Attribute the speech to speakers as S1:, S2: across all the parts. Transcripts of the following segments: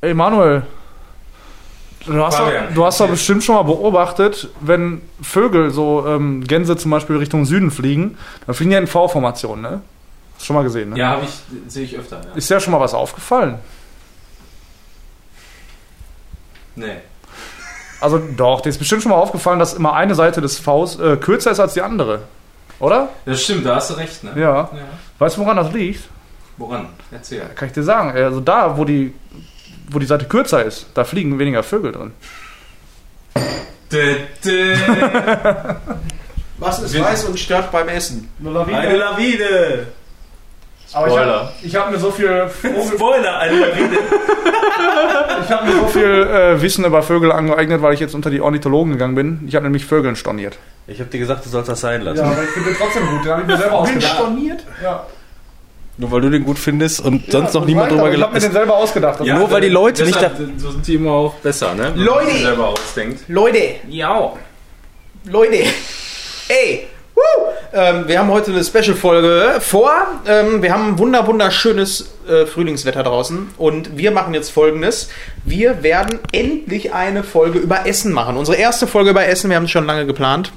S1: Ey Manuel, du hast, doch,
S2: Fabian.
S1: du hast doch bestimmt schon mal beobachtet, wenn Vögel, so ähm, Gänse zum Beispiel Richtung Süden fliegen, dann fliegen die in V-Formation, ne? Hast du schon mal gesehen, ne?
S2: Ja, hab ich, sehe ich öfter. Ja.
S1: Ist dir schon mal was aufgefallen?
S2: Nee.
S1: Also doch, dir ist bestimmt schon mal aufgefallen, dass immer eine Seite des Vs äh, kürzer ist als die andere. Oder?
S2: Das stimmt, da hast du recht, ne?
S1: Ja.
S2: Ja.
S1: Weißt du, woran das liegt?
S2: Woran? Erzähl.
S1: Kann ich dir sagen. Also da, wo die, wo die Seite kürzer ist, da fliegen weniger Vögel drin.
S2: Dä, dä.
S3: Was ist
S2: Wir-
S3: weiß und stört beim Essen?
S1: Eine
S4: Eine Lawine!
S1: Aber
S2: Spoiler.
S1: ich habe hab mir so viel
S2: Oh,
S1: Vogel,
S4: Spoiler, eine Lawine!
S1: Ich habe mir so viel äh, Wissen über Vögel angeeignet, weil ich jetzt unter die Ornithologen gegangen bin. Ich habe nämlich Vögeln storniert.
S4: Ich hab dir gesagt, du sollst das sein lassen.
S1: aber ich finde trotzdem gut. Da habe ich mir selber
S3: Storniert?
S1: Ja.
S5: Nur weil du den gut findest und sonst noch niemand drüber
S1: Ich habe
S5: gelacht
S1: mir
S5: ist.
S1: den selber ausgedacht. Also
S5: Ja. nur weil die Leute nicht
S2: deshalb, nicht. So sind die immer auch besser, ne? Wenn
S3: Leute!
S2: man sich selber ausdenkt.
S3: Leute,
S2: Ja.
S3: Leute, ey, woo! Ähm, wir haben heute eine Special-Folge vor. Ähm, wir haben ein wunder wunderschönes äh, Frühlingswetter draußen und wir machen jetzt folgendes. Wir werden endlich eine Folge über Essen machen. Unsere erste Folge über Essen, wir haben es schon lange geplant.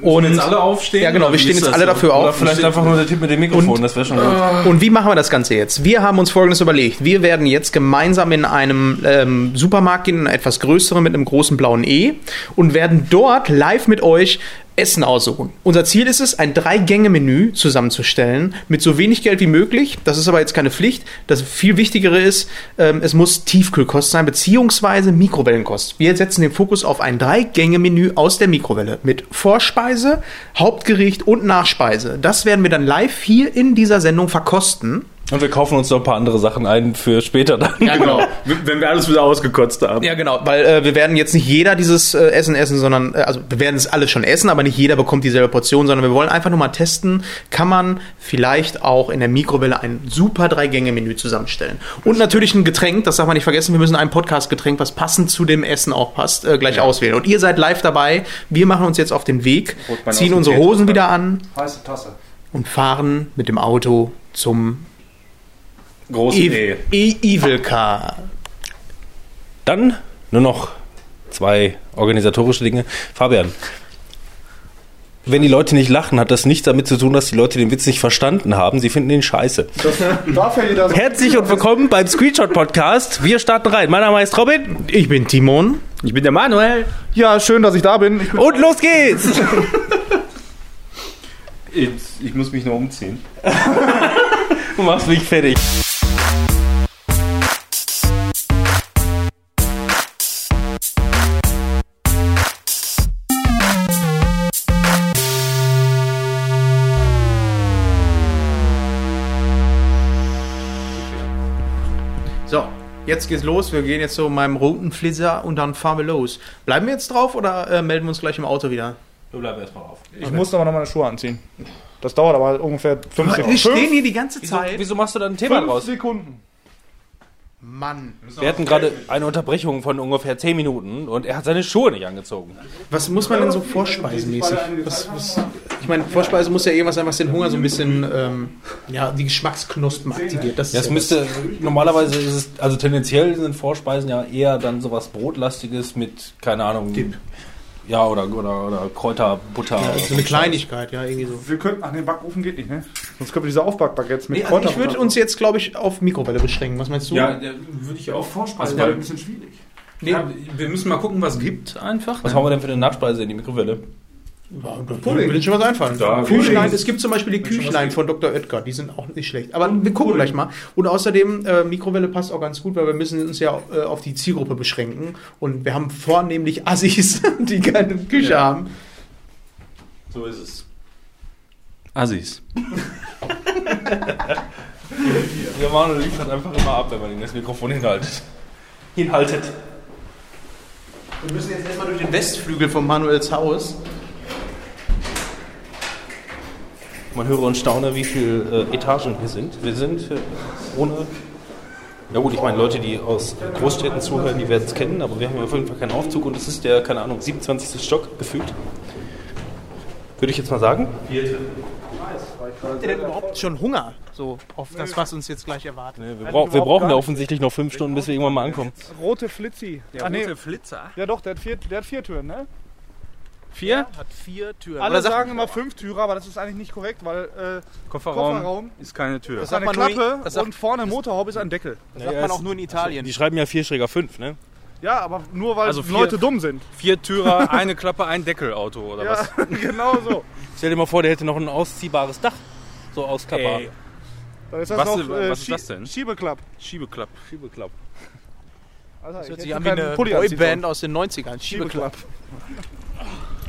S2: Und
S3: Und
S2: jetzt alle aufstehen.
S3: Ja, genau, wir
S2: Wie
S3: stehen
S2: ist
S3: jetzt
S2: das
S3: alle
S2: so?
S3: dafür
S5: Oder
S3: auf.
S5: vielleicht einfach nur der Typ mit dem Mikrofon,
S3: Und-
S5: das wäre schon gut.
S3: Und wie machen wir das Ganze jetzt? Wir haben uns Folgendes überlegt. Wir werden jetzt gemeinsam in einem ähm, Supermarkt gehen, in einem etwas größeren mit einem großen blauen E und werden dort live mit euch Essen aussuchen. Unser Ziel ist es, ein Drei-Gänge-Menü zusammenzustellen mit so wenig Geld wie möglich. Das ist aber jetzt keine Pflicht. Das viel Wichtigere ist, ähm, es muss Tiefkühlkost sein, beziehungsweise Mikrowellenkost. Wir setzen den Fokus auf ein Drei-Gänge-Menü aus der Mikrowelle mit Vorspeise, Hauptgericht und Nachspeise. Das werden wir dann live hier in dieser Sendung verkosten.
S5: Und wir kaufen uns noch ein paar andere Sachen ein für später dann.
S3: Ja, genau.
S5: Wenn wir alles wieder ausgekotzt haben.
S3: Ja, genau, weil äh, wir werden jetzt nicht jeder dieses äh, Essen essen, sondern, äh, also wir werden es alle schon essen, aber nicht jeder bekommt dieselbe Portion, sondern wir wollen einfach nur mal testen, kann man vielleicht auch in der Mikrowelle ein super Drei-Gänge-Menü zusammenstellen. Und natürlich ein Getränk, das darf man nicht vergessen, wir müssen ein Podcast-Getränk, was passend zu dem Essen auch passt, äh, gleich auswählen. Und ihr seid live dabei, wir machen uns jetzt auf den Weg,
S2: Rotwein aus
S3: ziehen
S2: dem
S3: unsere
S2: Tee,
S3: Hosen
S2: Rotwein.
S3: wieder an
S1: Heiße Tasse.
S3: und fahren mit dem Auto zum
S5: Groß
S3: e e Evil Car.
S5: Dann nur noch zwei organisatorische Dinge. Fabian, wenn die Leute nicht lachen, hat das nichts damit zu tun, dass die Leute den Witz nicht verstanden haben. Sie finden ihn scheiße.
S1: Darf ja jeder so.
S5: Herzlich und willkommen beim Screenshot Podcast. Wir starten rein. Mein Name ist Robin.
S3: Ich bin Timon.
S4: Ich bin der Manuel.
S1: Ja, schön, dass ich da bin. Ich bin
S5: Und los geht's!
S2: Jetzt, ich muss mich nur umziehen.
S5: Du machst mich fertig.
S3: So, jetzt geht's los. Wir gehen jetzt zu meinem roten Flitzer und dann fahren wir los. Bleiben wir jetzt drauf oder äh, melden wir uns gleich im Auto wieder?
S2: Wir bleiben erstmal auf.
S1: ich muss aber noch meine Schuhe anziehen. Das dauert aber ungefähr 5
S3: Wir
S1: Sekunden.
S3: stehen hier die ganze Zeit.
S5: Wieso machst du da ein Thema draus?
S1: Sekunden.
S3: Mann,
S5: Wir hatten gerade eine Unterbrechung von ungefähr 10 Minuten und er hat seine Schuhe nicht angezogen.
S3: was muss man denn so vorspeisenmäßig? Was, was, ich meine, Vorspeise muss ja irgendwas sein, was den Hunger so ein bisschen, ähm, ja, die Geschmacksknospen aktiviert. Das ist
S5: Das
S3: ja
S5: müsste, normalerweise ist es, also tendenziell sind Vorspeisen ja eher dann sowas Brotlastiges mit, keine Ahnung,
S3: Dip.
S5: ja, oder, oder, oder Kräuter, Butter.
S3: das ist so eine Kleinigkeit, ja, irgendwie so.
S1: Wir könnten. Ach nee, Backofen geht nicht, ne? Sonst könnten wir diese Aufbackbaguettes mit
S3: Nee, also ich
S1: Kräutern-
S3: würde uns jetzt, glaube ich, auf Mikrowelle beschränken. Was meinst du?
S2: Ja, da würde ich auch vorspeisen.
S1: war ein
S2: Also weil-
S1: bisschen schwierig.
S2: ja, wir müssen mal gucken, was gibt einfach.
S5: Was haben wir denn für eine Nachspeise in die Mikrowelle?
S3: Ja, da würde mir schon was einfallen.
S2: Ja,
S3: Küchlein,
S2: Pudding.
S3: es gibt zum Beispiel die Küchlein von Dr. Oetker, die sind auch nicht schlecht. Aber wir gucken gleich mal. Und außerdem, äh, Mikrowelle passt auch ganz gut, weil wir müssen uns ja äh, auf die Zielgruppe beschränken. Und wir haben vornehmlich Assis, die keine Küche
S2: Ja.
S3: haben.
S2: So ist es.
S4: Assis.
S5: Der Manuel liefert einfach immer ab, wenn man ihm das Mikrofon hinhaltet. Hinhaltet.
S3: Wir müssen jetzt erstmal durch den Westflügel von Manuels Haus.
S5: Man höre und staune, wie viele äh, Etagen wir sind. Wir sind äh, ohne. Na gut, ich meine, Leute, die aus Großstädten zuhören, die werden es kennen, aber wir haben ja auf jeden Fall keinen Aufzug und es ist der, keine Ahnung, 27. Stock gefühlt. Würde ich jetzt mal sagen.
S3: Habt ihr denn überhaupt schon Hunger? So auf das, was uns jetzt gleich erwartet.
S5: Nee, wir, brauch, wir brauchen da offensichtlich noch fünf Stunden, bis wir irgendwann mal ankommen.
S6: Rote Flitzi. ah, nee.
S2: Flitzer.
S6: Ja doch, der hat, vier, der hat vier Türen, ne?
S3: Vier? Hat vier Türen.
S6: Alle
S3: Oder sagt-
S6: sagen immer fünf Türe, aber das ist eigentlich nicht korrekt, weil äh,
S2: Kofferraum,
S6: Kofferraum
S2: ist keine Tür.
S6: ist eine
S3: man nur-
S6: Klappe
S3: das sagt-
S6: und vorne im Motorhaube ist ein Deckel.
S3: Das sagt man auch nur in Italien.
S5: Die schreiben ja 4 schräger 5, ne?
S6: Ja, aber nur weil
S2: Also vier-
S6: Leute dumm sind.
S2: Vier Türer, eine Klappe, ein Deckelauto oder
S6: Ja,
S2: was?
S6: genau so.
S5: Stell dir mal vor, der hätte noch ein ausziehbares Dach. So ausklappbar.
S2: Ey,
S6: Dann ist das
S2: Was-
S6: noch, äh,
S2: was ist das denn?
S6: Schiebeklapp.
S2: Schiebeklapp. Schiebeklapp.
S6: Alter,
S3: Das hört
S6: ich hätte
S3: sich an wie
S6: keinen
S3: eine
S6: Pulli anziehen
S3: Boyband aus den 90ern.
S6: sollen.
S3: Schiebeklapp.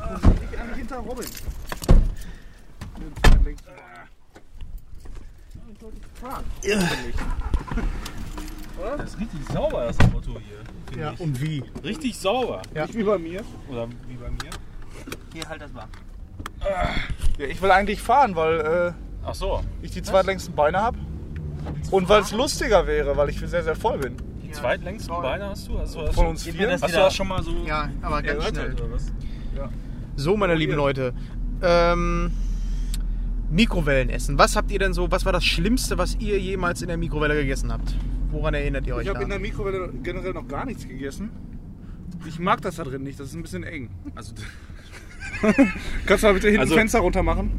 S6: Liegt an hinter Robin.
S2: Das ist richtig sauber, das Auto hier.
S3: Ja, und wie?
S2: Richtig sauber.
S6: Nicht wie bei mir.
S2: Oder wie bei mir.
S3: Hier, halt das mal.
S6: Ja, ich will eigentlich fahren, weil
S2: Ach so,
S6: äh, ich die zweitlängsten Beine habe. Und weil es lustiger wäre, weil ich sehr, sehr voll bin.
S2: die zweitlängsten Beine hast du? Also, hast
S6: Von
S2: du-
S6: uns
S2: Geht
S6: vier?
S2: mir das Hast
S6: Hast du
S2: du
S6: das
S2: das schon mal so
S3: Ja, aber ganz schnell.
S2: oder was?
S3: So, meine lieben Leute. Ähm, Mikrowellen essen. Was habt ihr denn so, was war das Schlimmste, was ihr jemals in der Mikrowelle gegessen habt? Woran erinnert ihr euch
S6: Ich habe in
S3: da?
S6: der Mikrowelle generell noch gar nichts gegessen. Ich mag das da drin nicht, das ist ein bisschen eng.
S2: Also,
S6: Kannst du mal bitte hinten
S2: Also-
S6: Fenster runter machen?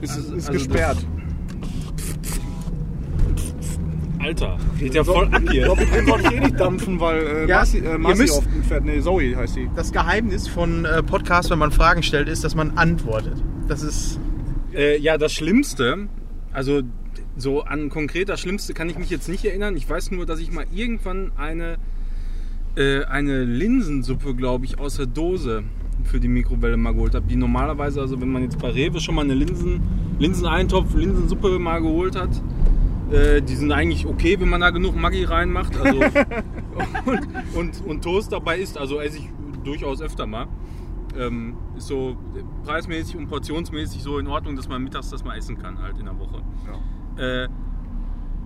S6: Ist, ist
S2: also
S6: gesperrt.
S2: Alter, geht ja voll ab
S6: Ich
S2: hier.
S6: glaube, ich will wollte ich eh nicht dampfen, weil äh,
S3: Ja,
S6: Marci,
S3: ihr
S6: äh, Marci
S3: müsst-
S6: auf dem Pferd, nee, Zoe heißt sie.
S3: Das Geheimnis von äh, Podcasts, wenn man Fragen stellt, ist, dass man antwortet. Das ist
S2: Äh, ja, das Schlimmste, also so an konkret das Schlimmste kann ich mich jetzt nicht erinnern. Ich weiß nur, dass ich mal irgendwann eine, äh, eine Linsensuppe, glaube ich, aus der Dose für die Mikrowelle mal geholt habe. Die normalerweise, also wenn man jetzt bei Rewe schon mal eine Linsen, Linseneintopf, Linsensuppe mal geholt hat, äh, die sind eigentlich okay, wenn man da genug Maggi reinmacht also, und, und, und Toast dabei isst. Also esse ich durchaus öfter mal ähm, ist so preismäßig und portionsmäßig so in Ordnung, dass man mittags das mal essen kann, halt in der Woche. Äh,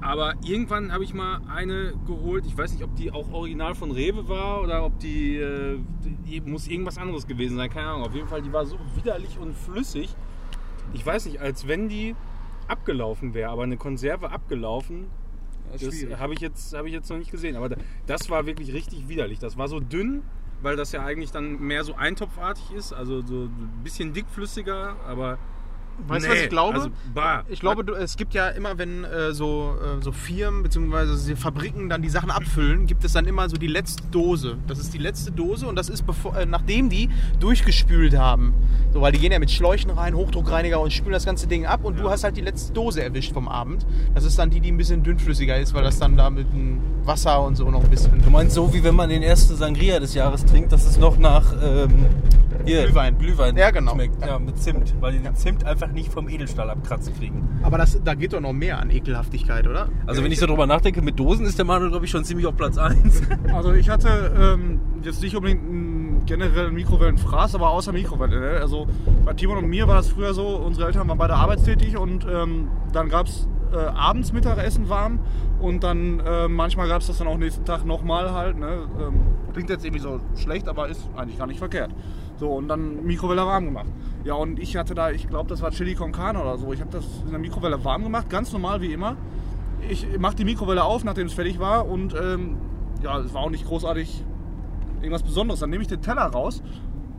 S2: aber irgendwann habe ich mal eine geholt, ich weiß nicht, ob die auch original von Rewe war oder ob die, äh, die muss irgendwas anderes gewesen sein, keine Ahnung. Auf jeden Fall, die war so widerlich und flüssig. Ich weiß nicht, als wenn die abgelaufen wäre, aber eine Konserve abgelaufen, das habe ich, jetzt- habe ich jetzt noch nicht gesehen. Aber da- das war wirklich richtig widerlich. Das war so dünn, weil das ja eigentlich dann mehr so eintopfartig ist. Also so ein bisschen dickflüssiger, aber.
S3: Weißt du, was ich glaube?
S2: Also, bah.
S3: Ich glaube, du, es gibt ja immer, wenn äh, so, äh, so Firmen bzw. Fabriken dann die Sachen abfüllen, gibt es dann immer so die letzte Dose. Das ist die letzte Dose und das ist, bevor, äh, nachdem die durchgespült haben. So, weil die gehen ja mit Schläuchen rein, Hochdruckreiniger und spülen das ganze Ding ab und du hast halt die letzte Dose erwischt vom Abend. Das ist dann die, die ein bisschen dünnflüssiger ist, weil das dann da mit dem Wasser und so noch ein bisschen
S5: Du meinst so, wie wenn man den ersten Sangria des Jahres trinkt, dass es noch nach ähm, hier,
S3: Glühwein.
S5: Glühwein
S3: Ja, genau.
S5: schmeckt. Ja, mit Zimt, weil die den Zimt einfach nicht vom Edelstahl abkratzen kriegen.
S3: Aber das, da geht doch noch mehr an Ekelhaftigkeit, oder?
S5: Also wenn ich so drüber nachdenke, mit Dosen ist der Manuel, glaube ich, schon ziemlich auf Platz 1.
S6: Also ich hatte ähm, jetzt nicht unbedingt einen generellen Mikrowellenfraß, aber außer Mikrowelle. Ne? Also bei Timon und mir war das früher so, unsere Eltern waren beide arbeitstätig und ähm, dann gab es äh, abends Mittagessen warm und dann äh, manchmal gab es das dann auch nächsten Tag nochmal halt. Ne? Ähm, klingt jetzt irgendwie so schlecht, aber ist eigentlich gar nicht verkehrt. So und dann Mikrowelle warm gemacht. Ja und ich hatte da, ich glaube das war Chili con Carne oder so, ich habe das in der Mikrowelle warm gemacht, ganz normal wie immer ich mache die Mikrowelle auf, nachdem es fertig war und ähm, ja, es war auch nicht großartig irgendwas Besonderes. Dann nehme ich den Teller raus,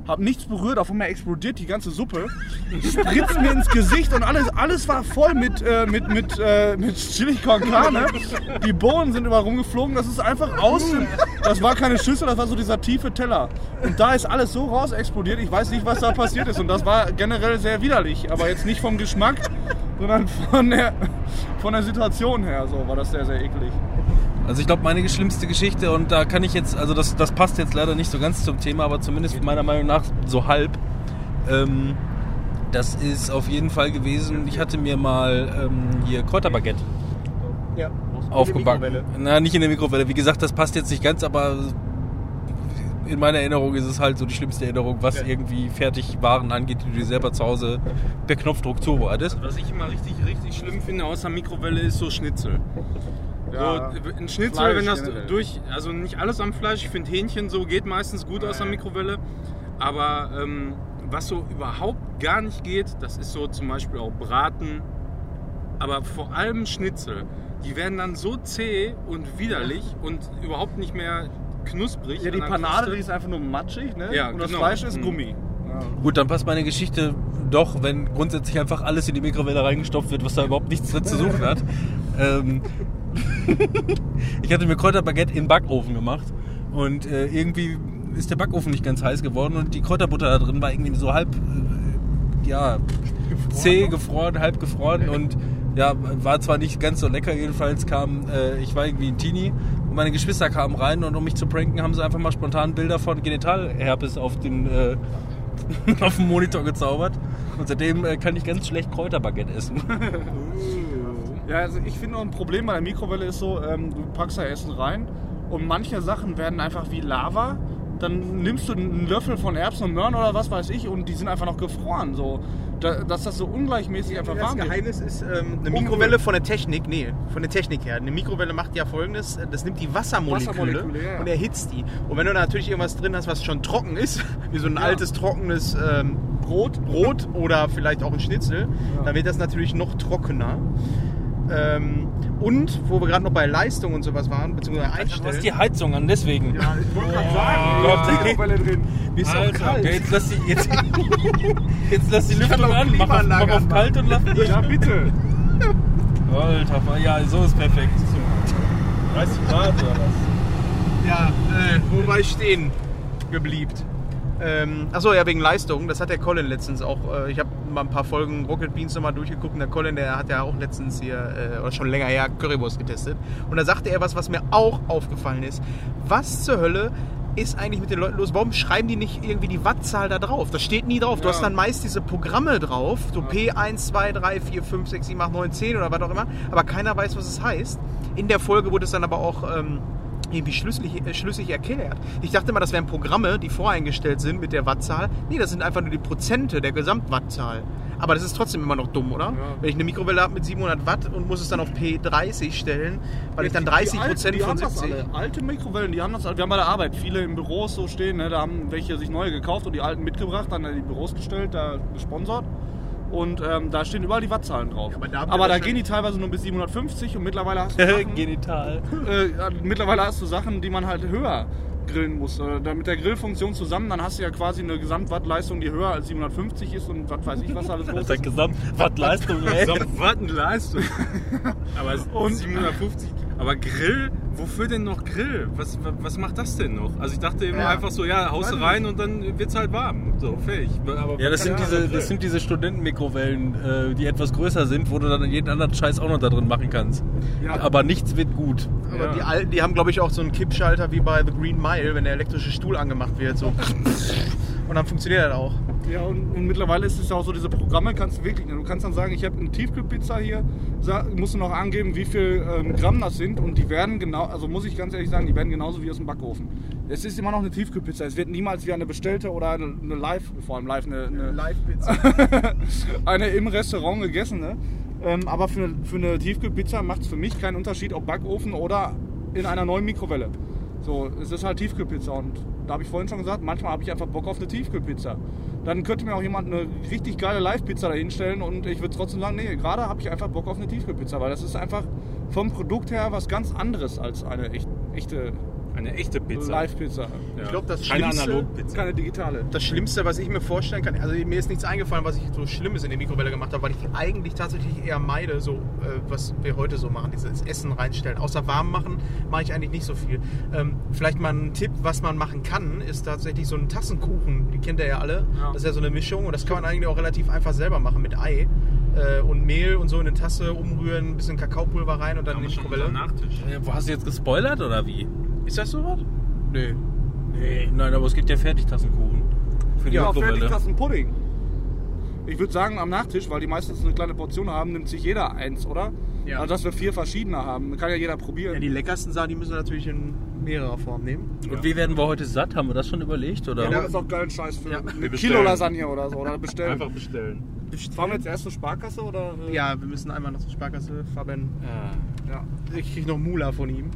S6: habe nichts berührt, auf einmal explodiert die ganze Suppe, spritzt mir ins Gesicht und alles, alles war voll mit, äh, mit, mit, äh, mit Chili con Carne. Die Bohnen sind überall rumgeflogen, das ist einfach aus dem, das war keine Schüssel, das war so dieser tiefe Teller. Und da ist alles so raus explodiert, ich weiß nicht, was da passiert ist und das war generell sehr widerlich, aber jetzt nicht vom Geschmack, sondern von der, von der Situation her, so war das sehr, sehr eklig.
S5: Also ich glaube, meine schlimmste Geschichte, und da kann ich jetzt, also das, das passt jetzt leider nicht so ganz zum Thema, aber zumindest meiner Meinung nach so halb. Ähm, das ist auf jeden Fall gewesen, ich hatte mir mal ähm, hier Kräuterbaguette
S3: ja.
S5: aufgebacken. Na, nicht in der Mikrowelle. Wie gesagt, das passt jetzt nicht ganz, aber in meiner Erinnerung ist es halt so die schlimmste Erinnerung, was irgendwie Fertigwaren angeht, die du dir selber zu Hause per Knopfdruck zubereitest.
S2: Also, Was ich immer richtig, richtig schlimm finde, außer Mikrowelle, ist so Schnitzel. So, äh, ein Schnitzel,
S6: Fleisch
S2: wenn das
S6: generell.
S2: durch, also nicht alles am Fleisch, ich finde Hähnchen so geht meistens gut aus der Mikrowelle, aber ähm, was so überhaupt gar nicht geht, das ist so zum Beispiel auch Braten, aber vor allem Schnitzel. Die werden dann so zäh und widerlich und überhaupt nicht mehr knusprig.
S6: Ja, die
S2: an der
S6: Panade,
S2: Kruste.
S6: die ist einfach nur matschig, ne?
S2: Ja,
S6: Und das
S2: genau.
S6: Fleisch ist
S2: Mhm.
S6: Gummi.
S5: Gut, dann passt meine Geschichte doch, wenn grundsätzlich einfach alles in die Mikrowelle reingestopft wird, was da überhaupt nichts drin zu suchen hat. Ähm, ich hatte mir Kräuterbaguette im Backofen gemacht und äh, irgendwie ist der Backofen nicht ganz heiß geworden und die Kräuterbutter da drin war irgendwie so halb, äh, ja, zäh gefroren, halb gefroren und ja, war zwar nicht ganz so lecker, jedenfalls kam, äh, ich war irgendwie ein Teenie und meine Geschwister kamen rein und um mich zu pranken, haben sie einfach mal spontan Bilder von Genitalherpes auf den, äh, auf den Monitor gezaubert und seitdem äh, kann ich ganz schlecht Kräuterbaguette essen.
S6: Ja, also ich finde auch ein Problem bei der Mikrowelle ist so, ähm, du packst da Essen rein und manche Sachen werden einfach wie Lava. Dann nimmst du einen Löffel von Erbsen und Möhren oder was weiß ich und die sind einfach noch gefroren. So, da, dass das so ungleichmäßig einfach
S3: Das
S6: warm wird.
S3: Geheimnis ist, ähm, eine Mikrowelle von der Technik, nee, von der Technik her. Eine Mikrowelle macht ja folgendes, äh, das nimmt die Wassermoleküle,
S6: Wassermoleküle, ja, ja.
S3: und erhitzt die. Und wenn du da natürlich irgendwas drin hast, was schon trocken ist, wie so ein altes, trockenes ähm, Brot, Brot oder vielleicht auch ein Schnitzel, dann wird das natürlich noch trockener. Ähm, und, wo wir gerade noch bei Leistung und sowas waren, beziehungsweise
S5: Du hast
S3: Einstellen,
S5: die Heizung an, deswegen. Oh.
S6: Ja, ich wollte gerade sagen,
S5: Gott.
S6: die Mikrowelle drin.
S3: ist auch
S5: Alter,
S3: kalt.
S5: okay, jetzt lass die, jetzt, jetzt lass die Lüftung
S3: kann auch
S5: an, mach auf,
S3: Klimaanlage
S5: mach auf
S3: anmachen.
S5: kalt und lass die.
S6: Ja, bitte.
S5: Alter, ja, so ist perfekt. 30 Grad oder was?
S3: Ja, äh, wo war ich stehen geblieben? Ähm, achso, ja, wegen Leistung. Das hat der Colin letztens auch. Äh, ich habe mal ein paar Folgen Rocket Beans nochmal durchgeguckt. Und der Colin, der hat ja auch letztens hier, äh, oder schon länger her, Currywurst getestet. Und da sagte er was, was mir auch aufgefallen ist. Was zur Hölle ist eigentlich mit den Leuten los? Warum schreiben die nicht irgendwie die Wattzahl da drauf? Das steht nie drauf. Du hast dann meist diese Programme drauf. So P1, 2, 3, 4, 5, 6, 7, 8, 9, 10 oder was auch immer. Aber keiner weiß, was es heißt. In der Folge wurde es dann aber auch... Ähm, irgendwie schlüssig, äh, schlüssig erklärt. Ich dachte immer, das wären Programme, die voreingestellt sind mit der Wattzahl. Nee, das sind einfach nur die Prozente der Gesamtwattzahl. Aber das ist trotzdem immer noch dumm, oder? Wenn ich eine Mikrowelle habe mit 700 Watt und muss es dann auf P30 stellen, weil ich dann 30 Prozent
S6: die
S3: von
S6: haben das
S3: 70...
S6: alle. Alte Mikrowellen, die haben das alle. Wir haben bei der Arbeit viele im Büros so stehen, ne? da haben welche sich neue gekauft und die alten mitgebracht, dann in die Büros gestellt, da gesponsert. Und ähm, da stehen überall die Wattzahlen drauf.
S3: aber da
S6: aber
S3: habt ihr
S6: da,
S3: wahrscheinlich-
S6: gehen die teilweise nur bis 750 und mittlerweile hast du Sachen,
S5: Genital.
S6: äh, ja, mittlerweile hast du Sachen, die man halt höher grillen muss. Äh, da mit der Grillfunktion zusammen, dann hast du ja quasi eine Gesamtwattleistung, die höher als 750 ist und was weiß ich, was da alles los
S5: Das
S6: ist.
S5: Gesamt, was Leistung, ey.
S2: So, was eine Leistung. Aber es- 750. Aber Grill, wofür denn noch Grill? Was, wa- was macht das denn noch? Also ich dachte immer
S3: Ja.
S2: einfach so, ja, haust du rein und dann wird's halt warm. So, fähig. Aber
S5: Ja, das sind diese, das sind diese Studentenmikrowellen, äh, die etwas größer sind, wo du dann jeden anderen Scheiß auch noch da drin machen kannst. Aber nichts wird gut.
S3: Aber
S2: Ja.
S3: die alten, die haben, glaube ich, auch so einen Kippschalter wie bei The Green Mile, wenn der elektrische Stuhl angemacht wird. So. Und dann funktioniert das auch.
S6: Ja, und, und mittlerweile ist es ja auch so, diese Programme kannst du wirklich, du kannst dann sagen, ich habe eine Tiefkühlpizza hier, sa- musst du noch angeben, wie viel ähm, Gramm das sind und die werden genau, also muss ich ganz ehrlich sagen, die werden genauso wie aus dem Backofen. Es ist immer noch eine Tiefkühlpizza, es wird niemals wie eine bestellte oder eine, eine live, vor allem live, eine, eine, eine im Restaurant gegessene. Ähm, aber für, für eine Tiefkühlpizza macht es für mich keinen Unterschied, ob Backofen oder in einer neuen Mikrowelle. So, es ist halt Tiefkühlpizza und da habe ich vorhin schon gesagt, manchmal habe ich einfach Bock auf eine Tiefkühlpizza. Dann könnte mir auch jemand eine richtig geile Live-Pizza dahinstellen und ich würde trotzdem sagen, nee, gerade habe ich einfach Bock auf eine Tiefkühlpizza, weil das ist einfach vom Produkt her was ganz anderes als eine echt, echte
S2: Eine echte Pizza.
S6: Live-Pizza.
S2: Ja.
S3: Ich glaube, das
S2: Keine
S3: Schlimmste-
S2: Analogpizza.
S6: Keine digitale.
S3: das Schlimmste, was ich mir vorstellen kann, also mir ist nichts eingefallen, was ich so Schlimmes in der Mikrowelle gemacht habe, weil ich die eigentlich tatsächlich eher meide, so äh, was wir heute so machen, dieses Essen reinstellen. Außer warm machen mache ich eigentlich nicht so viel. Ähm, vielleicht mal ein Tipp, was man machen kann, ist tatsächlich so einen Tassenkuchen. Die kennt ihr ja alle. Das ist ja so eine Mischung und das kann man eigentlich auch relativ einfach selber machen mit Ei äh, und Mehl und so in eine Tasse umrühren, ein bisschen Kakaopulver rein und dann in die Mikrowelle.
S2: Nachtisch.
S5: Äh, Hast du jetzt gespoilert oder wie?
S3: Ist das sowas? Nee.
S5: Nee, nein, aber es gibt ja Fertigtassenkuchen. Für die
S6: Ja, fertig
S5: Mikrowelle.
S6: das ein Pudding. Ich würde sagen, am Nachtisch, weil die meistens eine kleine Portion haben, nimmt sich jeder eins, oder?
S3: Ja.
S6: Also, dass wir vier verschiedene haben. Kann ja jeder probieren.
S3: Ja, die leckersten Sachen, die müssen wir natürlich in mehrerer Form nehmen.
S5: Und wie werden wir heute satt? Haben wir das schon überlegt? Oder?
S6: Ja, das ist auch geilen Scheiß für eine
S2: bestellen.
S6: Kilo Lasagne oder so. Oder bestellen.
S2: Einfach bestellen.
S6: Fahren wir jetzt erst zur Sparkasse oder? äh,
S3: Ja, wir müssen einmal noch zur Sparkasse, Fabian.
S6: Ah. ja.
S3: Ich krieg noch Mula von ihm.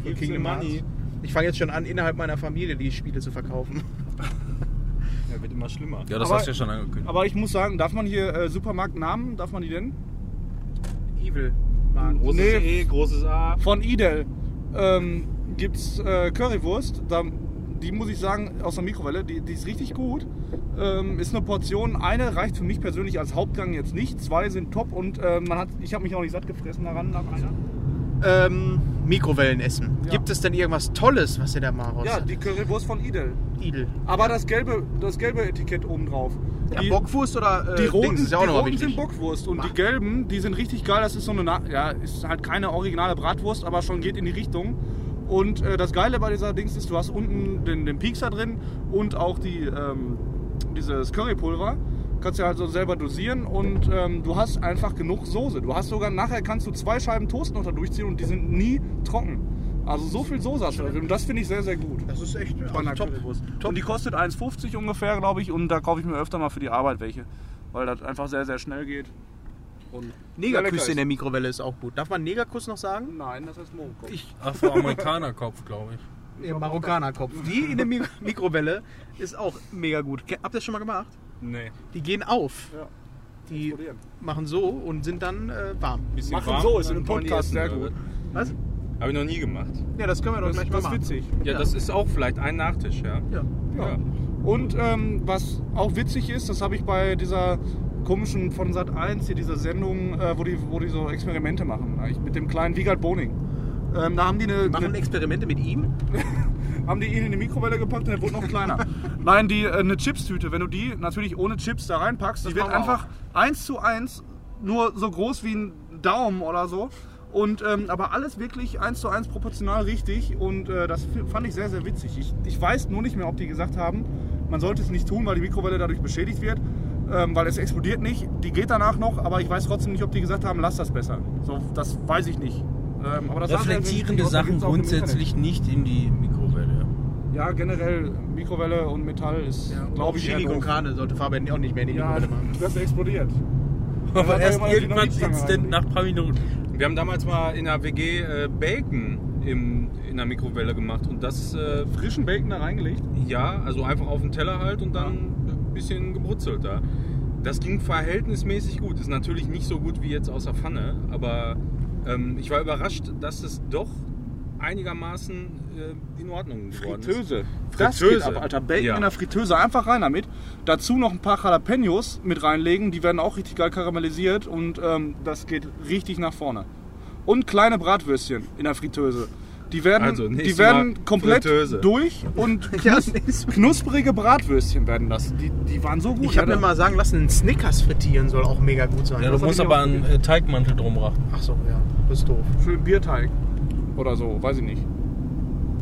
S3: Für
S6: Gibt's
S3: Kingdom
S6: im
S3: Hearts. Ich fange jetzt schon an, innerhalb meiner Familie die Spiele zu verkaufen.
S2: wird immer schlimmer.
S7: Ja, das
S6: Aber-
S7: hast du ja schon angekündigt.
S6: Aber ich muss sagen, darf man hier äh, Supermarktnamen, darf man die nennen?
S3: Evil. Oh.
S2: Großes
S6: Nee.
S2: E, großes A.
S6: Von Idel ähm, gibt es äh, Currywurst. Da, die muss ich sagen, aus der Mikrowelle, die, die ist richtig gut. Ähm, ist eine Portion. Eine reicht für mich persönlich als Hauptgang jetzt nicht. Zwei sind top und äh, man hat, ich habe mich auch nicht satt gefressen daran nach einer.
S3: Ähm, Mikrowellenessen.
S6: Ja.
S3: Gibt es denn irgendwas Tolles, was ihr da mal raus
S6: Ja, die Currywurst von Idel.
S3: Idel.
S6: Aber das gelbe, das gelbe Etikett obendrauf.
S3: Ja,
S6: die,
S3: Bockwurst oder äh,
S6: die roten,
S3: Dings ist ja auch
S6: die
S3: nochmal
S6: roten
S3: wichtig.
S6: sind Bockwurst und
S3: Mach.
S6: die gelben, die sind richtig geil. Das ist so eine, Na ja, ist halt keine originale Bratwurst, aber schon geht in die Richtung. Und äh, das Geile bei dieser Dings ist, du hast unten den, den Piekser drin und auch die, ähm, dieses Currypulver. Kannst ja also selber dosieren und ähm, du hast einfach genug Soße. Du hast sogar nachher kannst du zwei Scheiben Toast noch da durchziehen und die sind nie trocken. Also so viel Soße hast du da drin und das finde ich sehr, sehr gut.
S3: Das ist echt
S6: Bei einer
S3: top.
S6: Currywurst. Und die kostet 1,50 ungefähr, glaube ich. Und da kaufe ich mir öfter mal für die Arbeit welche. Weil das einfach sehr, sehr schnell geht. Und Sehr lecker
S3: Negerküsse
S6: ist.
S3: in der Mikrowelle ist auch gut. Darf man Negerkuss noch sagen?
S6: nein, das heißt Mogo.
S3: Ich,
S2: Afroamerikanerkopf, glaube ich.
S3: ihr Marokkanerkopf. Die in der Mi Mikrowelle ist auch mega gut. Ke- Habt ihr das schon mal gemacht?
S2: Nee.
S3: Die gehen auf.
S6: Ja.
S3: Die machen so und sind dann äh, warm.
S2: Bisschen
S6: Machen
S2: warm,
S6: so, ist
S2: dann
S6: in einem Podcast
S2: wollen die
S6: sehr
S2: essen,
S6: gut.
S3: Was?
S2: oder? Habe ich noch nie gemacht.
S3: Ja, das können wir doch
S6: Das,
S3: gleich
S6: das
S3: mal
S6: äh, ist
S3: machen.
S6: witzig.
S2: Ja,
S3: Ja.
S2: das ist auch vielleicht ein Nachtisch, ja.
S3: Ja.
S6: Ja. Und ähm, was auch witzig ist, das habe ich bei dieser komischen von Sat 1 hier dieser Sendung, äh, wo, die, wo die so Experimente machen, eigentlich mit dem kleinen Wiegald Boning. Ähm, da haben die eine,
S3: Machen
S6: eine
S3: Experimente mit ihm?
S6: haben die ihn in die Mikrowelle gepackt und er wurde noch kleiner. Nein, die äh, eine Chipstüte, wenn du die natürlich ohne Chips da reinpackst, die wird
S3: machen wir
S6: einfach eins zu eins nur so groß wie ein Daumen oder so. Und ähm, aber alles wirklich eins zu eins proportional richtig und äh, das f- fand ich sehr sehr witzig. Ich, ich weiß nur nicht mehr, ob die gesagt haben, man sollte es nicht tun, weil die Mikrowelle dadurch beschädigt wird, ähm, weil es explodiert nicht. Die geht danach noch, aber ich weiß trotzdem nicht, ob die gesagt haben, lass das besser. So, das weiß ich nicht. Ähm, aber das sagen ja
S5: Reflektierende
S6: die- die-
S5: Sachen
S6: gibt's auch im Internet.
S5: grundsätzlich nicht in die Mikrowelle.
S6: Ja, generell Mikrowelle und Metall ist, glaube ich,
S3: Chili
S6: eher
S3: con
S6: doof.
S3: Carne sollte Fabian auch nicht mehr in die
S6: Ja,
S3: Mikrowelle machen.
S6: das explodiert.
S5: Aber
S6: hat
S5: erst
S6: jemand die
S5: irgendwann
S6: Nordstange
S5: instant
S6: reingelegt.
S5: nach paar Minuten.
S2: Wir haben damals mal in der WG äh, Bacon im, in der Mikrowelle gemacht und das, äh,
S6: Frischen Bacon da reingelegt.
S2: ja, also einfach auf den Teller halt und dann ein bisschen gebrutzelt da. Das ging verhältnismäßig gut. Ist natürlich nicht so gut wie jetzt aus der Pfanne, aber ähm, ich war überrascht, dass es doch einigermaßen äh, in Ordnung geworden ist.
S6: Das
S2: Fritteuse.
S6: geht ab, Alter. Bacon
S2: Ja.
S6: in der Fritteuse. Einfach rein damit. Dazu noch ein paar Jalapenos mit reinlegen. Die werden auch richtig geil karamellisiert und ähm, das geht richtig nach vorne. Und kleine Bratwürstchen in der Fritteuse. Die werden,
S2: Also,
S6: die
S2: nächstes
S6: werden
S2: Mal
S6: komplett
S2: Fritteuse.
S6: durch und knus knusprige Bratwürstchen werden das. Die, die waren so gut.
S3: Ich habe
S6: ne?
S3: mir mal sagen lassen, ein Snickers frittieren soll auch mega gut sein.
S5: Ja, du
S6: hab
S5: musst
S6: ich
S5: aber
S6: auch
S5: einen äh, Teigmantel drum machen.
S3: Ach so, ja, das ist doof.
S6: für einen Bierteig oder so, weiß ich nicht.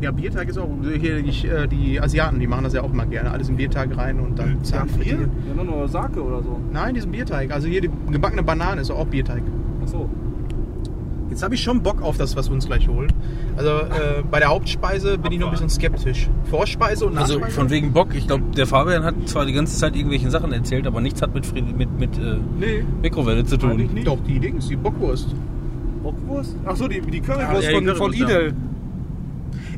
S3: Ja, Bierteig ist auch gut. Hier, ich, äh, die Asiaten, die machen das ja auch immer gerne. Alles in Bierteig rein und dann zack, frittieren.
S6: Ja, nur noch Sake oder so.
S3: Nein, diesen Bierteig. Also hier die gebackene Banane ist auch Bierteig.
S6: Achso.
S3: Jetzt habe ich schon Bock auf das, was wir uns gleich holen. Also äh, bei der Hauptspeise bin ich noch ein bisschen skeptisch. Vorspeise und
S5: Also
S3: Nachspeise.
S5: von wegen Bock. Ich glaube, der Fabian hat zwar die ganze Zeit irgendwelchen Sachen erzählt, aber nichts hat mit, Fried mit, mit äh,
S6: Nee,
S5: Mikrowelle zu
S6: eigentlich
S5: tun.
S6: nicht.
S3: Doch, die Dings, die Bockwurst.
S6: Bockwurst? Achso, die, die Currywurst
S5: Ja, ja, die
S6: von, von
S5: Currywurst, ja.
S6: Idel.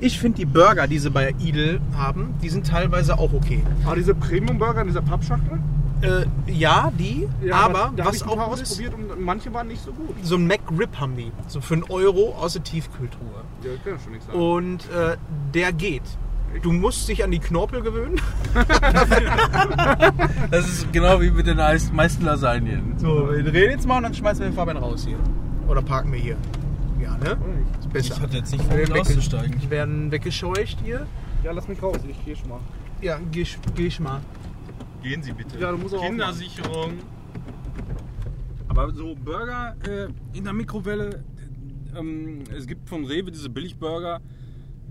S3: Ich finde die Burger, die sie bei Idel haben, die sind teilweise auch okay.
S6: Ah, diese Premium-Burger in dieser Pappschachtel?
S3: Äh, ja, die, aber
S6: da hab
S3: was
S6: ich ein
S3: auch
S6: paar
S3: gut ist,
S6: ausprobiert und manche waren nicht so gut.
S3: so ein McRib haben die. So für einen Euro aus der Tiefkühltruhe.
S6: Ja, kann ja schon nichts sagen.
S3: Und äh, der geht. Du musst dich an die Knorpel gewöhnen.
S5: Das ist genau wie mit den Eis- meisten Lasagnen.
S3: So, wir drehen jetzt mal und dann schmeißen wir den Fabian raus hier. Oder parken wir hier. Ja, ne? Ist
S5: Ich
S3: besser.
S5: hatte jetzt nicht vor,
S3: Wir
S5: mit auszusteigen.
S3: Die werden weggescheucht hier.
S6: Ja, lass mich raus, ich geh schon mal.
S3: Ja, geh, ich- geh ich mal.
S2: Gehen Sie bitte.
S6: Ja, du musst auch
S2: Kindersicherung. Aber so Burger äh, in der Mikrowelle, äh, ähm, es gibt von Rewe diese Billigburger.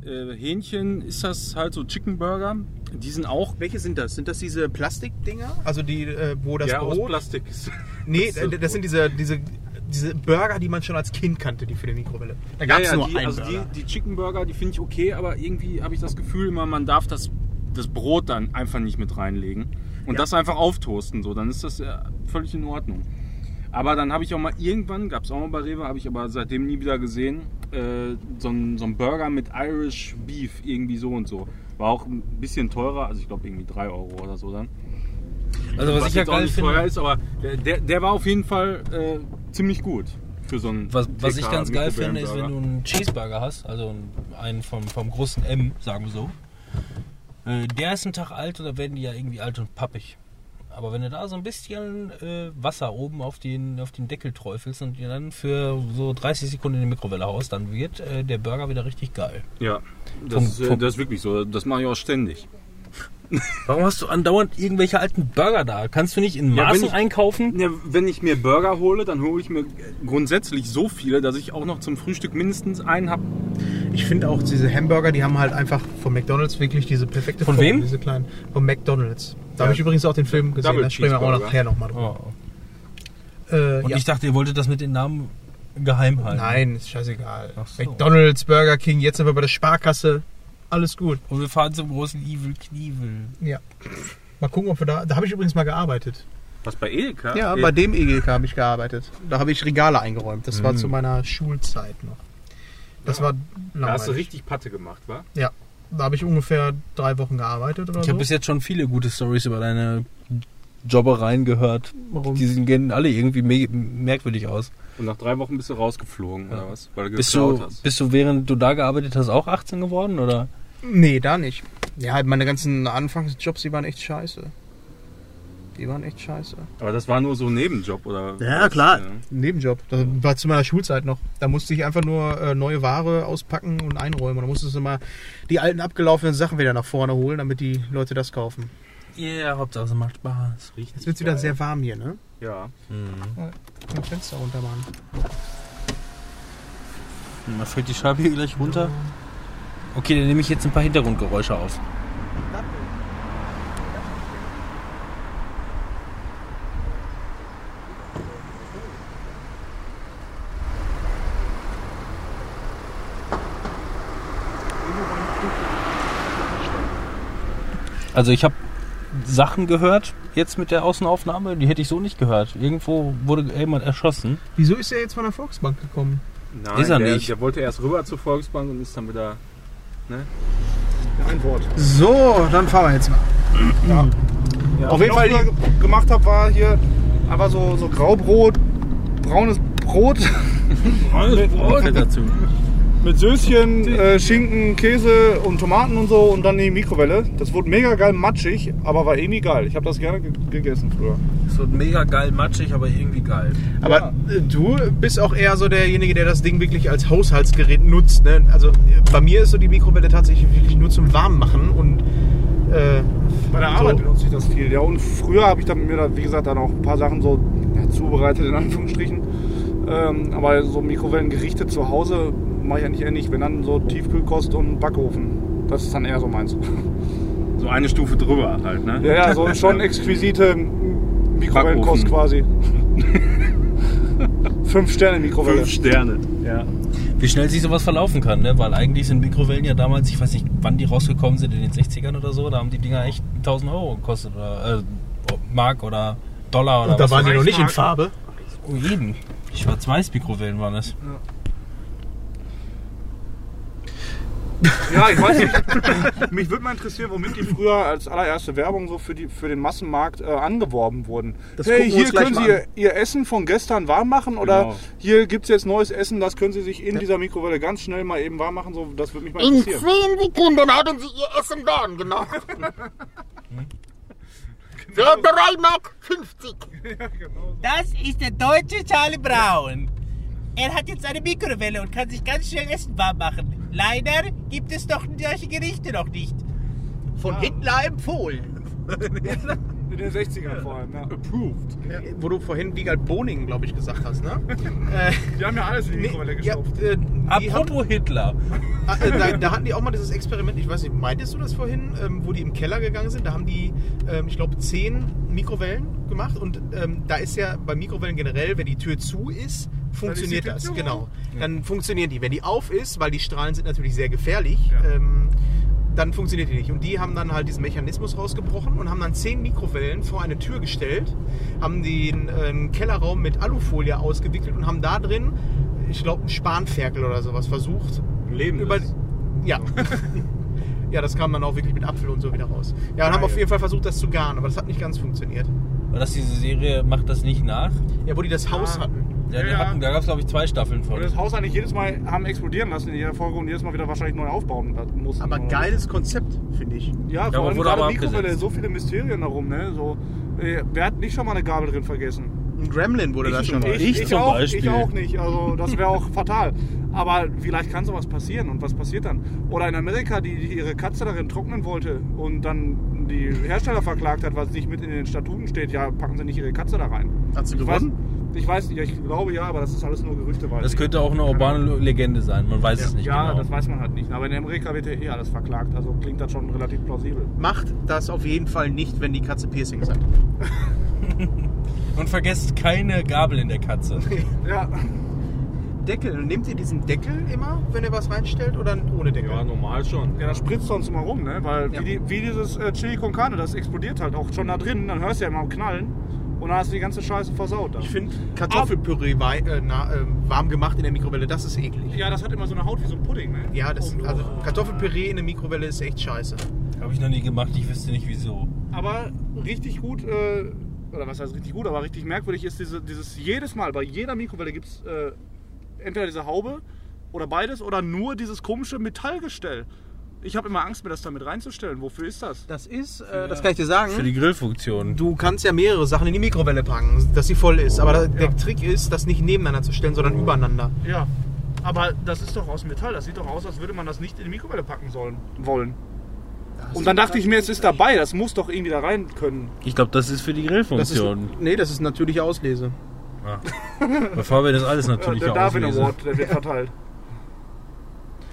S2: Äh, Hähnchen ist das halt so Chicken Burger. Die sind auch
S3: Welche sind das? Sind das diese Plastikdinger? Also die, äh, wo das
S2: ja, aus
S3: Brot...
S2: Plastik ist.
S3: Nee,
S2: Das
S3: das,
S2: ist so
S3: das sind diese, diese, diese Burger, die man schon als Kind kannte, die für die Mikrowelle. Da gab es nur
S2: die,
S3: einen
S2: also die,
S3: Burger.
S2: die Chicken Burger, die finde ich okay, aber irgendwie habe ich das Gefühl immer, man darf das, das Brot dann einfach nicht mit reinlegen und
S3: Ja.
S2: das einfach auftoasten, so, dann ist das ja völlig in Ordnung. Aber dann habe ich auch mal irgendwann, gab es auch mal bei Rewe, habe ich aber seitdem nie wieder gesehen, äh, so einen so einen Burger mit Irish Beef, irgendwie so und so. War auch ein bisschen teurer, also ich glaube irgendwie 3 Euro oder so dann.
S5: Also was, ich ja
S2: jetzt auch
S5: geil
S2: nicht
S5: finde,
S2: teuer ist, aber der, der, der war auf jeden Fall äh, ziemlich gut für so einen
S5: was, was ich
S2: TK
S5: ganz geil finde, ist, wenn
S2: Mikrowellenburger.
S5: du einen Cheeseburger hast, also einen vom, vom großen M, sagen wir so. Äh, Der ist einen Tag alt oder werden die ja irgendwie alt und pappig. Aber wenn du da so ein bisschen äh, Wasser oben auf den, auf den Deckel träufelst und dir dann für so 30 Sekunden in die Mikrowelle haust, dann wird äh, der Burger wieder richtig geil.
S2: Ja, das,
S5: Vom-
S2: ist, äh,
S5: vom-
S2: das ist wirklich so. Das mache ich auch ständig.
S5: Warum hast du andauernd irgendwelche alten Burger da? Kannst du nicht in
S2: Ja,
S5: Maßen
S2: wenn ich-
S5: einkaufen?
S2: Ja, wenn ich mir Burger hole, dann hole ich mir grundsätzlich so viele, dass ich auch noch zum Frühstück mindestens einen habe.
S3: Ich finde auch diese Hamburger, die haben halt einfach von McDonalds wirklich diese perfekte
S5: Von
S3: Form.
S5: wem?
S3: Diese kleinen. Von McDonalds. Da habe ich übrigens auch den Film gesehen.
S2: Double
S3: da sprechen wir auch
S2: Cheeseburger.
S3: nachher nochmal drüber.
S5: Oh.
S3: Äh,
S5: Und
S3: ja.
S5: ich dachte, ihr wolltet das mit den Namen geheim halten.
S3: Nein, ist scheißegal.
S5: Ach so.
S3: McDonalds, Burger King, jetzt sind wir bei der Sparkasse. Alles gut.
S5: Und wir fahren zum großen Evil Knievel.
S3: Mal gucken, ob wir da. Da habe ich übrigens mal gearbeitet.
S2: Was bei Edeka?
S3: Ja, bei dem E EGK habe ich gearbeitet. Da habe ich Regale eingeräumt. Das war zu meiner Schulzeit noch. Das
S2: Ja.
S3: war
S2: da hast du
S3: langweilig.
S2: richtig Patte gemacht, wa?
S3: Da habe ich ungefähr drei Wochen gearbeitet oder
S5: Ich
S3: so.
S5: habe bis jetzt schon viele gute Stories über deine Jobbereien gehört.
S3: Warum?
S5: Die sehen alle irgendwie me- merkwürdig aus.
S2: Und nach drei Wochen bist du rausgeflogen, oder was? Weil du
S5: Bist
S2: geklaut
S5: du,
S2: hast.
S5: bist du, während du da gearbeitet hast, auch 18 geworden? Oder?
S3: Nee, da nicht. Ja, halt meine ganzen Anfangsjobs, die waren echt scheiße. Die waren echt scheiße.
S2: Aber das war nur so ein Nebenjob, oder?
S3: Ja,
S2: was?
S3: klar.
S2: Ja.
S3: Ein Nebenjob. Das war zu meiner Schulzeit noch. Da musste ich einfach nur äh, neue Ware auspacken und einräumen. Da musstest du immer die alten abgelaufenen Sachen wieder nach vorne holen, damit die Leute das kaufen.
S5: Ja, yeah, Hauptsache es macht Spaß.
S2: Richtig.
S3: Jetzt wird es wieder sehr warm hier, ne?
S2: Ja.
S3: Kann ich Fenster runter machen.
S5: Da fällt die Scheibe hier gleich runter. Okay, dann nehme ich jetzt ein paar Hintergrundgeräusche auf. Also ich habe Sachen gehört, jetzt mit der Außenaufnahme, die hätte ich so nicht gehört. Irgendwo wurde jemand erschossen.
S3: Wieso ist er jetzt von der Volksbank gekommen?
S2: Nein,
S5: Ist er
S2: der,
S5: nicht.
S2: Der wollte erst rüber zur Volksbank und ist dann wieder.
S6: Ein Wort.
S3: So, dann fahren wir jetzt mal.
S6: Ja,
S3: Auf
S6: was
S3: jeden
S6: ich
S3: Fall
S6: noch früher gemacht habe, war hier einfach so, so Graubrot, braunes Brot
S2: Alles Brot dazu.
S6: mit Söschen, äh, Schinken, Käse und Tomaten und so und dann in die Mikrowelle. Das wurde mega geil matschig, aber war irgendwie geil. Ich habe das gerne ge gegessen früher.
S5: Es wird mega geil matschig, aber irgendwie geil.
S3: Aber äh, du bist auch eher so derjenige, der das Ding wirklich als Haushaltsgerät nutzt. Ne? Also äh, bei mir ist so die Mikrowelle tatsächlich wirklich nur zum Warmmachen und äh,
S6: Bei der Arbeit benutze ich das viel. Ja, und früher habe ich dann mir, da, wie gesagt, dann auch ein paar Sachen so ja, zubereitet, in Anführungsstrichen. Ähm, aber so Mikrowellengerichte zu Hause mache ich eigentlich eher nicht. Wenn dann so Tiefkühlkost und Backofen. Das ist dann eher so meins.
S2: So eine Stufe drüber halt, ne?
S6: Ja, ja, so schon exquisite Mikrowellenkost
S2: Backofen.
S6: quasi. Fünf Sterne Mikrowelle.
S2: Fünf Sterne.
S6: Ja.
S5: Wie schnell sich sowas verlaufen kann, ne? Weil eigentlich sind Mikrowellen ja damals, ich weiß nicht, wann die rausgekommen sind, in den 60ern oder so, da haben die Dinger echt 1000 Euro gekostet oder äh, Mark oder Dollar oder
S3: Und da
S5: was
S3: waren
S5: weiß
S3: die noch
S5: ich.
S3: nicht in Farbe.
S5: Oh, jeden. Die Schwarz-Weiß-Mikrowellen waren das.
S6: Ja, ich weiß nicht. Mich würde mal interessieren, womit die früher als allererste Werbung so für, die, für den Massenmarkt äh, angeworben wurden.
S3: Das gucken
S6: hey,
S3: wir
S6: hier
S3: uns gleich
S6: können
S3: mal
S6: Sie ihr, ihr Essen von gestern warm machen oder
S2: Genau.
S6: hier gibt es jetzt neues Essen, das können Sie sich in dieser Mikrowelle ganz schnell mal eben warm machen. So, das würde mich mal interessieren.
S8: zehn Sekunden haben sie ihr Essen da genau. Für 3 Mark 50.
S9: Das ist der deutsche Charlie Brown. Er hat jetzt eine Mikrowelle und kann sich ganz schnell Essen warm machen. Leider gibt es doch solche Gerichte noch nicht.
S3: Von
S6: Ah.
S3: Hitler empfohlen.
S6: In den 60ern vor allem. Ja.
S2: Approved.
S3: Ja. Wo du vorhin Wiegald Boning, glaube ich, gesagt hast, ne?
S6: Die haben ja alles in die Mikrowelle gestopft.
S3: Ja, äh, die haben,
S5: Apropos Hitler.
S3: äh, da, da hatten die auch mal dieses Experiment, ich weiß nicht, meintest du das vorhin, ähm, wo die im Keller gegangen sind? Da haben die, ähm, ich glaube, zehn Mikrowellen gemacht und ähm, da ist ja bei Mikrowellen generell, wenn die Tür zu ist, funktioniert
S6: Tür
S3: das.
S6: zu.
S3: Genau. Dann funktionieren die. Wenn die auf ist, weil die Strahlen sind natürlich sehr gefährlich, ähm, dann funktioniert die nicht. Und die haben dann halt diesen Mechanismus rausgebrochen und haben dann zehn Mikrowellen vor eine Tür gestellt, haben den ähm, Kellerraum mit Alufolie ausgewickelt und haben da drin ich glaube, ein Spanferkel oder sowas versucht.
S2: Leben.
S3: Über, ja. ja, das kam dann auch wirklich mit Apfel und so wieder raus. Ja, und haben auf jeden Fall versucht, das zu garen, aber das hat nicht ganz funktioniert.
S5: War das diese Serie, macht das nicht nach?
S3: Ja, wo die das Haus hatten.
S5: Ja, die
S6: Ja.
S5: hatten, da gab es, glaube ich, zwei Staffeln
S6: Und
S5: von.
S6: das Haus eigentlich jedes Mal haben explodieren lassen in jeder Folge und jedes Mal wieder wahrscheinlich neu aufbauen mussten.
S3: Aber
S6: Oder-
S3: geiles Konzept, finde ich.
S6: Ja,
S5: aber
S6: vor allem
S5: wurde
S6: gerade
S5: aber
S6: Mikrowelle,
S5: abgesetzt.
S6: so viele Mysterien darum, ne? So, äh, wer hat nicht schon mal eine Gabel drin vergessen?
S3: Ein Gremlin wurde das schon mal.
S6: ich,
S5: zum
S6: auch,
S5: Beispiel.
S6: ich auch nicht. Also das wäre auch fatal. Aber vielleicht kann sowas passieren und was passiert dann? Oder in Amerika, die, die ihre Katze darin trocknen wollte und dann die Hersteller verklagt hat, weil es nicht mit in den Statuten steht, ja, packen sie nicht ihre Katze da rein.
S3: Hat sie
S6: Ich weiß,
S3: gewonnen?
S6: ich weiß nicht, ich glaube ja, aber das ist alles nur Gerüchte. weiß
S5: Das
S6: ich.
S5: könnte auch eine urbane Legende sein, man weiß es nicht
S6: Ja,
S5: genau.
S6: das weiß man halt nicht. Aber in Amerika wird ja eh alles verklagt, also klingt das schon relativ plausibel.
S3: Macht das auf jeden Fall nicht, wenn die Katze Piercings hat.
S5: Und vergesst keine Gabel in der Katze.
S6: Ja,
S3: Deckel. Nehmt ihr diesen Deckel immer, wenn ihr was reinstellt oder ohne Deckel?
S2: Ja, normal schon.
S6: ja das spritzt sonst immer rum, ne? Weil
S3: Ja.
S6: wie, die, wie dieses äh, Chili con Carne, das explodiert halt auch schon da drin, dann hörst du ja immer am Knallen und dann hast du die ganze Scheiße versaut. Dann.
S3: Ich finde Kartoffelpüree wei- äh, na, äh, warm gemacht in der Mikrowelle, das ist eklig.
S6: Ja, das hat immer so eine Haut wie so ein Pudding, ne?
S3: Ja, das,
S6: Oben
S3: also
S6: drauf.
S3: Kartoffelpüree in der Mikrowelle ist echt scheiße.
S5: Habe ich noch nie gemacht, ich wüsste nicht wieso.
S6: Aber richtig gut, äh, oder was heißt richtig gut, aber richtig merkwürdig ist diese, dieses jedes Mal, bei jeder Mikrowelle gibt es äh, entweder diese Haube oder beides oder nur dieses komische Metallgestell. Ich habe immer Angst, mir das damit reinzustellen. Wofür ist das?
S3: Das ist, äh, das kann ich dir sagen.
S5: Für die Grillfunktion.
S3: Du kannst ja mehrere Sachen in die Mikrowelle packen, dass sie voll ist. Aber da, der Trick ist, das nicht nebeneinander zu stellen, sondern übereinander.
S6: Ja. Aber das ist doch aus Metall. Das sieht doch aus, als würde man das nicht in die Mikrowelle packen sollen, wollen. Und dann dachte ich mir, es ist dabei. Das muss doch irgendwie da rein können.
S5: Ich glaube, das ist für die
S3: Das ist,
S5: Grillfunktion.
S3: nee, das ist natürliche Auslese.
S5: Bevor wir das alles
S6: Ja,
S5: natürlich
S6: Äh, der Darwin
S5: auslesen.
S6: Award, der wird verteilt.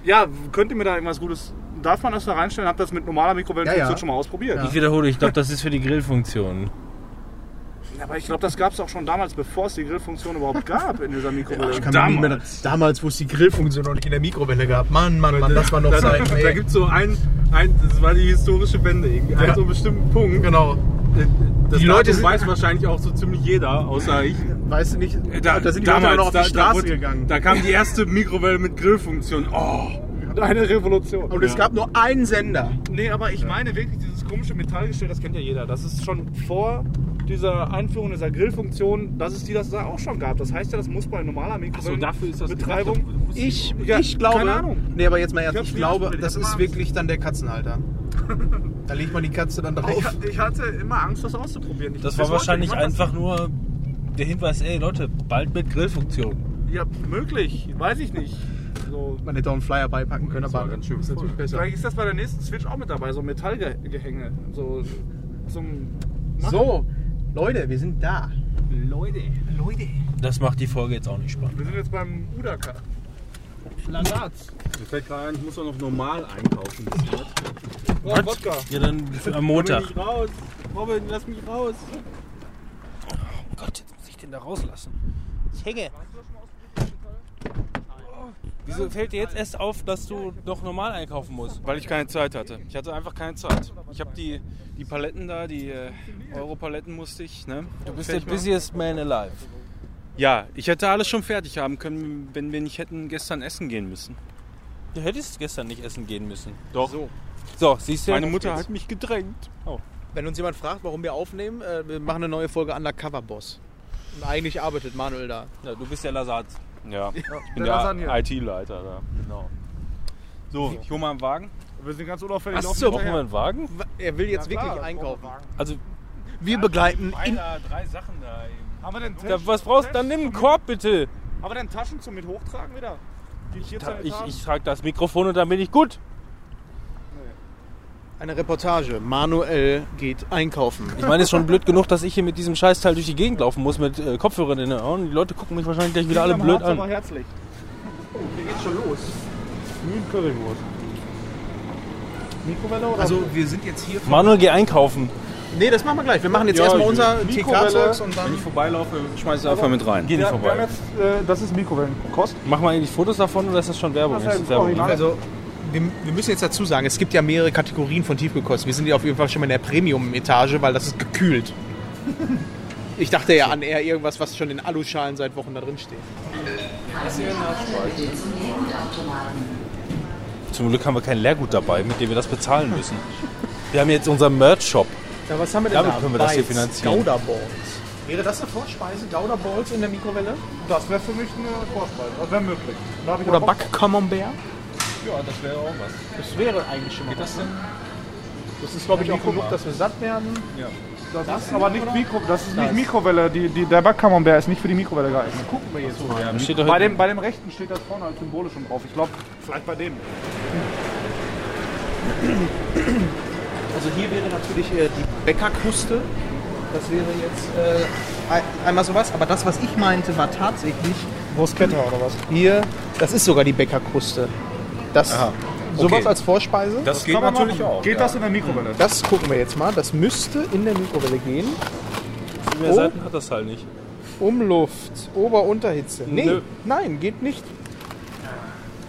S6: ja, könnt ihr mir da irgendwas Gutes. Darf man das da reinstellen? Habt ihr das mit normaler Mikrowellenfunktion
S3: Ja, ja.
S6: schon mal ausprobiert?
S5: Ich wiederhole, ich glaube, das ist für die Grillfunktion.
S6: Aber ich glaube, das gab es auch schon damals, bevor es die Grillfunktion überhaupt gab in dieser Mikrowelle.
S3: Damals. damals, wo es die Grillfunktion noch nicht in der Mikrowelle gab. Mann, Mann, Mann, das war noch
S2: Da, da,
S3: Zeiten.
S2: da
S3: ey.
S2: gibt es so ein, ein, das war die historische Wende irgendwie. An
S3: Ja.
S2: so einem bestimmten Punkt.
S3: Genau.
S2: Das
S3: Die
S2: die
S3: Leute
S2: Leute
S3: sind-
S2: weiß wahrscheinlich auch so ziemlich jeder, außer ich.
S3: Weißt du nicht, da, sind die Leute
S2: damals,
S3: noch auf die Straße
S2: wurde-
S3: gegangen.
S2: Da kam die erste Mikrowelle mit Grillfunktion. Oh,
S6: Eine Revolution.
S3: Und es gab nur einen Sender.
S6: Nee, aber ich meine wirklich dieses komische Metallgestell, das kennt ja jeder. Das ist schon vor dieser Einführung dieser Grillfunktion, dass es die das da auch schon gab. Das heißt ja, das muss bei normaler Mikrowelle. Betreibung.
S3: Ich,
S6: Ja,
S3: ich glaube.
S6: keine Ahnung.
S3: Nee, aber jetzt mal
S6: Ich
S3: ernst.
S6: hab's
S3: Ich,
S6: nie
S3: glaube,
S6: ausprobiert.
S3: das
S6: Ich hab
S3: ist
S6: mal-
S3: wirklich dann der Katzenhalter. Da legt man die Katze dann drauf.
S6: Ich, ich hatte immer Angst, das auszuprobieren. Ich-
S5: Das war
S6: bis heute,
S5: wahrscheinlich
S6: ich mach das
S5: einfach nur der Hinweis, ey Leute, bald mit Grillfunktion.
S6: Ja, möglich. Weiß ich nicht. So.
S3: Man hätte auch einen Flyer beipacken können, aber ganz schön. ist natürlich besser.
S6: Vielleicht ist das bei der nächsten Switch auch mit dabei, so Metallgehänge. So zum.
S3: So, Leute, wir sind da.
S6: Leute. Leute.
S5: Das macht die Folge jetzt auch nicht spannend.
S6: Wir sind jetzt beim Udaka. Landatz.
S2: mir fällt gerade ein, ich muss auch noch normal einkaufen.
S6: Oh, Wodka.
S5: Ja, dann am Montag.
S2: raus. Robin, lass mich raus.
S5: Oh Gott, jetzt muss ich den da rauslassen.
S10: Ich hänge.
S5: Wieso fällt dir jetzt erst auf, dass du doch normal einkaufen musst?
S2: Weil ich keine Zeit hatte. Ich hatte einfach keine Zeit. Ich habe die, die Paletten da, die äh, Europaletten musste ich. Ne?
S5: Du bist der
S2: Fertig machen.
S5: busiest man alive.
S2: Ja, ich hätte alles schon fertig haben können, wenn wir nicht hätten gestern essen gehen müssen.
S5: Du hättest gestern nicht essen gehen müssen.
S2: Doch. So.
S5: So, siehst du?
S2: Meine Mutter hat mich gedrängt.
S3: Wenn uns jemand fragt, warum wir aufnehmen, äh, wir machen eine neue Folge Undercover Boss. Und eigentlich arbeitet Manuel da.
S5: Ja, du bist der Lazat.
S2: Ja, ich bin
S6: der
S2: der,
S6: Lasagne.
S2: IT-Leiter da. Genau. So, ich hole mal einen Wagen.
S6: Wir sind ganz unauffällig.
S3: Ach
S6: laufen
S3: so.
S6: hinterher.
S5: einen Wagen?
S3: Er will jetzt
S6: Na klar,
S3: wirklich einkaufen.
S5: Also,
S3: Wir begleiten ihn.
S2: da, drei Sachen da eben.
S6: Haben wir denn Taschen?
S5: da, was brauchst du? Dann nimm einen Korb bitte.
S6: Haben wir denn Taschen zum mit hochtragen wieder? Die 14
S5: Ich,
S6: Etagen?
S5: ich trage das Mikrofon und dann bin ich gut.
S3: Eine Reportage. Manuel geht einkaufen.
S5: Ich meine, es ist schon blöd genug, dass ich hier mit diesem Scheißteil durch die Gegend laufen muss mit äh, Kopfhörern in den Ohren. Die Leute gucken mich wahrscheinlich gleich wieder alle blöd
S6: Harz, Aber
S5: an.
S6: herzlich. Hier geht's schon los. Mühen Currywurst. Mikrowelle oder?
S3: Also wir sind jetzt hier.
S5: Manuel, geh einkaufen.
S3: Nee, das machen wir gleich. Wir machen jetzt
S2: Ja,
S3: erstmal
S2: ich-
S3: unser
S6: Mikrowelle.
S3: TK-Zeugs und
S2: Wenn
S3: dann.
S2: ich vorbeilaufe, schmeiß ich einfach mit rein.
S5: Geh nicht
S6: ja, wir haben
S5: vorbei.
S6: jetzt, äh, das ist Mikrowellenkost.
S5: Mach mal eigentlich Fotos davon oder ist das schon Werbung?
S6: Das ist
S5: Ist
S6: ja
S5: das Werbung?
S6: Original.
S3: Also wir, wir müssen jetzt dazu sagen, es gibt ja mehrere Kategorien von Tiefkühlkost. Wir sind ja auf jeden Fall schon mal in der Premium-Etage, weil das ist gekühlt. Ich dachte ja an eher irgendwas, was schon in Aluschalen seit Wochen da drin steht.
S5: Zum Glück haben wir kein Lehrgut dabei, mit dem wir das bezahlen müssen. Wir haben jetzt unseren Merch-Shop.
S3: Ja, was haben wir
S5: Damit können wir das hier
S3: Bites,
S5: finanzieren.
S3: Gouda-Balls. Wäre das eine Vorspeise? Gouda-Balls in der Mikrowelle?
S6: Das wäre für mich eine Vorspeise. Das wäre möglich. Da hab ich
S3: Oder
S6: auch Bock
S3: Back-Camembert?
S2: Ja, das wäre auch was.
S3: Das wäre eigentlich schon mal was. ne?
S2: denn?
S3: Das ist, glaube ich, auch genug, dass wir satt werden.
S6: drauf. Das ist aber nicht, Mikro, das ist nicht Mikrowelle. Die, die, der Backkammerbär ist nicht für die Mikrowelle geeignet. Gucken wir jetzt mal.
S5: Steht doch
S6: Bei dem, bei dem rechten steht das vorne als Symbol schon drauf. Ich glaube, vielleicht bei dem.
S3: Also hier wäre natürlich äh, die Bäckerkruste. Das wäre jetzt äh, ein- einmal sowas. Aber das, was ich meinte, war tatsächlich
S6: Bruschetta oder was?
S3: hier. Das ist sogar die Bäckerkruste. Das, Sowas als Vorspeise.
S5: das, geht natürlich auch.
S6: Geht das in der Mikrowelle?
S3: Das gucken wir jetzt mal. Das müsste in der Mikrowelle gehen.
S5: Mehr
S3: Oh.
S5: Seiten hat das halt nicht.
S3: Umluft, Ober-Unterhitze. Nee,
S5: Nö.
S3: nein, geht nicht.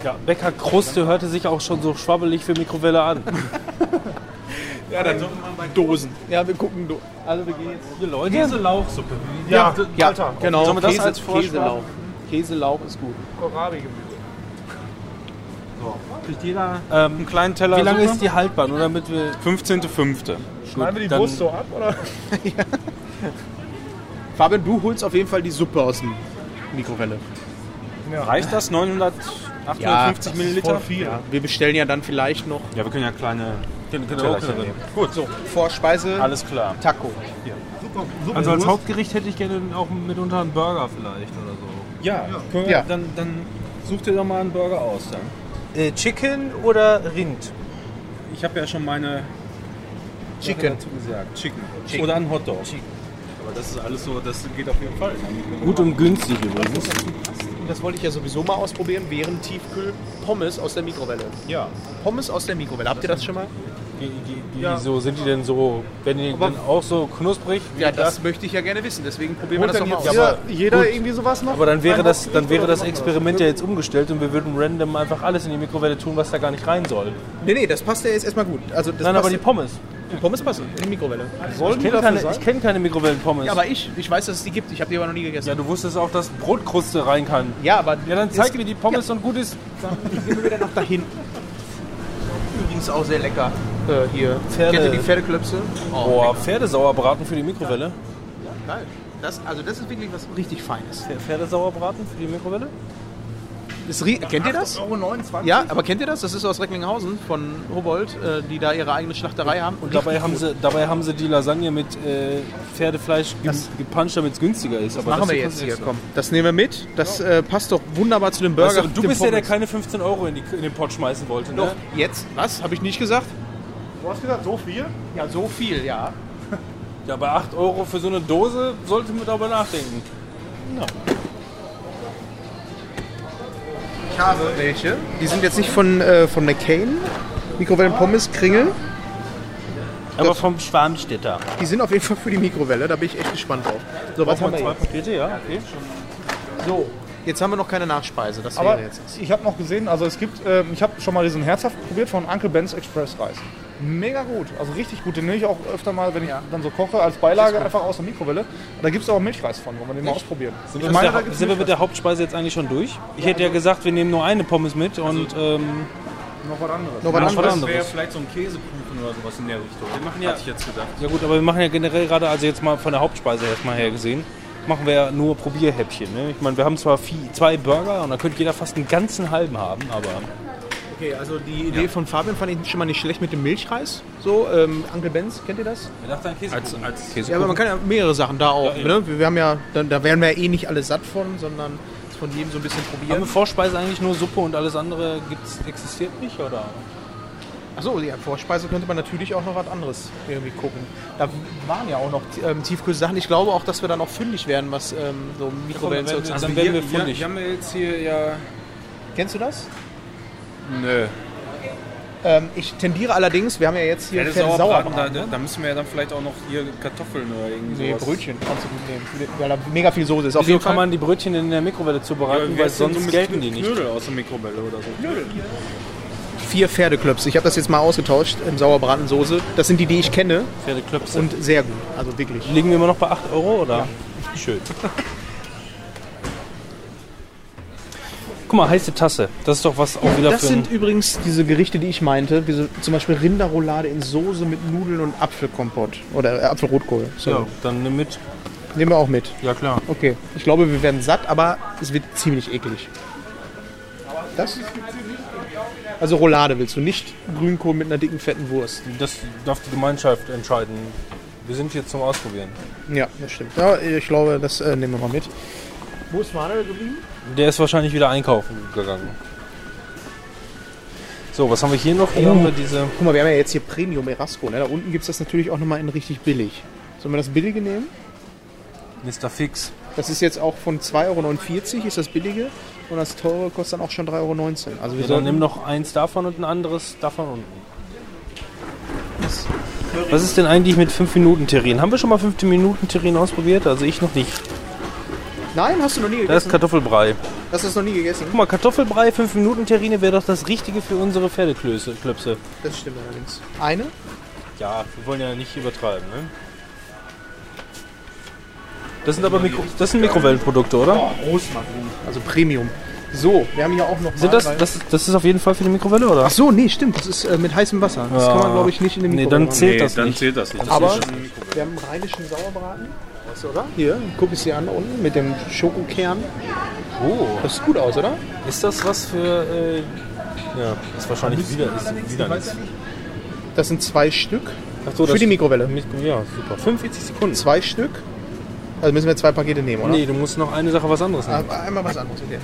S5: Ja, Bäckerkruste hörte sich auch schon so schwabbelig für Mikrowelle an.
S3: Ja, wir gucken. du- Also wir gehen jetzt.
S5: Die Leute, diese Lauchsuppe.
S6: Ja,
S3: Ja, genau.
S5: Sollen wir das als Vorspeise?
S3: Käselauch. Käselauch ist gut.
S5: Ähm, einen kleinen Teller.
S11: Wie lange
S5: Suppe.
S11: ist die haltbar? Nur damit wir
S5: 15.05.
S6: Schneiden wir die
S5: dann-
S6: Brust so ab? Oder?
S3: Fabian, du holst auf jeden Fall die Suppe aus dem Mikrowelle.
S5: Reicht das? 900, 850 Milliliter?
S3: Ja, wir bestellen ja dann vielleicht noch
S5: Ja, wir können ja kleine
S11: können wir auch
S5: Tellerchen
S11: drin.
S5: nehmen. Gut,
S3: Vorspeise
S5: alles klar.
S3: Taco.
S5: Äh,
S11: Also als Hauptgericht hätte ich gerne auch mitunter einen Burger vielleicht oder so.
S5: Ja, können wir,
S3: Ja.
S5: Dann, dann such dir doch mal einen Burger aus. Dann.
S11: Chicken oder Rind?
S5: Ich habe ja schon meine Sache
S3: Chicken.
S5: dazu gesagt. Chicken. Oder einen Hotdog. Aber das ist alles so, das geht auf jeden Fall.
S11: Gut und günstig übrigens.
S3: Das wollte ich ja sowieso mal ausprobieren, während Tiefkühl Pommes aus der Mikrowelle.
S5: Ja.
S3: Pommes aus der Mikrowelle. Habt ihr das schon mal?
S11: Die, die, die, so, sind die denn so, werden die denn auch so knusprig? wie
S3: Ja, das möchte ich ja gerne wissen. Deswegen probieren wir
S6: Holt
S3: das doch
S6: denn
S3: mal
S6: jetzt
S3: aus.
S6: jeder, jeder irgendwie sowas noch?
S11: Aber dann wäre
S6: Ein
S11: das, dann
S6: Hauptgericht
S11: wäre
S6: oder
S11: das
S6: was machen wir
S11: Experiment ja jetzt umgestellt und wir würden random einfach alles in die Mikrowelle tun, was da gar nicht rein soll.
S3: Nee, nee, das passt ja jetzt erstmal gut. Also das
S11: Nein,
S3: passt
S11: aber die Pommes.
S3: die Pommes passen in die Mikrowelle.
S11: Ich kenne keine, ich kenn keine Mikrowellen-Pommes.
S3: Ja,
S5: Also
S3: aber ich, ich weiß, dass es die gibt. Ich habe die aber noch nie
S11: Ja,
S3: gegessen.
S11: du wusstest auch, dass Brotkruste rein kann.
S3: Ja, aber
S11: Ja, dann zeig mir die Pommes und gut ist.
S3: noch da hinten. Übrigens auch sehr lecker. Äh, hier.
S11: Pferde-
S3: Kennt ihr die Pferdeklöpse?
S11: Oh,
S5: Boah, Pferdesauerbraten für die Mikrowelle.
S3: Geil. Das, also das ist wirklich was richtig Feines.
S11: Pferdesauerbraten für die Mikrowelle?
S3: Das, rie- kennt ihr das?
S6: 1,29 Euro.
S3: Ja, aber kennt ihr das? Das ist aus Recklinghausen von Hobold, äh, die da ihre eigene Schlachterei haben.
S11: Und dabei haben, sie, dabei haben sie die Lasagne mit äh, Pferdefleisch ge gepanscht, damit es günstiger ist. Aber
S3: machen
S11: das
S3: wir
S11: ist
S3: jetzt hier,
S11: jetzt
S3: komm. Das nehmen wir mit. Das äh, passt doch wunderbar zu dem
S5: Weißt
S3: Burger.
S5: du,
S3: mit
S5: du
S3: dem
S5: bist der, der
S3: Pommes.
S5: keine 15 Euro in, die, in den Pott schmeißen wollte, ne?
S3: Doch, jetzt? Was? Habe ich nicht gesagt?
S6: Du hast gesagt, so viel?
S3: Ja, so viel, ja.
S5: Ja, bei 8 Euro für so eine Dose sollte man darüber nachdenken.
S3: Ich habe welche. Die sind jetzt nicht von, äh, von McCain. Mikrowellenpommes, Kringel.
S11: Aber vom Schwarmstädter.
S3: Die sind auf jeden Fall für die Mikrowelle. Da bin ich echt gespannt drauf. So, was haben wir jetzt?
S5: Pakete, ja.
S3: So, jetzt haben wir noch keine Nachspeise. Das
S6: Aber
S3: wäre jetzt.
S6: ich habe noch gesehen, also es gibt, ähm, ich habe schon mal diesen herzhaft probiert von Uncle Ben's Express Reis. Mega gut, also richtig gut. Den nehme ich auch öfter mal, wenn ich dann so koche, als Beilage einfach aus der Mikrowelle. Und da gibt es auch Milchreis von, wollen wir den mal ausprobieren.
S11: Sind,
S6: Ich
S11: wir,
S6: meine,
S11: mit
S6: da
S11: der,
S6: gibt's
S11: sind wir mit der Hauptspeise jetzt eigentlich schon durch? Ich hätte ja gesagt, wir nehmen nur eine Pommes mit und ähm,
S6: noch was anderes.
S3: Noch was
S11: noch was
S3: anderes?
S11: anderes.
S5: Also, vielleicht so ein Käsekuchen oder sowas in der Richtung. Den machen
S11: ja-
S5: Hatte ich jetzt gedacht.
S11: Ja gut, aber wir machen ja generell gerade, also jetzt mal von der Hauptspeise erstmal her gesehen, machen wir ja nur Probierhäppchen. Ne? Ich meine, wir haben zwar viel, zwei Burger und da könnte jeder fast einen ganzen halben haben, aber
S3: Okay, also die Idee von Fabian fand ich schon mal nicht schlecht mit dem Milchreis. So, ähm, Uncle Ben's, kennt ihr das?
S5: Als, als
S3: Ja, aber man kann ja mehrere Sachen da auch. ne? wir haben ja, da, da werden wir ja eh nicht alle satt von, sondern von jedem so ein bisschen
S11: haben wir
S3: probieren.
S11: Vorspeise eigentlich nur Suppe und alles andere gibt's, existiert nicht, oder?
S3: Achso, ja, Vorspeise könnte man natürlich auch noch was anderes irgendwie gucken. Da waren ja auch noch ähm, Tiefkühlsachen. Ich glaube auch, dass wir da noch fündig werden, was ähm, so Mikrowellen
S11: Davon werden wir-
S3: also,
S11: dann werden wir
S5: hier,
S11: fundig.
S5: hier haben wir jetzt hier ja...
S3: Kennst du das?
S5: Nö.
S3: Ähm, ich tendiere allerdings, wir haben ja jetzt hier
S5: Ja, das ist
S3: Pferde
S5: auch Braten, da,
S3: Sauerbraten.
S5: da da müssen wir ja dann vielleicht auch noch hier Kartoffeln oder irgendwie
S3: Nee,
S5: sowas.
S3: Brötchen kannst du gut nehmen, weil da mega viel Soße ist. Auf
S11: Wieso
S3: jeden
S11: kann
S3: Fall.
S11: man die Brötchen in der Mikrowelle
S5: Ja,
S11: zubereiten,
S5: wir
S11: weil
S5: essen so
S11: sonst
S5: mit
S11: gelten
S5: Knö-
S11: die nicht.
S5: Knödel aus der Mikrowelle oder so.
S3: vier Pferdeklöps. Ich habe das jetzt mal ausgetauscht in Sauerbratensoße. Das sind die, die ich kenne
S11: Pferdeklöpse.
S3: und sehr gut. Also wirklich.
S11: Liegen wir immer noch bei 8 Euro, oder? Schön.
S5: Guck mal, heiße Tasse. Das ist doch was auch wieder
S3: Das
S5: für ein
S3: sind übrigens diese Gerichte, die ich meinte, wie so, zum Beispiel Rinderroulade in Soße mit Nudeln und Apfelkompott oder äh, Apfelrotkohl. So,
S5: ja, dann nimm mit.
S3: nehmen wir auch mit.
S5: Ja, klar.
S3: Okay, ich glaube, wir werden satt, aber es wird ziemlich eklig. Das? Also Roulade willst du nicht Grünkohl mit einer dicken fetten Wurst.
S5: Das darf die Gemeinschaft entscheiden. Wir sind hier zum Ausprobieren.
S3: Ja, das stimmt. Ja, ich glaube, das äh, nehmen wir mal mit. Wo ist Manuel geblieben?
S5: Der ist wahrscheinlich wieder einkaufen gegangen. So, was haben wir hier noch?
S3: Oh.
S5: Hier haben wir diese.
S3: Guck mal, wir haben ja jetzt hier Premium Erasco. Ne? Da unten gibt es das natürlich auch nochmal in richtig billig. Sollen wir das billige nehmen?
S5: Mr. Fix.
S3: Das ist jetzt auch von 2,49 Euro ist das billige und das teure kostet dann auch schon 3,19 Euro. Also wir
S5: Ja, dann
S3: sollten
S5: nimm noch eins davon und ein anderes davon unten. Was ist denn eigentlich mit 5-Minuten-Terrinen? Haben wir schon mal 5-Minuten-Terrinen ausprobiert? Also ich noch nicht.
S3: Nein, hast du noch nie
S5: Da ist
S3: gegessen?
S5: Kartoffelbrei.
S3: Hast du das noch nie gegessen?
S5: Guck mal, Kartoffelbrei, 5-Minuten-Terrine wäre doch das Richtige für unsere Pferdeklöße. Klöpse.
S3: Das stimmt allerdings. Eine?
S5: Ja, wir wollen ja nicht übertreiben, ne? Das sind aber Mikro das sind Mikrowellenprodukte, oder?
S3: Großmagnum. Also Premium. So, wir haben hier auch noch
S5: Sind das, das, das ist auf jeden Fall für die Mikrowelle, oder?
S3: Ach so, nee, stimmt. Das ist äh, mit heißem Wasser. Das kann man, glaube ich, nicht in den
S5: Nee,
S3: Mikrowelle
S5: dann
S3: machen.
S5: zählt
S2: Nee,
S5: das
S2: dann
S5: nicht.
S2: zählt das nicht.
S3: Aber wir haben rheinischen Sauerbraten. Weißt du, oder? Hier, guck ich sie an unten mit dem Schokokern.
S5: Oh,
S3: Das sieht gut aus, oder?
S5: ist das was für... Äh, ja, ist wahrscheinlich wieder, ist wieder nichts.
S3: Das sind zwei Stück.
S5: Ach so,
S3: Für
S5: das-
S3: die Mikrowelle.
S5: Ja, super. 45 Sekunden.
S3: Zwei Stück. Also müssen wir zwei Pakete nehmen, oder?
S5: ne? Nee, du musst noch eine Sache was anderes nehmen.
S3: Aber Ah, Einmal was anderes. Okay.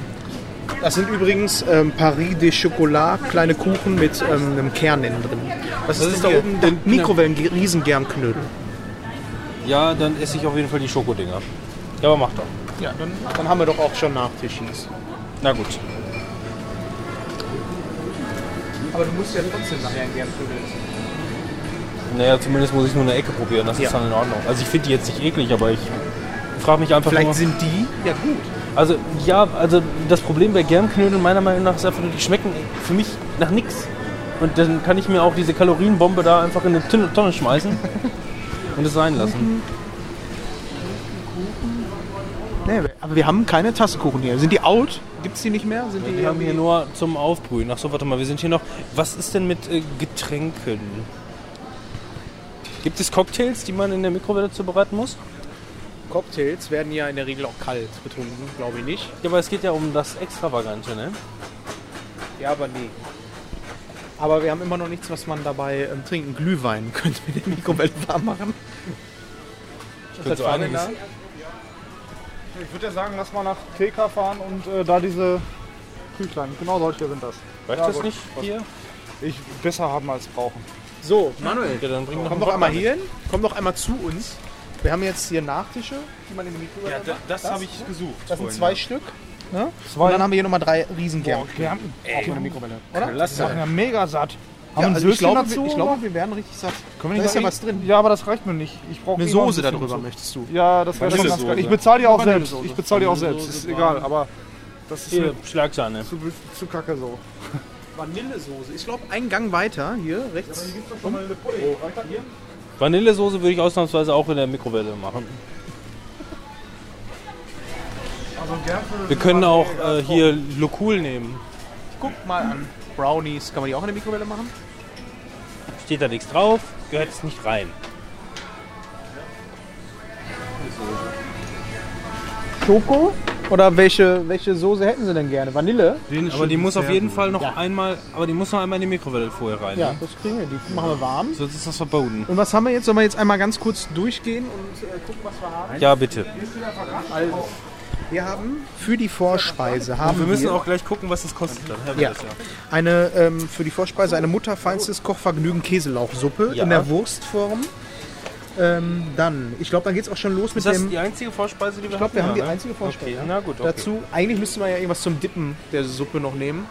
S3: Das sind übrigens ähm, Paris de Chocolat, kleine Kuchen mit ähm, einem Kern innen drin. Was ist,
S5: ist
S3: denn
S5: hier?
S3: da oben? Der Mikrowellen-Riesengermknödel.
S5: Ja, dann esse ich auf jeden Fall die Schokodinger. Ja, aber mach doch.
S3: Ja, dann, dann haben wir doch auch schon Nachtischis.
S5: Na gut.
S3: Aber du musst ja trotzdem nachher einen Germknödel essen.
S5: Naja, zumindest muss ich nur eine Ecke probieren. Das
S3: Ja.
S5: ist dann in Ordnung. Also ich finde die jetzt nicht eklig, aber ich frage mich einfach
S3: Vielleicht
S5: nur...
S3: sind die ja gut.
S5: Also ja, also das Problem bei Germknödeln meiner Meinung nach ist einfach nur, die schmecken für mich nach nichts. Und dann kann ich mir auch diese Kalorienbombe da einfach in eine Tünne- Tonne schmeißen und es sein lassen.
S3: Nee, aber wir haben keine Tassenkuchen hier. Sind die out? Gibt es die nicht mehr? Sind
S5: Wir haben hier nur zum Aufbrühen. Ach so, warte mal, wir sind hier noch. Was ist denn mit äh, Getränken? Gibt es Cocktails, die man in der Mikrowelle zubereiten muss?
S3: Cocktails werden ja in der Regel auch kalt getrunken, glaube ich nicht.
S5: Ja, aber es geht ja um das Extravagante, ne?
S3: Ja, aber nee. Aber wir haben immer noch nichts, was man dabei ähm, trinken. Glühwein könnte mit der Mikrowelle warm machen. Ich
S5: könnte so einiges-
S6: Ich würde ja sagen, lass mal nach Theka fahren und äh, da diese Küchlein. Genau solche sind das.
S5: Reicht
S6: Ja,
S5: das
S6: gut.
S5: nicht hier?
S6: Ich besser haben als brauchen.
S3: So,
S5: Manuel. Ja, dann bring noch
S3: komm
S5: einen
S3: doch
S5: Wodka
S3: einmal
S5: mit.
S3: hier hin. Komm doch einmal zu uns. Wir haben jetzt hier Nachtische, die man in die Mikrowelle
S5: Ja,
S3: macht.
S5: da- das habe ich gesucht.
S3: Das sind
S5: vorhin,
S3: zwei
S5: ja.
S3: Stück. Ne? Und dann haben wir hier nochmal drei Riesengärten.
S6: Wir haben auch eine Mikrowelle.
S5: Klasse.
S6: Ja, mega satt.
S3: Ja,
S6: Haben wir
S3: also ich, glaube, wir-
S6: dazu?
S3: ich glaube, wir werden richtig satt.
S6: Können wir
S3: da
S6: nicht
S3: ist ja
S6: noch
S3: was drin.
S6: irgend- Ja, aber das reicht mir nicht. Ich eh brauche
S3: Eine Soße darüber möchtest du.
S6: Ja, das wäre schon ganz
S5: Vanillesoße.
S6: geil. Ich bezahle die auch selbst.
S3: Vanillesoße.
S6: Ich bezahle die auch selbst. Ist egal, aber das ist
S5: Hier,
S6: mir
S5: Schlagsahne.
S6: zu, zu kacke so.
S3: Vanillesoße. Ich glaube, einen Gang weiter hier rechts.
S5: Vanillesoße würde ich ausnahmsweise auch in der Mikrowelle machen.
S2: Also
S5: Wir können auch äh, hier Lokul nehmen.
S3: Guck mal an. Brownies, kann man die auch in der Mikrowelle machen?
S5: Steht da nichts drauf, gehört es nicht rein.
S3: Schoko? Oder welche, welche Soße hätten Sie denn gerne? Vanille?
S5: Aber die muss auf jeden Fall noch einmal, aber die muss noch einmal in die Mikrowelle vorher rein.
S3: Ja,
S5: ne?
S3: das kriegen wir. Die machen wir warm.
S5: Sonst ist das verboten.
S3: Und was haben wir jetzt? Sollen wir jetzt einmal ganz kurz durchgehen und äh, gucken, was wir haben?
S5: Ja, bitte.
S3: Also, wir haben für die Vorspeise haben
S5: Wir müssen auch gleich gucken, was das kostet. Dann haben wir
S3: Ja.
S5: das,
S3: eine ähm, für die Vorspeise eine mutterfeinstes Kochvergnügen Käselauchsuppe
S5: Ja.
S3: in der Wurstform. Ähm, dann, ich glaube, dann geht es auch schon los mit
S5: Ist das
S3: dem.
S5: die einzige Vorspeise, die wir
S3: Ich glaube, wir haben die
S5: ne?
S3: einzige Vorspeise.
S5: Okay, na gut, okay.
S3: Dazu, eigentlich müsste man ja irgendwas zum Dippen der Suppe noch nehmen.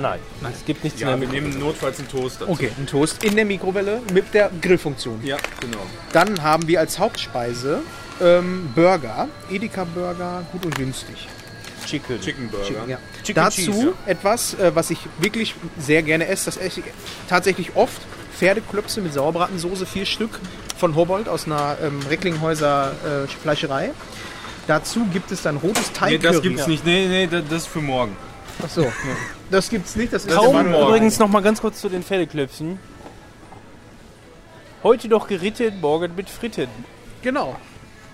S5: Nein, es gibt nichts
S2: Ja,
S5: in
S2: wir
S5: der Mikrowelle.
S2: nehmen notfalls einen Toaster.
S3: Okay, ein Toast in der Mikrowelle mit der Grillfunktion.
S2: Ja, genau.
S3: Dann haben wir als Hauptspeise ähm, Burger, Edeka Burger, gut und günstig.
S5: Chicken.
S2: Chicken Burger.
S3: Ja.
S5: Chicken
S3: Dazu
S5: Cheese, ja.
S3: etwas, äh, was ich wirklich sehr gerne esse, das esse ich tatsächlich oft. Pferdeklöpse mit Sauerbratensoße, vier Stück von Hobold aus einer ähm, Recklinghäuser äh, Fleischerei. Dazu gibt es dann rotes
S2: Nee,
S3: Teigcurry.
S2: das gibt's nicht. Nee, nee, da- das ist für morgen.
S12: Achso, das gibt's nicht, das ist
S5: Kaum
S12: Manuel.
S5: übrigens noch mal ganz kurz zu den Pferdeklöpsen. Heute doch geritten, morgen mit Fritten.
S12: Genau.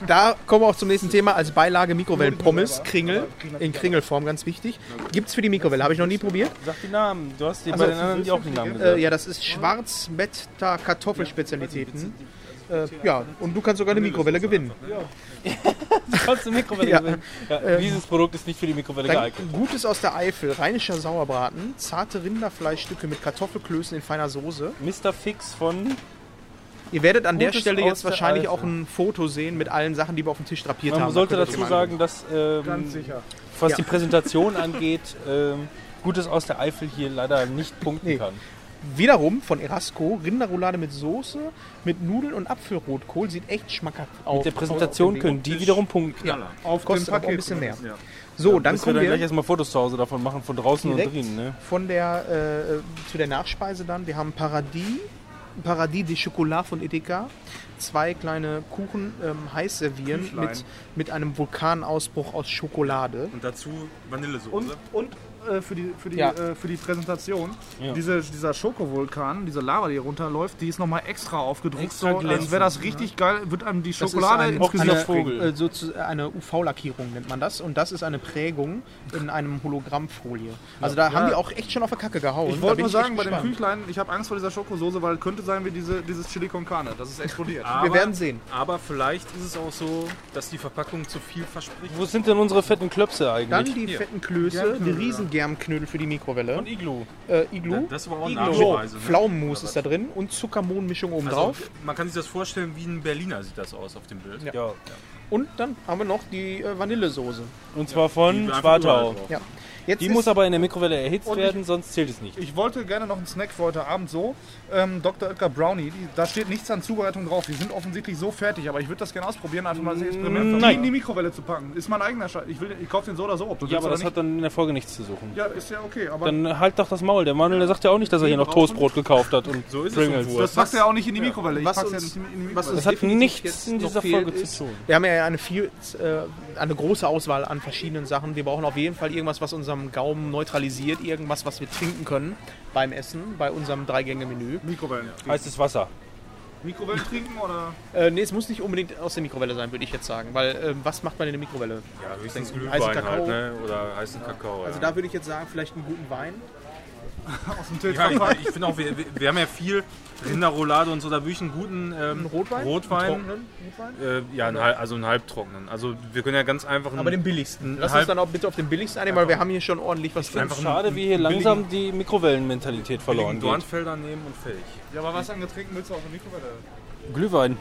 S3: Da kommen wir auch zum nächsten Thema. Als Beilage Mikrowellenpommes, Kringel, in Kringelform ganz wichtig. Gibt's für die Mikrowelle, habe ich noch nie probiert.
S5: Sag die Namen. Du hast dir
S3: Also,
S5: bei den anderen die auch die Namen
S3: Äh,
S5: gesagt.
S3: ja, das ist Schwarzmetter Kartoffelspezialitäten. Äh, ja, und du kannst sogar eine Mikrowelle gewinnen.
S5: Trotzdem Mikrowelle
S3: Ja. Ähm.
S5: gewinnen. ja, Dieses Produkt ist nicht für die Mikrowelle
S3: Dann
S5: geeignet.
S3: Gutes aus der Eifel, rheinischer Sauerbraten, zarte Rinderfleischstücke mit Kartoffelklößen in feiner Soße.
S5: Mr. Fix von
S3: Ihr werdet an der
S5: Gutes
S3: Stelle
S5: aus
S3: jetzt
S5: der
S3: wahrscheinlich
S5: Eifel.
S3: auch ein Foto sehen mit allen Sachen, die wir auf dem Tisch drapiert haben.
S5: Man
S3: Da
S5: sollte
S3: könnt ihr
S5: dazu
S3: mal-
S5: sagen, dass ähm, was die Präsentation angeht, ähm, Gutes aus der Eifel hier leider nicht punkten
S3: Nee.
S5: kann.
S3: Wiederum von Erasco, Rinderroulade mit Soße, mit Nudeln und Apfelrotkohl. Sieht echt schmackhaft aus.
S5: Mit der Präsentation können die wiederum punkten.
S3: Ja, auf kostet aber auch ein bisschen mehr.
S6: Ja.
S3: So, dann
S5: Müssen wir
S3: kommen
S5: dann
S3: wir,
S5: gleich erstmal Fotos zu Hause davon machen, von draußen
S3: Direkt.
S5: und drinnen. Ne?
S3: von der, äh, zu der Nachspeise dann. Wir haben Paradis, Paradis de Chocolat von Edeka. Zwei kleine Kuchen ähm, heiß servieren
S6: Küchlein.
S3: mit, mit einem Vulkanausbruch aus Schokolade.
S2: Und dazu Vanillesoße.
S6: Und, und äh, für, die, für, die,
S3: Ja.
S6: äh, für die Präsentation, diese, dieser Schokovulkan, diese Lava, die runterläuft, die ist nochmal extra aufgedruckt.
S5: Extra
S6: so, als wäre das richtig geil, wird einem die
S3: Das ist
S6: Schokolade
S3: ein-
S6: ins Gesicht
S5: Vogel.
S6: springen.
S3: Äh, sozu- eine UV-Lackierung nennt man das. Und das ist eine Prägung in einem Hologrammfolie. Also da haben die auch echt schon auf der Kacke gehauen.
S6: Ich
S3: Da
S6: wollte
S3: bin
S6: nur
S3: echt
S6: sagen, bei dem
S3: gespannt.
S6: Küchlein, ich habe Angst vor dieser Schokosoße, weil könnte sein wie diese, dieses Chili con Carne, dass es explodiert.
S3: Wir werden sehen.
S2: Aber vielleicht ist es auch so, dass die Verpackung zu viel verspricht.
S5: Wo sind denn unsere fetten Klöpse
S3: Dann
S5: eigentlich?
S3: die fetten Klöße, die riesen Germknödel für die Mikrowelle.
S5: und Iglu.
S3: äh, Iglu.
S2: Das war auch eine
S3: Iglu.
S2: Nachspeise. Ne?
S3: Pflaumenmus ist da drin und Zuckermohnmischung oben
S2: Also,
S3: drauf.
S2: Man kann sich das vorstellen, wie ein Berliner sieht das aus auf dem Bild.
S3: Ja.
S5: Ja.
S3: Und dann haben wir noch die äh, Vanillesoße.
S5: Und zwar von
S2: Die einfach
S5: Schwartau.
S2: überall drauf.
S3: Ja. Jetzt
S5: Die
S3: ist-
S5: muss aber in der Mikrowelle erhitzt
S6: Und ich-
S5: werden, sonst zählt es nicht.
S6: Ich wollte gerne noch einen Snack für heute Abend so. Ähm, Dr. Oetker Brownie, die, da steht nichts an Zubereitung drauf. Die sind offensichtlich so fertig, aber ich würde das gerne ausprobieren, einfach mal das
S11: Mm,
S6: Experiment von
S5: Nein.
S6: in die Mikrowelle zu packen. Ist mein eigener Scheiß. Ich, will, den- ich kaufe den so oder so, ob du
S5: Ja, aber das
S6: willst
S5: hat dann in der Folge nichts zu suchen.
S6: oder nicht. Ja, ist ja okay, aber
S5: Dann halt doch das Maul. Der Manuel der sagt ja auch nicht, dass er hier noch Toastbrot gekauft hat und
S2: So ist es
S5: Pringles.
S2: und
S6: das
S2: Wurst.
S6: packst du ja auch nicht in die Mikrowelle. Ich
S3: was
S6: pack's ja
S3: uns-
S6: nicht in die Mikrowelle.
S3: was uns
S5: Das hat
S3: definitiv
S5: nichts
S3: jetzt
S5: in
S3: noch
S5: dieser
S3: fehlt,
S5: Folge
S3: ist-
S5: zu tun.
S3: Wir haben ja eine, viel, äh, eine große Auswahl an verschiedenen Sachen. Wir brauchen auf jeden Fall irgendwas, was unserem Gaumen neutralisiert, irgendwas, was wir trinken können beim Essen, bei unserem Dreigänge-Menü.
S6: Mikrowellen.
S5: Heißes Wasser.
S6: Mikrowellen trinken oder?
S3: Äh, nee, es muss nicht unbedingt aus der Mikrowelle sein, würde ich jetzt sagen, weil ähm, was macht man in der Mikrowelle?
S2: Ja, höchstens
S3: Heißen
S2: Glühwein
S3: Kakao.
S2: halt, ne? Oder heißen Kakao.
S3: Also
S2: ja.
S3: da würde ich jetzt sagen, vielleicht einen guten Wein.
S6: Aus dem Tilt.
S2: ja, ich, ich finde auch, wir, wir wir haben ja viel Rinderroulade und so, da würde ich einen guten ähm,
S3: Rotwein?
S2: Rotwein
S3: Trockenen Rotwein?
S2: äh, ja, einen, hal- also einen halbtrockenen. Also wir können ja ganz einfach einen,
S3: Aber den billigsten. Lass uns
S2: halb-
S3: dann auch bitte auf den billigsten einigen, weil wir haben hier schon ordentlich was drin.
S2: einfach
S5: Schade, wie hier langsam die Mikrowellenmentalität
S2: billigen
S5: verloren geht.
S2: Dornfelder nehmen und fertig.
S6: Ja, aber was an Getränken willst du aus der Mikrowelle?
S5: Glühwein.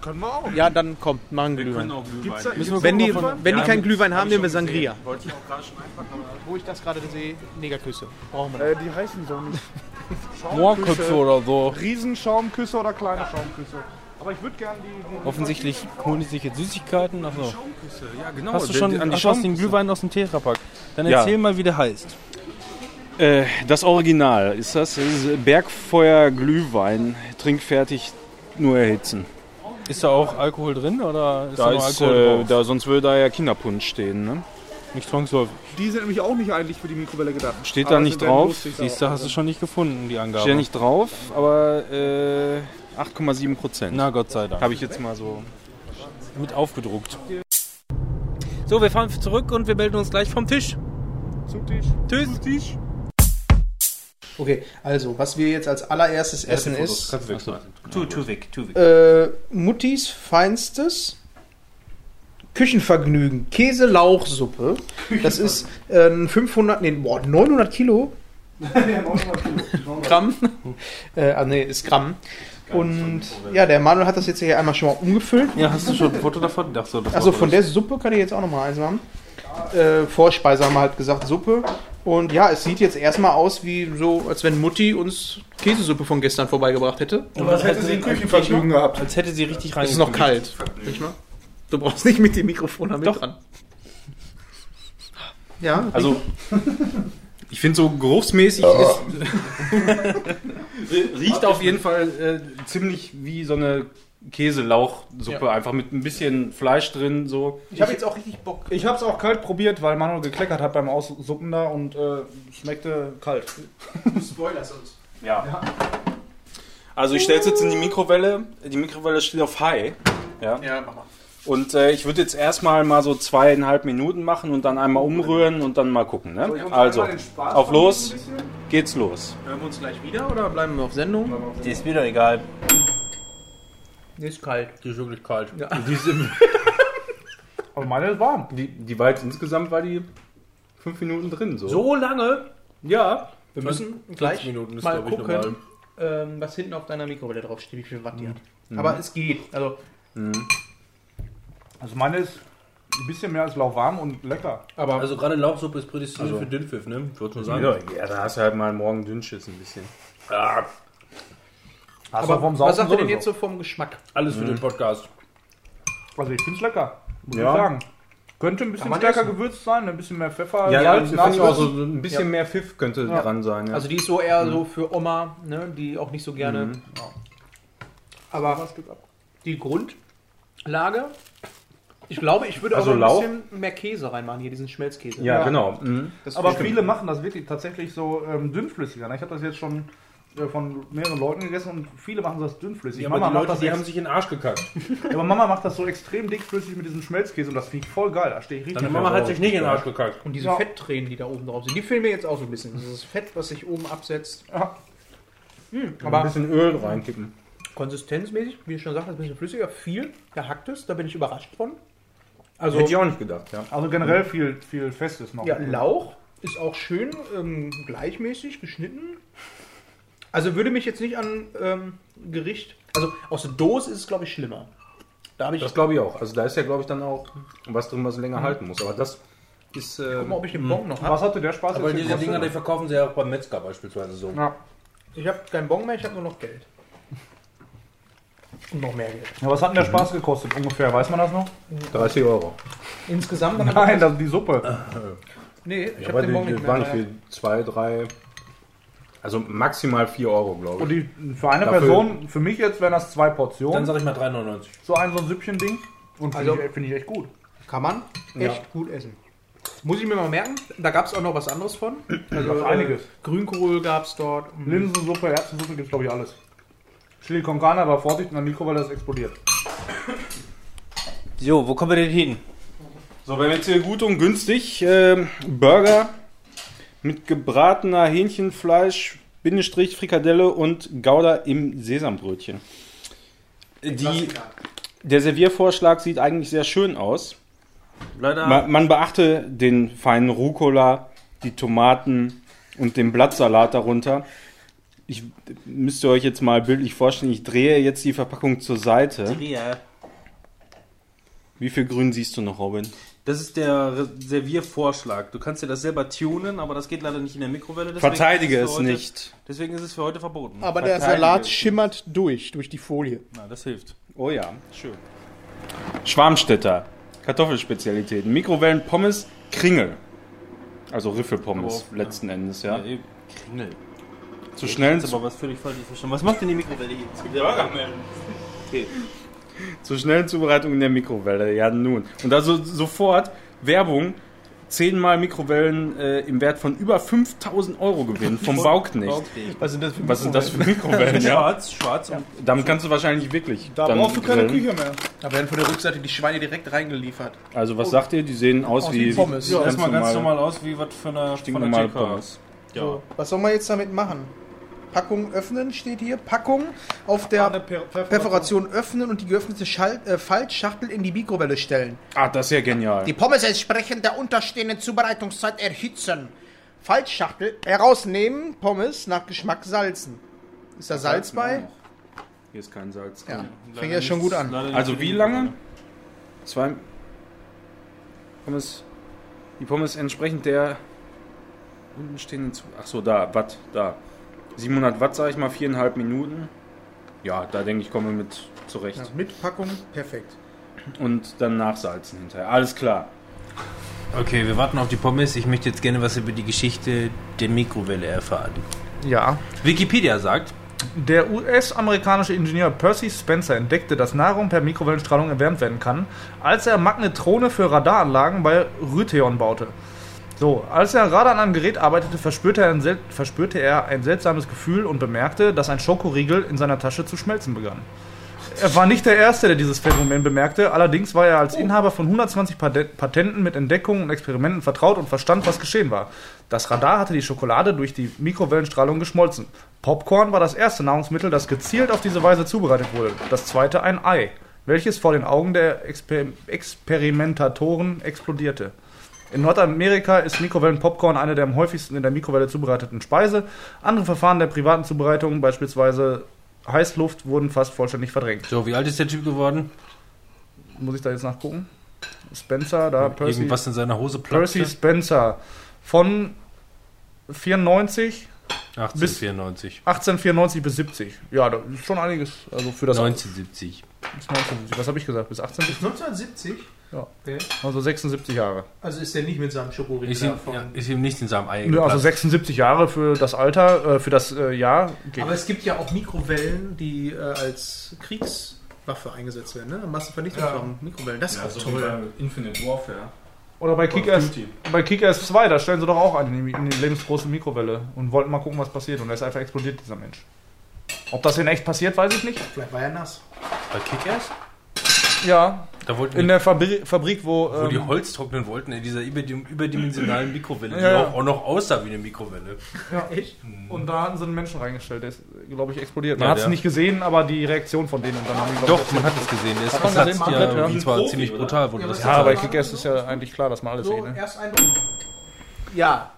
S6: Können wir auch.
S3: Ja, dann kommt, machen
S2: Wir können
S3: Glühwein.
S2: auch Glühwein.
S6: Gibt's da-
S5: Müssen wir
S3: Wenn die,
S5: gucken, ob wir-
S3: wenn die
S2: Ja,
S3: keinen
S2: mit-
S3: Glühwein
S2: hab
S3: haben,
S2: ich
S3: nehmen wir
S2: schon gesehen.
S3: Sangria.
S2: Wollte ich auch gerade schon einpacken, aber
S3: Wo ich das gerade sehe, Negerküsse. Brauchen wir noch.
S6: Äh, die heißen so nicht.
S5: Mohrköpfe oder so.
S6: Riesenschaumküsse oder kleine Schaumküsse? Aber ich würde gerne die, die
S5: Offensichtlich holen die sich jetzt Süßigkeiten. Achso.
S2: ja, genau.
S5: Hast du schon
S2: an die
S5: ach, du hast
S2: Chancen?
S5: den Glühwein aus dem Tetrapack? Dann
S8: Ja.
S5: erzähl mal, wie der heißt.
S8: Äh, das Original ist das. das ist Bergfeuer Glühwein. Trinkfertig, nur erhitzen.
S5: Ist da auch Alkohol drin oder ist da,
S8: Da
S5: nur
S8: ist,
S5: Alkohol
S8: äh,
S5: drauf?
S8: da, sonst würde da ja Kinderpunsch stehen. Ne?
S5: Nicht zwangsläufig.
S6: Die sind nämlich auch nicht eigentlich für die Mikrowelle gedacht.
S8: Steht
S6: Aber
S8: da
S6: sie
S8: nicht
S6: werden
S8: drauf.
S6: lustig
S5: Siehst du, hast du schon nicht gefunden, die Angabe.
S8: Steht ja nicht drauf, aber äh, 8,7 Prozent.
S5: Na, Gott sei Dank.
S8: Habe ich jetzt mal so.
S5: mit aufgedruckt. So, wir fahren zurück und wir melden uns gleich vom Tisch.
S6: Zum Tisch.
S5: Tschüss.
S3: Okay, also, was wir jetzt als allererstes essen ist
S13: Tu, tu weg, tu weg.
S3: äh, Muttis feinstes Küchenvergnügen, Käse-Lauchsuppe. Das ist äh, 500, nee, boah, 900 Kilo. Gramm. Äh, ah, nee, ist Gramm. Und ja, der Manuel hat das jetzt hier einmal schon mal umgefüllt.
S5: Ja, hast du schon ein Foto davon? Ach so, das
S3: Achso,
S5: war
S3: von der Suppe kann ich jetzt auch nochmal eins machen. Äh, Vorspeise haben wir halt gesagt, Suppe. Und ja, es sieht jetzt erstmal aus, wie so, als wenn Mutti uns Käsesuppe von gestern vorbeigebracht hätte.
S5: Aber das hätte sie
S6: Küchenvergnügen gehabt.
S5: Als hätte sie richtig rein.
S3: Es ist noch kalt. Riech mal. Du brauchst nicht mit dem Mikrofon damit
S5: Doch.
S3: dran. Ja, also,
S2: Also, ich finde so geruchsmäßig ist, riecht auf jeden Fall äh, ziemlich wie so eine
S8: Käselauchsuppe,
S6: Ja.
S8: einfach mit ein bisschen Fleisch drin, so.
S6: Ich habe jetzt auch richtig Bock. Ich habe es auch kalt probiert, weil Manuel gekleckert hat beim Aussuppen da und äh, schmeckte kalt.
S14: Spoilers uns.
S8: Ja. Also ich stelle es jetzt in die Mikrowelle. Die Mikrowelle steht auf High. Ja.
S14: Ja, mach mal.
S8: Und äh, ich würde jetzt erstmal mal so zweieinhalb Minuten machen und dann einmal umrühren und dann mal gucken.
S6: So, ich
S8: Ne?
S6: hoffe,
S8: Also,
S6: einmal den Spaß
S8: auf
S6: von ein
S8: los,
S6: bisschen.
S8: geht's los.
S6: Hören wir uns gleich wieder oder bleiben wir auf Sendung?
S5: Die ist mir doch egal.
S3: Nee, ist kalt.
S8: Die ist wirklich kalt.
S3: Ja.
S8: Die, ist im-
S6: Aber meine ist warm.
S8: die, die war jetzt insgesamt war die fünf Minuten drin. So,
S3: lange?
S8: ja.
S3: Wir müssen gleich mal gucken, ähm, was hinten auf deiner Mikrowelle draufsteht, wie viel Watt die hat.
S1: Mhm.
S3: Aber es geht. Also,
S6: Also meine ist ein bisschen mehr als lauwarm und lecker.
S3: aber Also,
S1: Also gerade Lauchsuppe ist prädestiniert für Dünnpfiff, ne? Ich würde mal sagen.
S8: Ja, ja, da hast du halt mal morgen Dünnschiss ein bisschen.
S6: Hast
S3: aber was sagt ihr denn jetzt so vom Geschmack?
S1: Alles für
S8: Mhm.
S1: den Podcast.
S6: Also ich finde es lecker, muss
S8: Ja.
S6: ich sagen. Könnte ein bisschen
S3: man
S6: stärker gewürzt sein, ein bisschen mehr Pfeffer.
S8: Ja,
S6: Salz,
S8: ich finde ich auch so
S6: Nachwürzen.
S8: so ein bisschen
S3: Ja.
S8: mehr Pfiff könnte
S6: Ja.
S8: dran sein. Ja.
S3: Also die ist so eher
S1: Mhm.
S3: so für Oma, ne, die auch nicht so gerne. Ja. Aber die Grundlage, ich glaube, ich würde
S8: Also
S3: auch noch
S8: Lauch?
S3: ein bisschen mehr Käse reinmachen, hier diesen Schmelzkäse.
S8: ja,
S6: Ja.
S8: genau. Mhm.
S6: Aber viele machen das wirklich tatsächlich so ähm, dünnflüssiger. ne? Ich habe das jetzt schon äh, von mehreren Leuten gegessen und viele machen das dünnflüssig.
S15: Ja, aber
S6: Mama
S15: die
S6: macht
S15: Leute,
S6: das
S15: die
S6: ex-
S15: haben sich in den Arsch gekackt.
S6: ja, aber Mama macht das so extrem dickflüssig mit diesem Schmelzkäse und das finde ich voll geil. Da stehe ich richtig
S15: Deine Mama
S6: drauf.
S15: hat sich nicht in den Arsch gekackt.
S3: Und diese
S6: Ja.
S3: Fetttränen, die da oben drauf sind, die fehlen mir jetzt auch so ein bisschen. Dieses Fett, was sich oben absetzt.
S6: Ja.
S3: Hm,
S8: Ein
S3: aber
S8: bisschen Öl reinkippen.
S3: konsistenzmäßig, wie ich schon sagte, ein bisschen flüssiger, viel gehacktes, da bin ich überrascht von. Also
S8: Hätte ich auch nicht gedacht, ja.
S6: Also generell viel, viel Festes noch.
S3: Ja, Lauch ist auch schön ähm, gleichmäßig geschnitten. Also würde mich jetzt nicht an ähm, Gericht. Also aus der Dose ist es, glaube ich, schlimmer. Da habe ich.
S8: Das glaube ich auch. Also da ist ja, glaube ich, dann auch was drin, was
S1: Mhm.
S8: länger halten muss. Aber das ist. Äh,
S3: Guck mal, ob ich den Bon noch habe.
S6: Was hatte der Spaß
S1: Aber diese
S6: gekostet?
S1: Dinger, die verkaufen sie ja auch beim Metzger beispielsweise so.
S6: ja.
S3: Ich habe keinen Bon mehr, ich habe nur noch Geld. Und noch mehr Geld.
S6: ja, was hat denn der Spaß gekostet ungefähr? Weiß man das noch?
S8: 30 Euro.
S3: Insgesamt.
S6: Nein, das ist die Suppe.
S3: nee, ich habe
S8: Ja, aber
S3: den
S8: die,
S3: Bon
S8: die
S3: nicht
S8: waren
S3: mehr.
S8: nicht viel. 2, 3. Also maximal 4 Euro, glaube
S6: Und
S8: ich.
S6: die, für eine
S8: Dafür-
S6: Person, für mich jetzt wären das zwei
S1: Dann
S6: Portionen.
S1: sage ich mal 3,99.
S6: So ein, so ein Süppchen-Ding. Und finde
S3: Also-
S6: ich, finde ich echt gut.
S3: Kann man echt gut essen. Muss ich mir mal merken, da gab es auch noch was anderes von. Also
S6: einiges.
S3: Äh, Grünkohl gab es dort. Mhm.
S6: Linsensuppe, Erbsensuppe gibt es, glaube ich, alles. Chili con carne, aber Vorsicht, in der Mikrowelle ist explodiert.
S5: So, wo kommen wir denn hin?
S8: So, wenn wir jetzt hier gut und günstig ähm, Burger mit gebratener Hähnchenfleisch, Bindestrich, Frikadelle und Gouda im Sesambrötchen. Die, der Serviervorschlag sieht eigentlich sehr schön aus.
S1: Leider.
S8: Man, man beachte den feinen Rucola, die Tomaten und den Blattsalat darunter. Ich müsst ihr euch jetzt mal bildlich vorstellen, ich drehe jetzt die Verpackung zur Seite.
S5: Ria.
S8: Wie viel Grün siehst du noch, Robin?
S5: Das ist der Re- Serviervorschlag. Du kannst dir das selber tunen, aber das geht leider nicht in der Mikrowelle. deswegen
S8: Verteidige
S5: ist für
S8: es
S5: heute,
S8: nicht.
S5: Deswegen ist es für heute verboten.
S3: Aber der Salat schimmert durch, durch die Folie.
S5: Na, das hilft.
S8: Oh ja, schön. Schwarmstädter, Kartoffelspezialitäten, Mikrowellen, Pommes, Kringel. Also Riffelpommes
S5: Aber,
S8: letzten Endes, ja.
S5: Oh, eben. Kringel.
S8: Zu schnellen,
S5: Das ist aber was völlig falsch verstanden. Was macht denn die Mikrowelle hier?
S8: Zur schnellen Zubereitung in der Mikrowelle, ja nun. Und also sofort Werbung, zehnmal Mikrowellen äh, im Wert von über 5000 Euro gewinnen vom Bauknecht.
S3: Was sind das für
S8: Was sind das für Mikrowellen, ja?
S5: Schwarz, schwarz und
S8: Damit kannst du wahrscheinlich wirklich
S6: Da
S8: dann
S6: brauchst du keine
S8: grillen.
S6: Küche mehr.
S3: Da werden von der Rückseite die Schweine direkt reingeliefert.
S8: Also was sagt ihr, die sehen aus,
S3: Aus
S8: wie
S3: wie Pommes. Ja,
S8: ganz
S5: erstmal ganz
S8: normale-
S5: normal aus, wie was für eine von der
S8: stinknormale
S5: TK.
S8: Pommes.
S5: Ja.
S3: Was soll man jetzt damit machen? Packung öffnen steht hier. Packung auf der Perforation öffnen und die geöffnete Schal äh, Faltschachtel in die Mikrowelle stellen.
S8: Ah, das ist ja genial.
S16: Die Pommes entsprechend der unterstehenden Zubereitungszeit erhitzen.
S3: Faltschachtel herausnehmen, Pommes nach Geschmack salzen. Ist da Salz bei?
S8: Hier ist kein Salz.
S3: Ja,
S5: Leider
S3: fängt ja schon
S5: nichts-
S3: gut an.
S5: leider nicht für
S8: Also
S5: die
S8: wie
S5: Mikrowelle.
S8: lange? Zwei Pommes. Die Pommes entsprechend der unten stehenden Zu Ach so, da, Watt, da. 700 Watt, sage ich mal, viereinhalb Minuten. Ja, da denke ich, kommen wir mit zurecht.
S3: Ja, mit Packung perfekt.
S8: Und dann nachsalzen hinterher. Alles klar.
S1: Okay, wir warten auf die Pommes. Ich möchte jetzt gerne was über die Geschichte der Mikrowelle erfahren.
S3: Ja.
S1: Wikipedia sagt, Der US-amerikanische Ingenieur Percy Spencer entdeckte, dass Nahrung per Mikrowellenstrahlung erwärmt werden kann, als er Magnetrone für Radaranlagen bei Rhytheon baute. So, als er gerade an einem Gerät arbeitete, verspürte er, ein sel- verspürte er ein seltsames Gefühl und bemerkte, dass ein Schokoriegel in seiner Tasche zu schmelzen begann. Er war nicht der Erste, der dieses Phänomen bemerkte, allerdings war er als Inhaber von 120 Pate- Patenten mit Entdeckungen und Experimenten vertraut und verstand, was geschehen war. Das Radar hatte die Schokolade durch die Mikrowellenstrahlung geschmolzen. Popcorn war das erste Nahrungsmittel, das gezielt auf diese Weise zubereitet wurde. Das zweite ein Ei, welches vor den Augen der Exper Experimentatoren explodierte. In Nordamerika ist Mikrowellenpopcorn eine der am häufigsten in der Mikrowelle zubereiteten Speise. Andere Verfahren der privaten Zubereitung, beispielsweise Heißluft, wurden fast vollständig verdrängt.
S17: So, wie alt ist der Typ geworden?
S1: Muss ich da jetzt nachgucken? Spencer, da Percy.
S17: Irgendwas in seiner Hose platzte?
S1: Percy
S2: ne?
S1: Spencer. Von 94 bis
S2: 1894.
S1: 1894 bis 70. Ja, das ist schon einiges. Also für das
S2: 1970.
S1: Bis 1970. Was habe ich gesagt? Bis 18?
S3: Bis 1970?
S1: Ja.
S3: Okay.
S1: Also 76 Jahre.
S3: Also ist der nicht mit seinem Schokoriegel
S2: Ist ihm,
S3: davon.
S2: ja, ist ihm nicht in seinem Ei
S1: Nö, Also
S2: geplatzt.
S1: 76 Jahre für das Alter, äh, für das äh, Jahr. geht.
S3: Aber es gibt ja auch Mikrowellen, die äh, als Kriegswaffe eingesetzt werden. Ne? Massenvernichtungswaffen, Mikrowellen. Das ist auch toll.
S8: Also, Infinite Warfare.
S1: Oder bei Kick,
S8: Call of
S1: Ass,
S8: Duty.
S1: bei Kick Ass 2, da stellen sie doch auch an in die, in die lebensgroße Mikrowelle und wollten mal gucken, was passiert. Und er ist einfach explodiert, dieser Mensch. Ob das in echt passiert, weiß ich nicht.
S3: Vielleicht war er nass.
S2: Bei Kickers?
S1: Ja,
S2: Da wollten
S1: in
S2: die-
S1: der Fabri Fabrik, wo.
S2: Wo die
S1: ähm,
S2: Holz trocknen wollten in dieser überdim- überdimensionalen Mikrowelle, die
S1: Ja, ja.
S2: auch, auch noch aussah wie eine Mikrowelle.
S1: ja. Und da hatten sie einen Menschen reingestellt, der ist, glaube ich, explodiert. Man
S2: Ja,
S1: hat es
S2: der-
S1: nicht gesehen, aber die Reaktion von denen. Und dann haben die, glaub ich,
S2: Doch, man hat es gesehen.
S1: Hat
S2: Der
S1: man
S2: ist
S1: gesehen,
S2: hat
S1: komplett, ja.
S18: ähm,
S2: ja, wie zwar
S3: Profi,
S2: ziemlich
S3: oder?
S2: brutal wurde
S3: Ja,
S2: das.
S3: aber
S1: Ja, aber bei
S2: gezeigt.
S1: Kick Ass ist ja eigentlich klar, dass man alles sieht.
S3: So,
S1: Ne?
S3: erst ein Ja.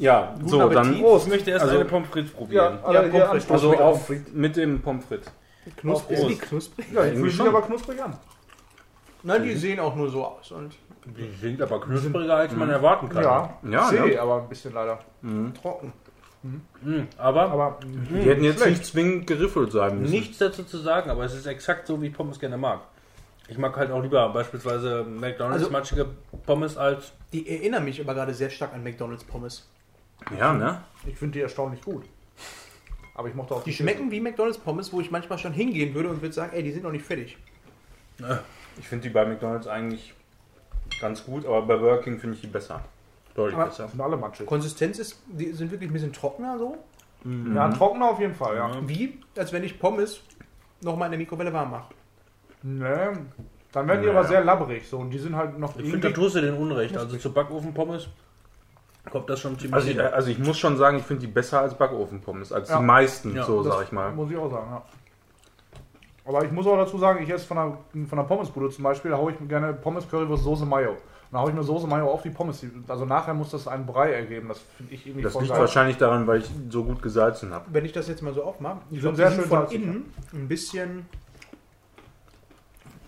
S8: Ja, so,
S3: Appetit.
S8: dann.
S1: Prost.
S8: Ich möchte erst
S19: Also-
S8: eine Pommes frites probieren.
S1: alle hier
S8: also,
S1: anstoßen mit
S8: auf, mit dem Pommes frites.
S1: Knusprig.
S3: Sind die knusprig?
S1: Ja, die fühlen sich
S8: schon.
S1: aber knusprig an.
S3: Nein, die sehen auch nur so aus. Und
S2: Die sind aber knuspriger, als man erwarten kann.
S1: Ja,
S8: Ja,
S1: zäh,
S8: ne?
S1: aber ein bisschen leider.
S3: trocken.
S8: Mhm.
S2: Aber
S1: Aber
S8: Die hätten jetzt nicht zwingend geriffelt sein müssen.
S2: nichts dazu zu sagen, aber es ist exakt so, wie ich Pommes gerne mag. Ich mag halt auch lieber beispielsweise McDonalds
S3: Also-
S2: matschige Pommes als.
S3: Die erinnern mich aber gerade sehr stark an McDonalds Pommes.
S8: Ja, ne?
S1: ich finde die erstaunlich gut. Aber ich mochte auch
S3: Die schmecken wie McDonalds Pommes, wo ich manchmal schon hingehen würde und würde sagen, ey, die sind noch nicht fertig.
S8: Ich finde die bei McDonalds eigentlich ganz gut, aber bei Burger King finde ich die besser. Deutlich
S3: Aber-
S8: besser.
S1: sind alle matschig.
S8: Mhm.
S3: Konsistenz ist, die sind wirklich ein bisschen trockener so.
S1: Ja, trockener auf jeden Fall, ja.
S3: Wie, als wenn ich Pommes nochmal in der Mikrowelle warm mache.
S1: Ne, dann werden die aber sehr labberig so und die sind halt noch
S2: Ich finde, da tust du den Unrecht. Also zu Backofen-Pommes kommt das schon ziemlich.
S8: Also ich,
S2: hin.
S8: also ich muss schon sagen, ich finde die besser als Backofenpommes, als
S1: Ja.
S8: die meisten,
S2: Ja,
S8: so
S1: das
S8: sag ich mal.
S1: Muss ich auch sagen, ja. Aber ich muss auch dazu sagen, ich esse von der, von der Pommesbude zum Beispiel, da haue ich mir gerne Pommes, Currywurst, Soße, Mayo. Und da haue ich mir Soße, Mayo auf die Pommes. Die- Also nachher muss das einen Brei ergeben. Das finde ich irgendwie
S8: Das
S1: voll
S8: liegt
S1: geil.
S8: wahrscheinlich daran, weil ich so gut gesalzen habe.
S3: Wenn ich das jetzt mal so aufmache,
S1: sind
S3: ich glaube,
S1: sehr
S3: die sind
S1: schön
S3: von
S1: salzig,
S3: innen ein bisschen,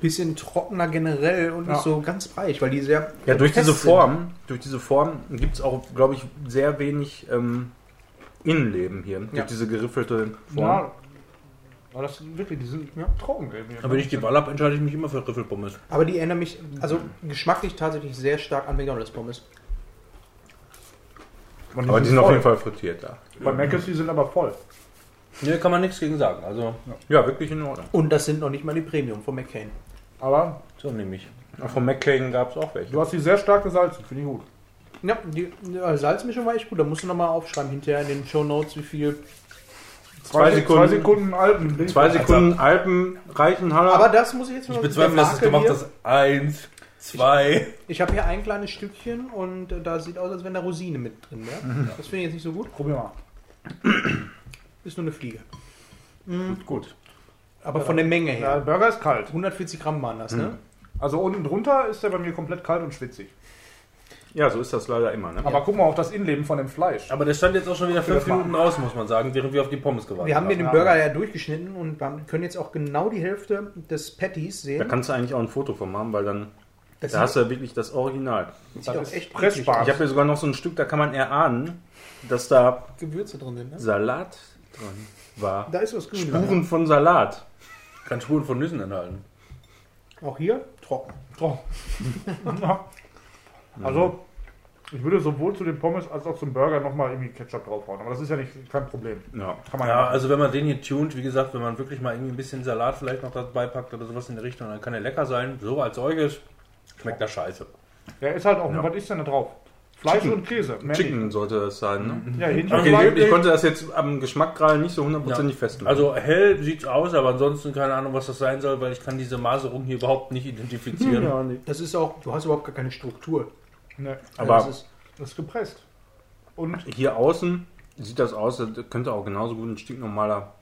S3: bisschen trockener generell und
S1: Ja.
S3: nicht so ganz weich, weil die sehr.
S8: Ja, durch diese
S3: fest sind.
S8: Form, durch diese Form gibt es auch, glaube ich, sehr wenig ähm, Innenleben hier. Durch
S3: Ja.
S8: diese geriffelte Form.
S1: Ja. Aber das sind wirklich, die sind ja, trocken irgendwie.
S2: Aber wenn ich die Wahl habe, entscheide ich mich immer für Riffelpommes.
S3: Aber die erinnern mich, also geschmacklich tatsächlich sehr stark an McDonalds Pommes.
S1: Man,
S8: Aber die sind
S1: voll.
S8: auf jeden Fall frittiert da.
S1: Bei Mc's, die sind aber voll.
S2: Ne, kann man nichts gegen sagen. Also,
S8: Ja, wirklich in Ordnung.
S3: Und das sind noch nicht mal die Premium von McCain.
S1: Aber
S2: so nehme ich.
S8: Auch von McCain gab es auch welche.
S1: du hast die sehr stark gesalzen, finde ich gut.
S3: Ja, die die Salzmischung war echt gut. Da musst du nochmal aufschreiben hinterher in den Show Notes, wie viel.
S1: Zwei,
S8: Sekunden-
S1: zwei Sekunden Alpen. bin ich-
S2: Also-
S8: Zwei Sekunden Alpen, Reichenhaller.
S3: Aber das muss ich jetzt
S2: Ich bezweifle, dass es
S3: der Marke
S2: gemacht
S3: hier-
S2: ist. Eins, zwei.
S3: Ich habe hier ein kleines Stückchen und äh, da sieht aus, als wenn da Rosine mit drin wäre. Das finde ich jetzt nicht so gut.
S1: Probier mal.
S3: Ist nur eine Fliege.
S8: gut.
S3: Aber von der Menge her.
S1: Ja, der Burger ist kalt.
S3: 140 Gramm waren das,
S8: Hm.
S3: ne?
S1: Also unten drunter ist der bei mir komplett kalt und schwitzig.
S8: Ja, so ist das leider immer. Ne?
S1: Aber guck mal auf das Innenleben von dem Fleisch.
S2: Aber der stand jetzt auch schon wieder fünf
S1: das machen.
S2: Minuten raus, muss man sagen, während wir auf die Pommes gewartet
S3: Wir haben hier
S2: haben.
S3: den Burger ja durchgeschnitten und wir können jetzt auch genau die Hälfte des Patties
S8: Da
S3: sehen.
S8: kannst du eigentlich auch ein Foto von machen, weil dann
S3: Das
S8: da hast du ja wirklich das Original.
S3: sieht, sieht auch echt eklig
S1: Pressbar.
S8: Ich habe hier sogar noch so ein Stück, da kann man erahnen, dass da
S3: aus. Gewürze drin sind, ne?
S8: Salat drin war.
S3: Da ist was Grünes.
S8: Spuren von Salat.
S2: Kann Spuren von Nüssen enthalten.
S3: Auch hier trocken.
S1: Also,
S6: Ich würde sowohl zu den Pommes als auch zum Burger nochmal irgendwie Ketchup draufhauen. Aber das ist ja nicht, kein Problem.
S8: Ja.
S6: Kann man ja
S18: ja,
S6: machen.
S18: also wenn man den hier tunt, wie gesagt, wenn man wirklich mal irgendwie ein bisschen Salat vielleicht noch dabei packt oder sowas in der Richtung, dann kann er lecker sein. So als Euges schmeckt er scheiße.
S2: Mhm.
S6: Ja, ist halt auch nur, was ist denn da drauf? Fleisch
S18: Chicken.
S6: und Käse. mehr
S18: Chicken sollte das sein, ne?
S6: Ja, Hähnchen-
S18: okay,
S6: Fleisch-
S18: ich konnte das jetzt am Geschmack gerade nicht so hundertprozentig
S8: Ja.
S18: festmachen. Also hell sieht's aus, aber ansonsten keine Ahnung, was das sein soll, weil ich kann diese Maserung hier überhaupt nicht identifizieren.
S3: Ja, nee. Das ist auch, du hast überhaupt gar keine Struktur.
S6: Nee.
S18: Aber-
S3: das ist,
S6: das ist gepresst. Und
S8: Hier außen sieht das aus, das könnte auch genauso gut ein stinknormaler,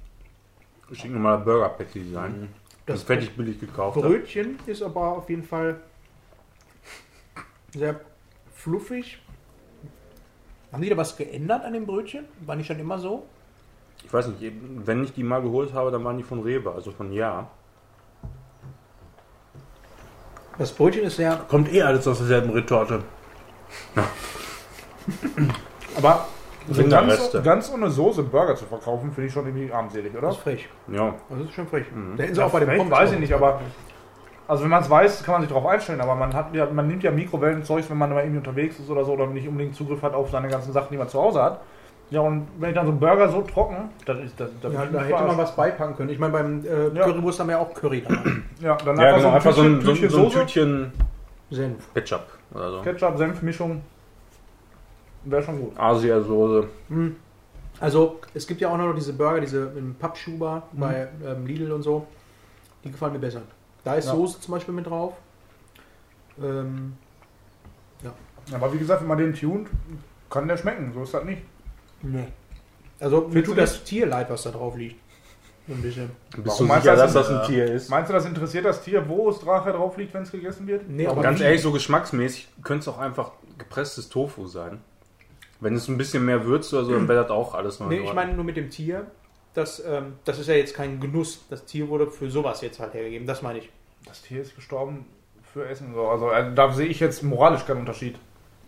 S8: stinknormaler Burger Patty sein.
S18: Mhm.
S8: Das,
S3: Das-
S8: fertig billig gekauft. habe.
S3: Brötchen ist aber auf jeden Fall sehr fluffig. Haben die da was geändert an dem Brötchen? War nicht schon immer so?
S8: Ich weiß nicht, eben, wenn ich die mal geholt habe, dann waren die von Rewe, also von Ja.
S3: Das Brötchen ist sehr.
S18: Kommt eh alles aus derselben Retorte.
S6: Aber
S1: Also
S6: so ganz,
S18: Fingerreste.
S6: ganz ohne Soße Burger zu verkaufen, finde ich schon irgendwie armselig, oder? Das ist
S3: frech.
S8: Ja.
S3: Das ist schon frech.
S6: Mhm.
S3: Da hätten sie auch bei den
S6: frech
S3: Pommes
S6: weiß
S3: auch-
S6: ich nicht, aber also wenn man es weiß, kann man sich darauf einstellen, aber man hat ja, man nimmt ja Mikrowellenzeugs, wenn man mal irgendwie unterwegs ist oder so oder nicht unbedingt Zugriff hat auf seine ganzen Sachen, die man zu Hause hat. Ja, und wenn ich dann so einen Burger so trocken, das ist das, das
S3: Ja, halt da hätte man was beipacken können. Ich meine, beim äh, Currywurst haben wir ja auch Curry dran.
S6: Ja, dann
S8: Ja, genau, einfach so
S6: Tütchen-
S8: ein, so, ein-
S6: Tütchen
S8: so ein
S6: Soße.
S8: Tütchen
S3: Senf.
S8: Ketchup oder so.
S6: Ketchup, Senfmischung wäre schon gut.
S8: Asiasoße.
S6: Mhm.
S3: Hm. Also, es gibt ja auch noch diese Burger, diese im Pappschuber
S6: Mhm.
S3: bei ähm, Lidl und so. Die gefallen mir besser. Da ist
S6: Ja.
S3: Soße zum Beispiel mit drauf. Ähm, ja.
S6: Aber wie gesagt, wenn man den tunt, kann der schmecken, so ist das nicht.
S3: Nee. Also, mir
S6: Findest
S3: tut
S6: du
S3: das Tier leid, was da drauf liegt. So ein bisschen.
S8: Bist du sicher, dass das ein Tier ist?
S6: Meinst du, das interessiert das Tier, wo es Drache drauf liegt, wenn es gegessen wird?
S3: Nee,
S8: Aber ganz ehrlich, so geschmacksmäßig könnte es auch einfach gepresstes Tofu sein. Wenn es ein bisschen mehr würzt oder so, dann wäre das auch alles noch in
S3: Nee, ich
S8: Ordnung.
S3: meine nur mit dem Tier. Das, ähm, das ist ja jetzt kein Genuss. Das Tier wurde für sowas jetzt halt hergegeben. Das meine ich.
S6: Das Tier ist gestorben für Essen. So. Also äh, da sehe ich jetzt moralisch keinen Unterschied.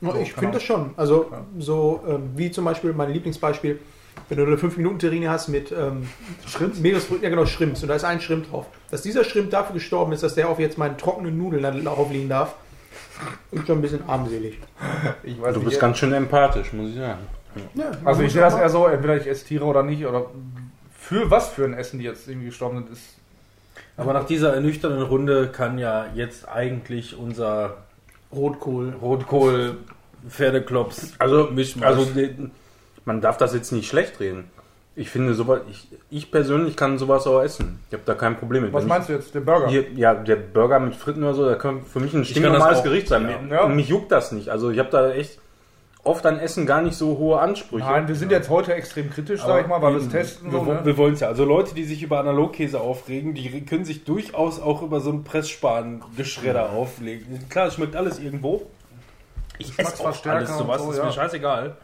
S3: Ja,
S6: So,
S3: ich
S6: keine
S3: finde das schon. Also so ähm, wie zum Beispiel mein Lieblingsbeispiel, wenn du eine 5-Minuten-Terrine hast mit ähm, Schrimps? Meeresfrüchten, ja genau, Schrimps. Und da ist ein Schrimp drauf. Dass dieser Schrimp dafür gestorben ist, dass der auf jetzt meinen trockenen Nudeln da drauf liegen darf, ist schon ein bisschen armselig.
S6: Ich weiß
S8: du
S6: nicht,
S8: bist
S6: äh,
S8: ganz schön empathisch, muss ich sagen.
S3: Ja,
S6: Also
S3: muss
S6: ich sehe das
S3: auch mal-
S6: eher so, entweder ich esse Tiere oder nicht. Oder für was für ein Essen, die jetzt irgendwie gestorben sind, ist.
S2: Mhm.
S18: Aber nach dieser ernüchternden Runde kann ja jetzt eigentlich unser
S3: Rotkohl,
S18: Rotkohl, Pferdeklops,
S8: Also,
S18: Mischmasch.
S8: also ne, man darf das jetzt nicht schlecht reden. Ich finde sowas, ich, ich persönlich kann sowas auch essen. Ich habe da kein Problem mit.
S6: Was
S8: Wenn
S6: meinst du
S8: ich,
S6: jetzt? Den Burger?
S8: Hier, ja, der Burger mit Fritten oder so, da kann für mich ein
S18: kann das
S8: stinknormales
S18: auch,
S8: Gericht sein.
S18: ja.
S8: Mir-
S6: Ja.
S8: Mich juckt das nicht. Also ich habe da echt oft an Essen gar nicht so hohe Ansprüche.
S6: Nein, wir sind jetzt heute extrem kritisch,
S8: Aber
S6: sage ich mal, weil wir es
S8: eben,
S6: testen.
S2: Wir,
S6: So, ne?
S2: wir wollen es ja. Also Leute, die sich über Analogkäse aufregen, die re- können sich durchaus auch über so einen Pressspan-Geschredder auflegen. Klar, es schmeckt alles irgendwo.
S18: ich esse auch
S6: Geschmacksverstärker
S18: alles
S6: und
S18: sowas,
S6: so,
S18: ist
S6: ja.
S18: mir scheißegal.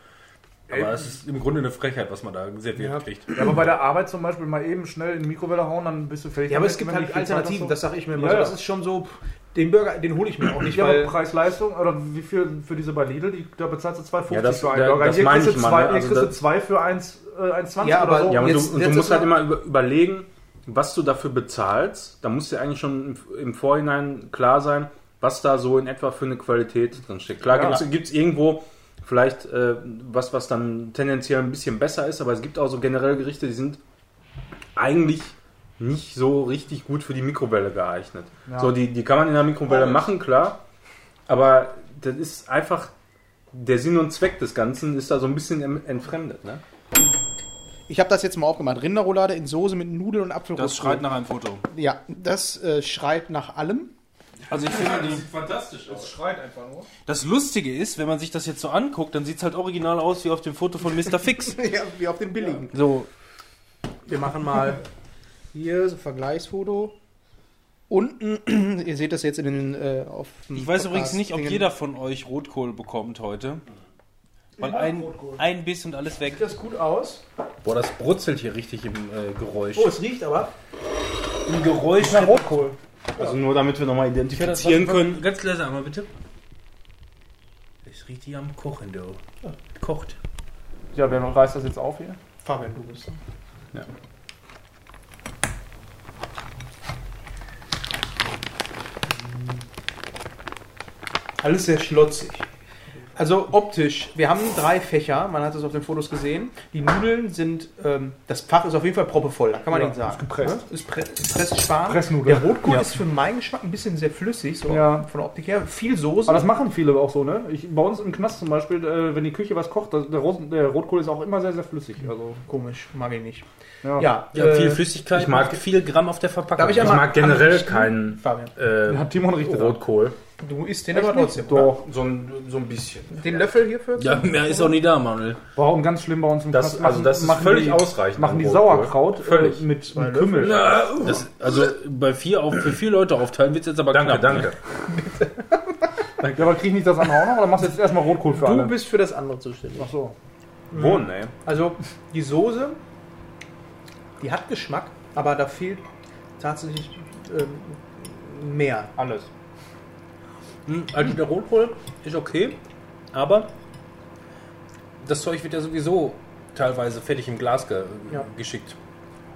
S6: Ey.
S18: Aber es ist im Grunde eine Frechheit, was man da serviert
S6: Ja.
S18: kriegt.
S6: Ja, aber bei der Arbeit zum Beispiel mal eben schnell in die Mikrowelle hauen, dann bist du fertig.
S3: Ja, aber es
S6: damit,
S3: gibt
S6: wenn
S3: halt
S6: nicht viel Zeit
S3: Alternativen,
S6: hast,
S3: das sage ich mir immer.
S6: Ja,
S3: so.
S6: ja.
S3: Das ist schon so, pff, den Burger, den hole ich mir auch nicht,
S6: ja, aber
S3: weil
S6: Preis-Leistung oder wie viel für diese bei Lidl, die, da bezahlst du 2,50
S8: Ja, das-
S6: für einen
S8: da-
S6: Burger.
S8: das
S6: Hier
S8: meine
S6: kriegst du
S8: ich mal,
S6: zwei,
S8: ne?
S6: hier
S8: Also
S6: kriegst du
S8: das-
S6: zwei für 1,20 äh, 1,20
S3: Ja,
S6: oder
S3: aber-
S6: so.
S8: Ja, und
S3: Jetzt-
S8: du, und
S3: jetzt
S8: du
S3: ist
S8: musst halt
S3: ja-
S8: immer über, überlegen, was du dafür bezahlst. Da muss dir eigentlich schon im, im Vorhinein klar sein, was da so in etwa für eine Qualität drin steckt. Klar
S6: Ja.
S8: gibt es irgendwo vielleicht äh, was, was dann tendenziell ein bisschen besser ist, aber es gibt auch so generell Gerichte, die sind eigentlich nicht so richtig gut für die Mikrowelle geeignet.
S6: Ja.
S8: So, die, die kann man in der Mikrowelle machen, klar, aber das ist einfach der Sinn und Zweck des Ganzen ist da so ein bisschen em- entfremdet. Ne?
S20: Ich habe das jetzt mal aufgemacht. Rinderroulade in Soße mit Nudeln und Apfelrotkohl.
S5: Das schreit nach einem Foto.
S20: Ja, das äh, schreit nach allem.
S5: Also ich finde, die,
S18: fantastisch aus.
S6: schreit einfach nur.
S5: das Lustige ist, wenn man sich das jetzt so anguckt, dann sieht es halt original aus wie auf dem Foto von Mr. Fix.
S20: ja, wie auf den billigen.
S5: So,
S3: wir machen mal
S20: Hier so ein Vergleichsfoto. Unten, ihr seht das jetzt in den äh, auf dem
S5: ich weiß übrigens
S20: Podcast-
S5: nicht, ob
S20: Dingen.
S5: jeder von euch Rotkohl bekommt heute. Weil
S3: mag
S5: ein,
S3: Rotkohl.
S5: ein Biss und alles weg.
S3: Sieht das gut aus?
S8: Boah, das brutzelt hier richtig im äh, Geräusch.
S3: Oh, es riecht aber
S8: Im Geräusch
S3: nach Rotkohl.
S8: Also nur damit wir nochmal identifizieren können.
S18: Ganz leise einmal bitte. Es riecht hier am Kochen, du. Kocht.
S6: Ja, wer reißt das jetzt auf hier?
S3: Fabian, du bist. Alles sehr schlotzig. Also optisch, wir haben drei Fächer, man hat es auf den Fotos gesehen. Die Nudeln sind, ähm, das Fach ist auf jeden Fall proppevoll, da kann man
S1: Ja,
S3: nicht sagen.
S1: ist gepresst.
S3: Ne? Ist pre Presssparen.
S1: Pressnudeln.
S3: Der Rotkohl
S1: Ja.
S3: ist für meinen Geschmack ein bisschen sehr flüssig, so
S1: Ja.
S3: von der Optik her. Viel Soße.
S1: Aber das machen viele auch so, ne? Ich, bei uns im Knast zum Beispiel, äh, wenn die Küche was kocht, das, der, Ros der Rotkohl ist auch immer sehr, sehr flüssig. Also
S3: komisch, mag ich nicht.
S1: Ja,
S3: Ja, äh,
S18: Ja, viel Flüssigkeit,
S1: Ich mag,
S18: und viel Gramm auf der Verpackung.
S3: Darf ich einmal-
S18: mag generell
S3: Anrichten?
S18: keinen
S3: Fabian.
S18: äh,
S1: Hat Timon richtig
S18: Rotkohl.
S3: Du isst den
S1: Echt
S3: aber
S1: nicht?
S3: trotzdem.
S1: Doch.
S18: So ein, so ein bisschen.
S3: Den Löffel hierfür?
S18: Ja, mehr ist auch nicht da, Manuel.
S1: Warum ganz schlimm bei uns im
S18: Das-
S1: Knast?
S18: also das ist völlig
S1: die,
S18: ausreichend
S1: Machen
S18: an
S1: die
S18: Rotkohl.
S1: Sauerkraut
S18: Völlig.
S1: Äh, mit
S3: Zwei
S1: mit
S3: Löffel.
S1: Kümmel.
S18: Na, Das, also bei vier auf, für vier Leute aufteilen wird es jetzt aber
S8: Danke,
S18: knapp.
S8: danke.
S1: Ja, aber krieg ich nicht das andere auch noch oder machst du jetzt erstmal Rotkohl für
S3: Du
S1: alle?
S3: bist für das andere zuständig.
S1: Ach so.
S8: Wohnen, ey.
S3: Also die Soße, die hat Geschmack, aber da fehlt tatsächlich ähm, mehr.
S1: Alles.
S18: Hm, Also der Rotkohl ist okay, aber das Zeug wird ja sowieso teilweise fertig im Glas ge
S3: Ja.
S18: geschickt.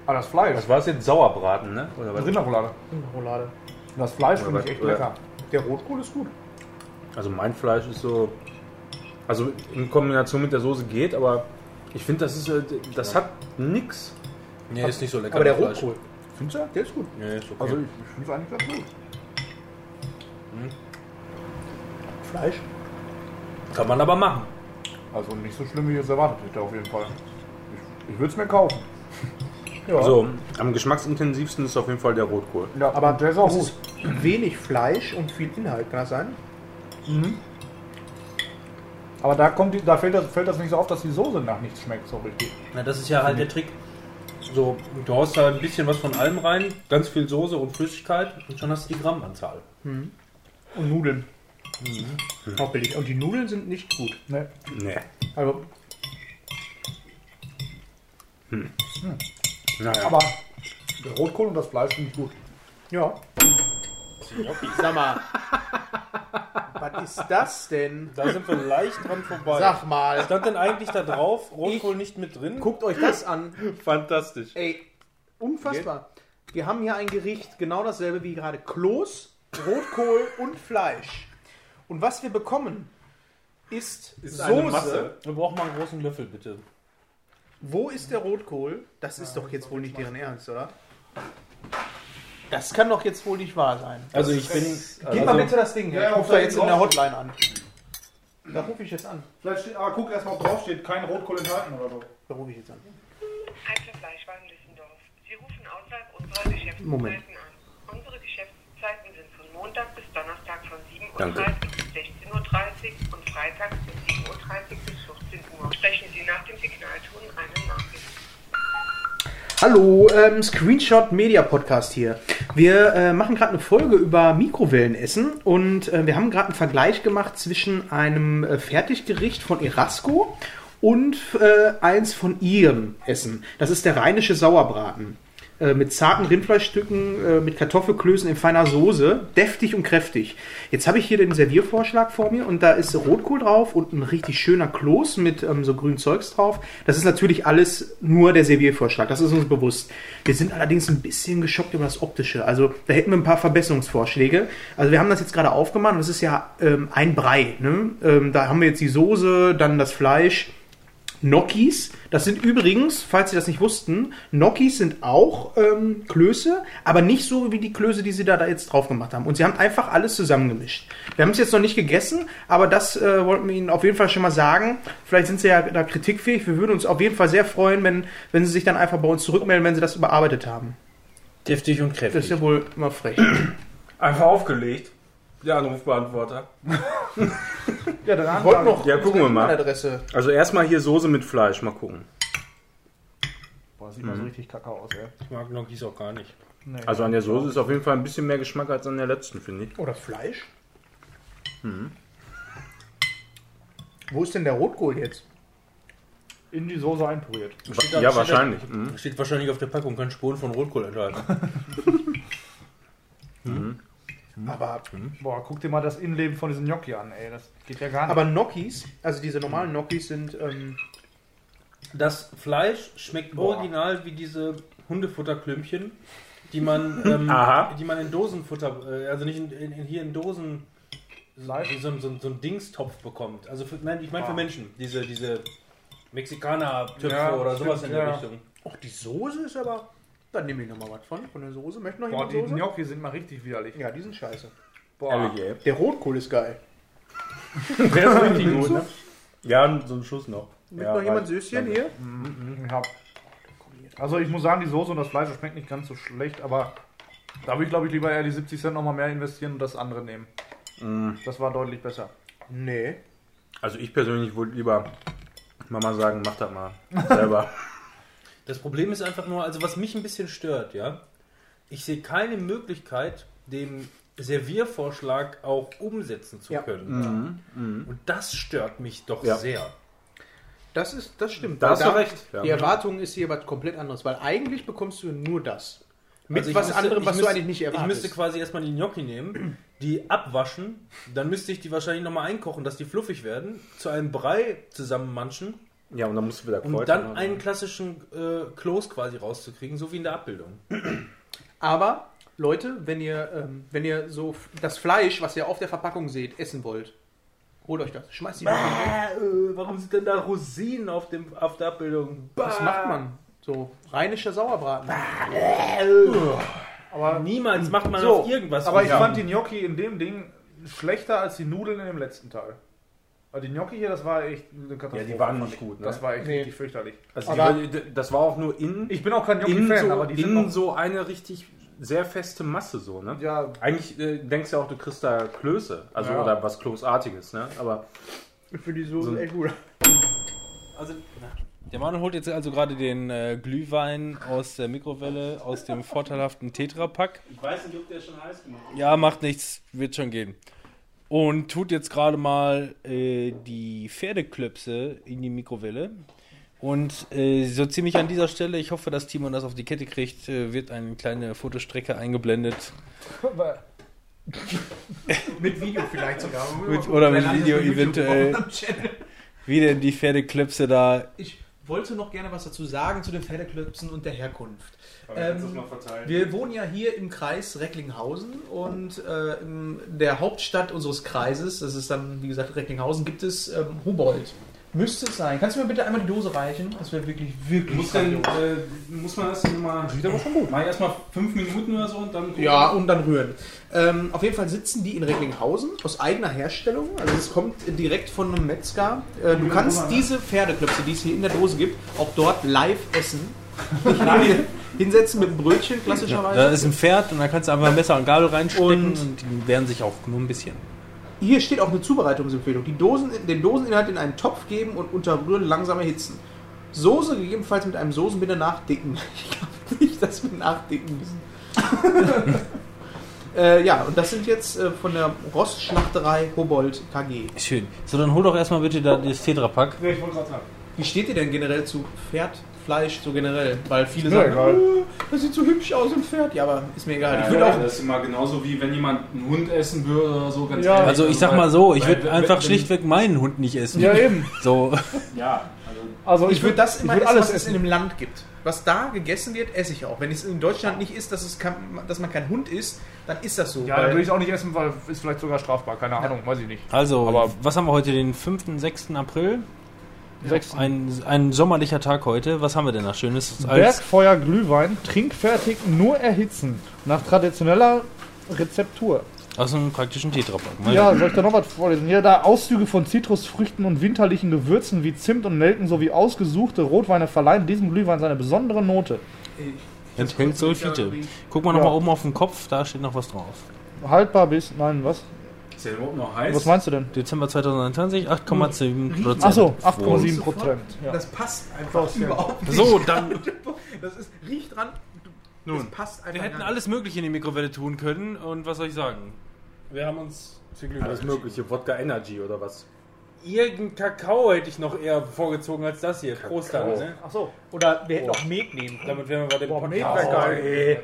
S1: Ah, das Fleisch.
S8: Was war es jetzt? Sauerbraten, ne? Oder was?
S1: Also Rinderroulade.
S3: Roulade.
S1: Das Fleisch finde
S8: Oder
S1: ich
S8: was?
S1: echt
S8: Oder-
S1: lecker. Der Rotkohl ist gut.
S8: Also mein Fleisch ist so. Also in Kombination mit der Soße geht, aber ich finde, das ist. äh, Das hat nix.
S18: Nee, ist nicht so lecker.
S3: Aber der
S18: Fleisch.
S3: Rotkohl,
S1: Findest du? Der ist gut.
S18: Nee, ist okay.
S1: Also ich, ich finde es eigentlich ganz gut.
S3: Fleisch,
S18: Kann man aber machen.
S1: Also nicht so schlimm, wie ich es erwartet hätte auf jeden Fall. Ich, ich würde es mir kaufen.
S3: ja.
S8: Also am geschmacksintensivsten ist auf jeden Fall der Rotkohl.
S1: Ja,
S3: Aber
S1: der ist auch
S3: es
S1: gut.
S3: ist wenig Fleisch und viel Inhalt, kann das sein?
S1: Mhm. Aber da, kommt die, da fällt, das, fällt das nicht so auf, dass die Soße nach nichts schmeckt so richtig.
S18: Na, das ist ja halt der Trick. So, du haust da ein bisschen was von allem rein, ganz viel Soße und Flüssigkeit und schon hast du die Grammanzahl.
S3: Und Nudeln. Auch billig. Und die Nudeln sind nicht gut.
S1: Ne?
S8: Nee.
S3: Also,
S8: Naja.
S1: Hm. Aber der Rotkohl und das Fleisch finde ich gut.
S3: ja. Sag mal. Was ist das denn?
S18: Da sind wir leicht dran vorbei.
S3: Sag mal.
S18: Stand denn eigentlich da drauf, Rotkohl nicht mit drin?
S3: Guckt euch das an.
S8: Fantastisch.
S3: Ey, unfassbar. Wir haben hier ein Gericht, genau dasselbe wie gerade. Kloß, Rotkohl und Fleisch. Und was wir bekommen, ist,
S8: eine
S3: Soße.
S8: Masse.
S18: Wir brauchen mal einen großen Löffel, bitte.
S3: Wo ist der Rotkohl? Das ist doch jetzt wohl nicht deren Ernst, oder? Das kann doch jetzt wohl nicht wahr sein.
S18: Also ich bin...
S3: Gib mal bitte das Ding
S1: Also- Ja, ja,
S3: her. ich rufe
S1: auf
S3: da jetzt
S1: der
S3: in der Hotline an. Da rufe ich jetzt an.
S1: Vielleicht steht, aber guck erstmal, ob drauf steht, kein Rotkohl enthalten oder so.
S3: Da rufe ich jetzt an.
S21: Fleischwagen Lissendorf. Sie rufen außerhalb unserer Geschäftszeiten
S3: Moment.
S21: an. Unsere Geschäftszeiten sind von Montag bis Donnerstag von 7.30 Uhr
S8: Danke.
S21: bis 16.30 Uhr und freitags bis 7.30 Uhr bis 14 Uhr. Sprechen Sie nach dem Signalton eine Nachricht.
S3: Hallo, ähm, Screenshot Media Podcast hier. Wir äh, machen gerade eine Folge über Mikrowellenessen und äh, wir haben gerade einen Vergleich gemacht zwischen einem äh, Fertiggericht von Erasco und äh, eins von ihrem Essen. Das ist der rheinische Sauerbraten. Äh, mit zarten Rindfleischstücken, äh, mit Kartoffelklößen in feiner Soße, deftig und kräftig. Jetzt habe ich hier den Serviervorschlag vor mir und da ist Rotkohl drauf und ein richtig schöner Kloß mit ähm, so grünem Zeugs drauf. Das ist natürlich alles nur der Serviervorschlag, das ist uns bewusst. Wir sind allerdings ein bisschen geschockt über das Optische. Also da hätten wir ein paar Verbesserungsvorschläge. Also wir haben das jetzt gerade aufgemacht und es ist ja ähm, ein Brei. Ne? Ähm, da haben wir jetzt die Soße, dann das Fleisch. Gnocchis, das sind übrigens, falls Sie das nicht wussten, Gnocchis sind auch ähm, Klöße, aber nicht so wie die Klöße, die Sie da, da jetzt drauf gemacht haben. Und Sie haben einfach alles zusammengemischt. Wir haben es jetzt noch nicht gegessen, aber das äh, wollten wir Ihnen auf jeden Fall schon mal sagen. Vielleicht sind Sie ja da kritikfähig. Wir würden uns auf jeden Fall sehr freuen, wenn, wenn Sie sich dann einfach bei uns zurückmelden, wenn Sie das überarbeitet haben.
S18: Deftig und
S3: Das ist
S18: kräftig.
S3: ja wohl immer frech.
S8: Einfach aufgelegt. Der Anrufbeantworter.
S1: Ja, dann
S3: Wollt noch
S8: Ja, gucken wir mal.
S3: Adresse.
S8: Also erstmal hier Soße mit Fleisch, mal gucken. Mhm.
S1: Boah, sieht mal so richtig kacke aus, ey.
S18: Ich mag Gnocchis auch gar nicht.
S8: Also an der Soße ist auf jeden Fall ein bisschen mehr Geschmack als an der letzten, finde ich.
S3: Oder Fleisch?
S8: Mhm.
S3: Wo ist denn der Rotkohl jetzt?
S1: In die Soße einpuriert.
S18: Steht da-
S8: Ja,
S18: steht
S8: wahrscheinlich.
S18: Da,
S8: Mhm.
S18: Steht wahrscheinlich auf der Packung, kann Spuren von Rotkohl enthalten.
S3: Aber
S1: Boah, guck dir mal das Innenleben von diesem Gnocchi an, ey. Das geht ja gar nicht.
S3: Aber Nokis, also diese normalen Nokis sind, ähm,
S18: Das Fleisch schmeckt original wie diese Hundefutterklümpchen, die man, ähm,
S8: Aha.
S18: die man in Dosenfutter, äh, also nicht in, in, in, hier in Dosen
S3: Live?
S18: so, so, so, so einen Dingstopf bekommt. Also für, nein, ich meine für Menschen, diese, diese Mexikaner-Töpfe
S3: Ah. Ja,
S18: oder sowas in
S3: stimmt,
S18: der
S3: ja.
S18: Richtung.
S3: Ach, die Soße ist aber. Dann nehme ich nochmal was von. Von der Soße. Möchte noch
S6: Boah,
S3: jemand
S6: die
S3: Soße?
S6: Gnocchi sind mal richtig widerlich.
S3: Ja, die sind scheiße.
S6: Boah.
S3: Der Rotkohl ist geil.
S18: Der ist richtig gut, ne? Ja, so einen Schuss noch.
S3: Mit
S18: ja,
S3: noch jemand
S18: reicht.
S3: Süßchen
S18: Danke.
S3: hier?
S6: Ich hab. Also ich muss sagen, die Soße und das Fleisch das schmeckt nicht ganz so schlecht, aber da würde ich glaube ich lieber eher die 70 Cent nochmal mehr investieren und das andere nehmen. Das war deutlich besser.
S3: Nee.
S18: Also ich persönlich würde lieber Mama sagen, mach das mal selber. Das Problem ist einfach nur, also was mich ein bisschen stört, ja, ich sehe keine Möglichkeit, dem Serviervorschlag auch umsetzen zu
S3: Ja.
S18: können.
S3: Mhm,
S18: Und das stört mich doch
S3: Ja.
S18: sehr.
S3: Das ist, das stimmt.
S18: Da
S3: Weil
S18: hast du recht. Ja.
S3: Die Erwartung ist hier was komplett anderes, weil eigentlich bekommst du nur das. Mit
S18: Also ich
S3: was
S18: müsste-
S3: anderem,
S18: ich
S3: was
S18: müsste-
S3: du eigentlich nicht
S18: Ich müsste
S3: erwartest.
S18: quasi erstmal die Gnocchi nehmen, die abwaschen, dann müsste ich die wahrscheinlich nochmal einkochen, dass die fluffig werden, zu einem Brei zusammenmanschen
S2: Ja, und dann musst du wieder
S18: und dann
S8: ne?
S18: einen klassischen äh, Kloß quasi rauszukriegen, so wie in der Abbildung.
S3: Aber Leute, wenn ihr, ähm, wenn ihr so f- das Fleisch, was ihr auf der Verpackung seht, essen wollt, holt euch das. Schmeißt die
S18: Äh, warum sind denn da Rosinen auf, dem, auf der Abbildung?
S3: Was macht man? So rheinischer Sauerbraten.
S6: Aber
S18: niemals macht man
S6: so,
S18: auf irgendwas.
S6: Aber ich
S18: Rosinen.
S6: fand die Gnocchi in dem Ding schlechter als die Nudeln in dem letzten Teil. Aber die Gnocchi hier, das war echt eine Katastrophe.
S18: Ja, die waren
S6: fand
S18: nicht
S6: ich.
S18: gut, ne?
S6: Das war echt
S3: Nee.
S6: richtig fürchterlich.
S2: Also
S6: Aber-
S2: die, die- das war auch nur in.
S6: Ich bin auch kein
S2: in
S6: Gnocchi-Fan,
S2: so,
S6: aber die sind
S2: in
S6: noch-
S2: so eine richtig sehr feste Masse so, ne?
S6: Ja.
S2: Eigentlich äh, denkst du ja auch, du kriegst da Klöße, also
S3: Ja.
S2: oder was Kloßartiges, ne? Aber
S3: Ich finde die Soße
S2: So-
S3: echt gut.
S18: Also,
S5: Der Manuel holt jetzt also gerade den äh, Glühwein aus der Mikrowelle, aus dem vorteilhaften Tetrapack.
S2: ich weiß nicht, ob der schon heiß gemacht
S5: Ja, macht nichts, wird schon gehen. Und tut jetzt gerade mal äh, die Pferdeklöpse in die Mikrowelle. Und äh, so ziemlich an dieser Stelle, ich hoffe, dass Timon das auf die Kette kriegt, äh, wird eine kleine Fotostrecke eingeblendet.
S3: mit Video vielleicht sogar.
S5: Mit, oder mit
S3: Vielleicht landet das
S5: Video
S3: bei YouTube
S5: eventuell.
S3: auf dem Channel.
S5: Wie denn die Pferdeklöpse da
S3: Ich wollte noch gerne was dazu sagen zu den Pferdeklöpsen und der Herkunft.
S2: Aber jetzt ist
S3: Ähm,
S2: mal verteilt.
S3: wir wohnen ja hier im Kreis Recklinghausen und äh, in der Hauptstadt unseres Kreises, das ist dann, wie gesagt, Recklinghausen, gibt es ähm, Humboldt. Müsste es sein. Kannst du mir bitte einmal die Dose reichen? Das wäre wirklich, wirklich
S2: Muss, denn,
S3: grandios.
S2: äh, muss man das denn mal. Sieht aber schon gut. Mal erstmal fünf Minuten oder so und dann.
S3: Ja, und dann rühren. Ähm, auf jeden Fall sitzen die in Recklinghausen aus eigener Herstellung. Also es kommt direkt von einem Metzger. Äh, du kannst diese Pferdeklöpse, die es hier in der Dose gibt, auch dort live essen. Ich kann hier hinsetzen mit einem Brötchen klassischerweise.
S5: Da ist ein Pferd und da kannst du einfach ein Messer und Gabel reinstecken und, die wehren sich auch nur ein bisschen.
S3: Hier steht auch eine Zubereitungsempfehlung. Die Dosen, den Doseninhalt in einen Topf geben und unter Rühren langsam erhitzen. Soße gegebenenfalls mit einem Soßenbinder nachdicken. Ich glaube nicht, dass wir nachdicken müssen. äh, ja, und das sind jetzt äh, von der Rostschlachterei Hobold KG.
S5: Schön. So, dann hol doch erstmal bitte da das Tetrapack.
S6: Nee, ich wollte gerade sagen.
S3: Wie steht ihr denn generell zu Pferd, Fleisch, so generell? Weil viele
S6: Mir
S3: sagen,
S6: egal.
S3: "Oh, das sieht so hübsch aus, ein Pferd. Ja, aber ist mir egal.
S2: Ja,
S3: ich würde auch
S2: das ist immer genauso wie wenn jemand einen Hund essen würde oder so. Ganz
S3: Ja.
S2: ehrlich.
S5: Also ich sag
S2: weil-
S5: mal so, ich
S2: weil-
S5: würde
S2: wenn-
S5: einfach
S2: wenn-
S5: schlichtweg meinen Hund nicht essen.
S6: Ja, eben.
S5: So.
S2: Ja, also.
S6: Also
S3: ich, würde das
S6: ich
S3: immer
S6: würd
S3: essen,
S6: alles
S3: was es
S6: essen.
S3: in einem Land gibt. Was da gegessen wird, esse ich auch. Wenn es in Deutschland nicht ist, dass, es kann, dass man kein Hund ist, dann ist das so.
S6: Ja, dann würde ich es auch nicht essen, weil ist vielleicht sogar strafbar. Keine Ahnung, weiß ich nicht.
S5: Also, was haben wir heute? Den 5., 6. April?
S6: Sechsten.
S5: Ein, ein sommerlicher Tag heute. Was haben wir denn da Schönes? Als
S6: Bergfeuer Glühwein, trinkfertig, nur erhitzen. Nach traditioneller Rezeptur.
S5: aus einem praktischen Tetrapack. Mal-
S6: Ja, soll ich da noch was vorlesen? Hier da Auszüge von Zitrusfrüchten und winterlichen Gewürzen wie Zimt und Nelken sowie ausgesuchte Rotweine verleihen diesem Glühwein seine besondere Note.
S5: Enthält Sulfite. Guck mal
S6: Ja.
S5: nochmal oben auf den Kopf, da steht noch was drauf.
S6: Haltbar bis. Nein, was?
S2: Ist der überhaupt noch heiß?
S6: Was meinst du denn?
S5: Dezember 2021,
S18: Hm.
S5: 8,7 Prozent.
S6: Achso, 8,7 Prozent. Ja.
S3: Das passt einfach überhaupt nicht.
S5: So, dann.
S3: Das ist, riecht dran. Du,
S5: Nun,
S3: das passt einfach
S5: Wir hätten
S3: gar nicht.
S5: alles Mögliche in die Mikrowelle tun können und was soll ich sagen? Wir haben uns für Glück
S2: Alles mögliche, Wodka Energy oder was?
S18: Irgendein Kakao hätte ich noch eher vorgezogen als das hier. Prost dann,
S2: Kakao.
S18: ne?
S3: Achso, oder wir hätten auch Met nehmen können.
S18: Damit wären wir bei dem
S6: Boah, mega
S18: Podcast.
S6: geil.
S18: Ey.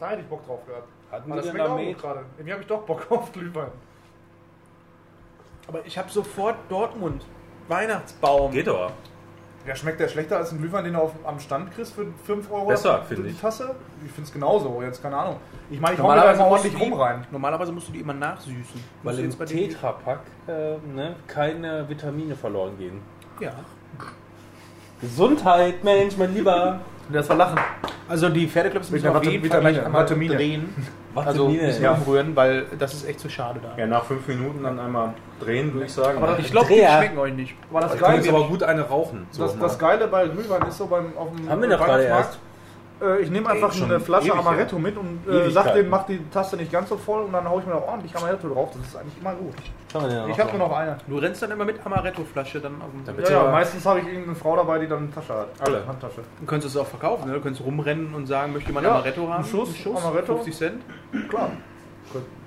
S6: Da hätte ich Bock drauf gehabt.
S18: Hatten
S6: Aber
S18: wir
S6: das
S18: denn
S6: schmeckt
S18: da
S6: auch gut
S18: Met?
S6: gerade. Irgendwie habe ich doch Bock auf Glühwein.
S3: Aber ich habe sofort Dortmund. Weihnachtsbaum.
S18: Geht aber.
S1: Ja, schmeckt der schlechter als ein Glühwein, den du auf, am Stand kriegst für 5 Euro?
S18: Besser,
S1: für
S18: finde
S1: die
S18: ich.
S1: Tasse? Ich finde es genauso, jetzt keine Ahnung. Ich meine, ich hau mir da immer ordentlich
S18: musst du
S1: rum rein.
S18: die-
S3: Normalerweise musst du die immer nachsüßen.
S18: Weil im Tetrapack äh, ne, keine Vitamine verloren gehen.
S22: Ja.
S18: Gesundheit, Mensch, mein Lieber.
S3: Das war Lachen. Also die Pferdeclubs
S18: Mit
S3: müssen
S18: der
S3: auf
S18: Watte-
S3: jeden
S18: mit
S3: Fall
S18: der
S3: gleich
S18: Watte-
S3: einmal
S18: Wattemine.
S3: drehen. Also
S18: Wattemine,
S3: müssen
S18: ja.
S3: wir umrühren, weil das ist echt zu schade da.
S18: Ja, nach fünf Minuten dann einmal drehen, würde ich sagen.
S1: Aber das- ich glaub, die schmecken euch nicht. Aber das
S18: ich kann jetzt
S1: Geile-
S18: aber gut eine rauchen. So
S1: das,
S18: mal.
S1: das Geile bei Glühwein ist so beim auf dem
S18: Haben wir doch gerade
S1: Weihnachtsmarkt, äh, Ich nehme
S18: Ey,
S1: einfach
S18: schon
S1: eine Flasche
S18: ewig,
S1: Amaretto
S18: ja.
S1: mit und äh,
S18: Ewigkeiten.
S1: sag dem, mach die Tasse nicht ganz so voll und dann hau ich mir noch ordentlich Amaretto drauf. Das ist eigentlich immer gut. ich habe nur noch eine.
S3: Du rennst dann immer mit Amaretto-Flasche dann auf dem
S1: Ja, ja, meistens habe ich irgendeine Frau dabei, die dann eine Tasche hat. Alle. Handtasche.
S3: Du könntest es auch verkaufen, ne? Du könntest rumrennen und sagen, möchte jemand
S1: Ja,
S3: Amaretto
S1: einen
S3: haben?
S1: Schuss, Amaretto. Äh.
S3: Amaretto. 50 Cent.
S1: Klar.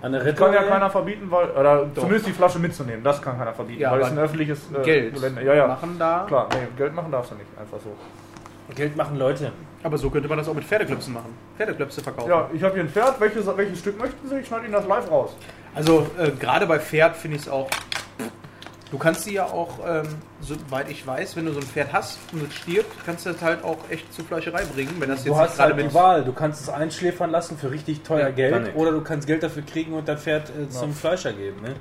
S18: Eine
S1: kann ja keiner verbieten, weil. Oder
S3: Doch.
S1: zumindest die Flasche mitzunehmen, das kann keiner verbieten,
S3: Ja,
S1: weil es
S3: aber
S1: ein öffentliches äh,
S3: Geld
S1: Gelände. Ja, ja.
S3: machen da-
S1: Klar, nee, Geld machen darfst du nicht, einfach so.
S18: Geld machen Leute.
S3: Aber so könnte man das auch mit Pferdeklöpsen machen. Pferdeklöpse verkaufen.
S1: Ja, ich habe hier ein Pferd, welches, welches Stück möchten Sie? Ich schneide Ihnen das live raus.
S3: Also äh, gerade bei Pferd finde ich es auch. Du kannst die ja auch, ähm, soweit ich weiß, wenn du so ein Pferd hast und es stirbt, kannst du das halt auch echt zur Fleischerei bringen, wenn das jetzt
S18: Du
S3: nicht
S18: hast
S3: gerade
S18: halt
S3: mit
S18: die Wahl. Du kannst es einschläfern lassen für richtig teuer
S3: Ja,
S18: Geld
S3: kann ich.
S18: oder du kannst Geld dafür kriegen und dein Pferd äh, zum Fleischer geben. Ne?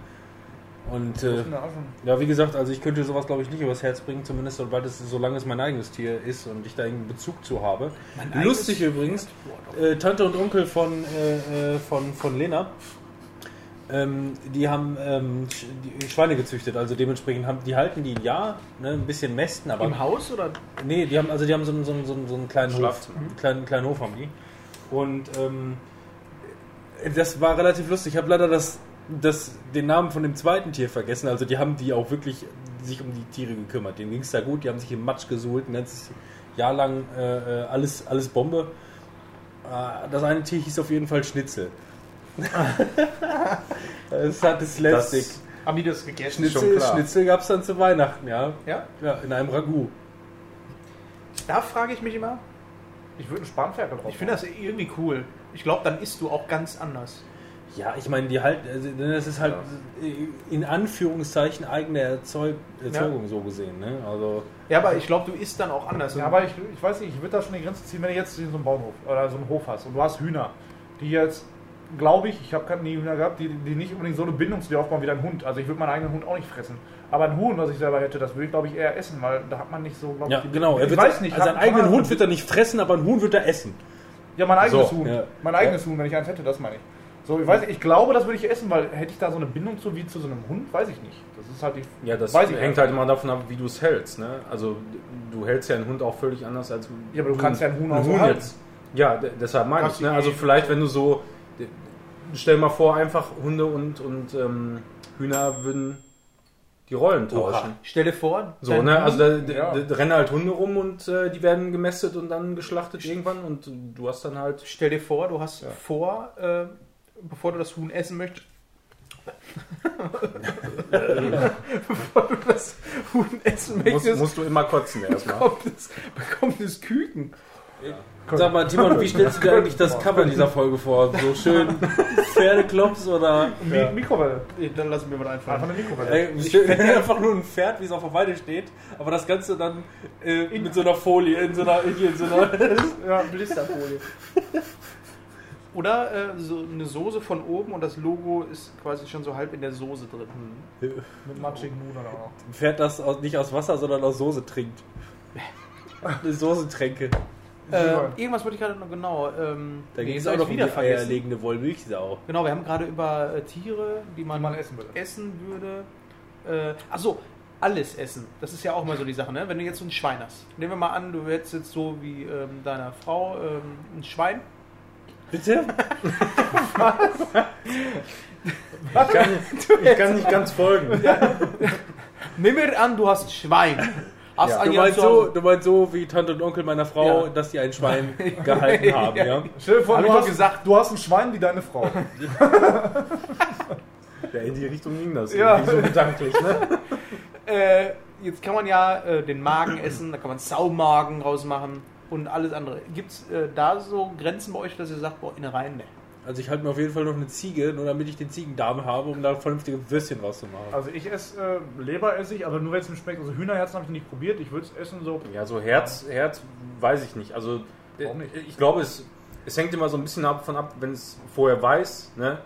S18: Und
S1: Wo
S18: äh,
S1: ist denn der Affen?
S18: ja, wie gesagt, also ich könnte sowas glaube ich nicht übers Herz bringen, zumindest sobald es, solange es mein eigenes Tier ist und ich da irgendeinen Bezug zu habe.
S3: eigenes
S18: Lustig übrigens, äh, Tante und Onkel von, äh, äh, von, von Lena, ähm, die haben ähm, Sch die Schweine gezüchtet, also dementsprechend haben die halten die ein Jahr, ne, ein bisschen mästen, aber
S3: im Haus oder?
S18: Nee, die haben also die haben so einen, so einen, so einen, so einen kleinen Hof,
S3: Schlafzimmer.
S18: einen kleinen, kleinen Hof haben die. Und ähm, das war relativ lustig. Ich habe leider das, das, den Namen von dem zweiten Tier vergessen. Also die haben die auch wirklich sich um die Tiere gekümmert. Denen ging es da gut. Die haben sich im Matsch gesuhlt, ein ganzes Jahr lang äh, äh, alles, alles Bombe. Äh, Das eine Tier hieß auf jeden Fall Schnitzel. das hat es lästig.
S3: Haben die das gegessen?
S18: Schnitzel, Schnitzel gab es dann zu Weihnachten, ja?
S3: Ja?
S18: Ja, in einem Ragout.
S3: Da frage ich mich immer.
S1: Ich würde einen Spanferkel drauf
S3: Ich finde das irgendwie cool. Ich glaube, dann isst du auch ganz anders.
S18: Ja, ich meine, die halt, also, ne, das ist halt äh, in Anführungszeichen eigene Erzeug, Erzeugung so gesehen, ne? Also
S3: Ja, aber ich glaube, du isst dann auch anders.
S1: Ja, aber ich, ich weiß nicht, ich würde da schon die Grenze ziehen, wenn du jetzt so einen Bauernhof oder so einen Hof hast und du hast Hühner, die jetzt, glaube ich, ich habe nie Hühner gehabt, die, die nicht unbedingt so eine Bindung zu dir aufbauen wie dein Hund. Also ich würde meinen eigenen Hund auch nicht fressen. Aber ein Huhn, was ich selber hätte, das würde ich, glaube ich, eher essen, weil da hat man nicht so, glaube
S18: ja,
S1: ich, die-
S18: genau.
S1: Ich
S18: wird-
S1: weiß nicht.
S18: Also
S1: hat-
S18: seinen eigenen
S1: kann man-
S18: Hund wird er nicht fressen, aber ein Huhn wird er essen.
S1: Ja, mein eigenes
S18: So,
S1: Huhn.
S18: ja.
S1: Mein eigenes Huhn, wenn ich eins hätte, das meine ich. So, ich weiß nicht, ich glaube, das würde ich essen, weil hätte ich da so eine Bindung zu wie zu so einem Hund, weiß ich nicht. Das ist halt die.
S18: Ja, das
S1: weiß ich
S18: hängt
S1: nicht.
S18: halt immer davon ab, wie du es hältst, ne? Also du hältst ja einen Hund auch völlig anders als ein
S1: Ja, aber du kannst ja einen Huhn auch so
S18: Huhn
S1: halten.
S18: jetzt. Ja, d- deshalb meine
S1: Kannst
S18: ich, ne?
S1: du-
S18: Also vielleicht, wenn du so d- stell mal vor, einfach Hunde und und ähm, Hühner würden die Rollen tauschen.
S3: Stell dir vor,
S18: So,
S3: dein
S18: ne?
S3: Huhn-
S18: Also da, da,
S3: Ja.
S18: da rennen halt Hunde rum und äh, die werden gemästet und dann geschlachtet irgendwann und du hast dann halt.
S3: Stell dir vor, du hast vor, äh, bevor du das Huhn essen möchtest. bevor du das Huhn essen
S18: Musst,
S3: möchtest.
S18: musst du immer kotzen erstmal.
S3: Bekommt es, bekommt es Küken.
S18: Sag mal, Timon, wie stellst du dir eigentlich das Cover dieser Folge vor? So schön Pferdeklops oder.
S1: Mi Mikrowelle.
S3: Dann lass mir mal einfallen.
S1: Einfach eine Mikrowelle.
S18: Ey, ich hätte einfach nur ein Pferd, wie es auf der Weide steht, aber das Ganze dann äh, mit so einer Folie, in so einer. In so einer
S1: ja,
S3: Blisterfolie. Oder äh, so eine Soße von oben und das Logo ist quasi schon so halb in der Soße drin.
S1: Mit matschigen Nudeln auch noch.
S18: ein Pferd, das aus, nicht aus Wasser, sondern aus Soße trinkt. Eine Soßentränke.
S3: Äh, irgendwas wollte ich gerade noch genau. Ähm,
S18: Da
S3: nee,
S18: geht es
S3: hab
S18: auch
S3: ich
S18: noch um die
S3: vergessen.
S18: eierlegende Wollmilchsau.
S3: Genau, wir haben gerade über äh, Tiere, die man, essen würde. Essen würde. Äh, achso, alles essen. Das ist ja auch mal so die Sache, ne? Wenn du jetzt so ein Schwein hast. Nehmen wir mal an, du hättest jetzt so wie ähm, deiner Frau ähm, ein Schwein.
S18: Bitte?
S3: Was?
S18: Ich kann- ich kann nicht ganz folgen.
S3: Nimm mir an, du hast Schwein. Hast
S18: Ah, Ja.
S3: ein
S18: Du,
S3: Jahr
S18: meinst
S3: zu Hause.
S18: so, du meinst so wie Tante und Onkel meiner Frau,
S3: Ja.
S18: dass die ein Schwein gehalten haben, ja?
S1: Stell dir vor,
S3: Hab
S1: du
S3: ich doch
S1: hast, gesagt. du hast ein Schwein wie deine Frau.
S18: ja in die Richtung ging das.
S3: Ja.
S18: Ja. So gedanklich, ne?
S3: Äh, jetzt kann man ja äh, den Magen essen, da kann man Saumagen rausmachen und alles andere. Gibt es äh, da so Grenzen bei euch, dass ihr sagt, boah, Innereien, ne?
S8: Also ich halte mir auf jeden Fall noch eine Ziege, nur damit ich den Ziegendarm habe, um da vernünftige Würstchen rauszumachen.
S1: Also ich esse äh, Leber esse ich, aber nur wenn es mir schmeckt. Also Hühnerherzen habe ich noch nicht probiert. Ich würde es essen so.
S8: Ja, so Herz, Herz weiß ich nicht. Also
S1: Warum nicht?
S8: äh, ich glaube, es, es hängt immer so ein bisschen davon ab, wenn es vorher weiß, ne,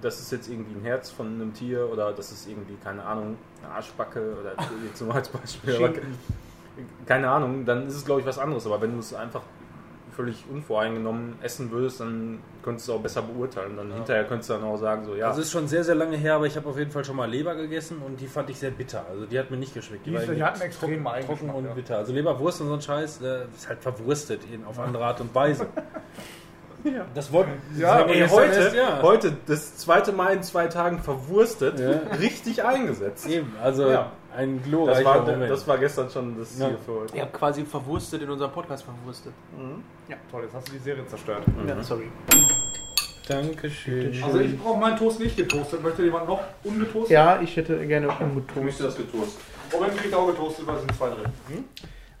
S8: das ist jetzt irgendwie ein Herz von einem Tier oder das ist irgendwie, keine Ahnung, eine Arschbacke oder jetzt nur als Beispiel. Aber,
S1: Schinken.
S8: keine Ahnung, dann ist es glaube ich was anderes. Aber wenn du es einfach völlig unvoreingenommen essen würdest, dann könntest du es auch besser beurteilen. Dann hinterher könntest du dann auch sagen, so ja.
S18: Also
S8: Das
S18: es ist
S8: schon
S18: sehr, sehr lange her, aber ich habe auf jeden Fall schon mal Leber gegessen und die fand ich sehr bitter. Also die hat mir nicht geschmeckt.
S1: Die,
S18: war
S1: die
S18: irgendwie
S1: hatten extrem
S18: trocken
S1: Eigengeschmack.
S18: und bitter. Also Leberwurst und so ein Scheiß äh, ist halt verwurstet in, auf andere Art und Weise.
S1: Ja.
S18: Das Wort
S8: Ja,
S18: das haben wir
S8: ey,
S18: gestern
S8: heute,
S18: erst, ja.
S8: heute, das zweite Mal in zwei Tagen verwurstet,
S18: Ja.
S8: richtig eingesetzt.
S18: Eben, also ein glorreicher
S8: das war,
S18: Moment.
S8: das war gestern schon das
S18: Ja.
S8: Ziel für heute.
S5: Ihr habt quasi verwurstet in unserem Podcast verwurstet.
S1: Ja. Toll, jetzt hast du die Serie zerstört.
S5: Ja, sorry.
S18: Dankeschön.
S1: Also ich brauche meinen Toast nicht getoastet. Möchte jemand noch ungetoastet?
S3: Ja, ich hätte gerne ungetoast.
S1: das getoastet. Aber wenn ich auch getoastet, weil es sind zwei drin. Hm?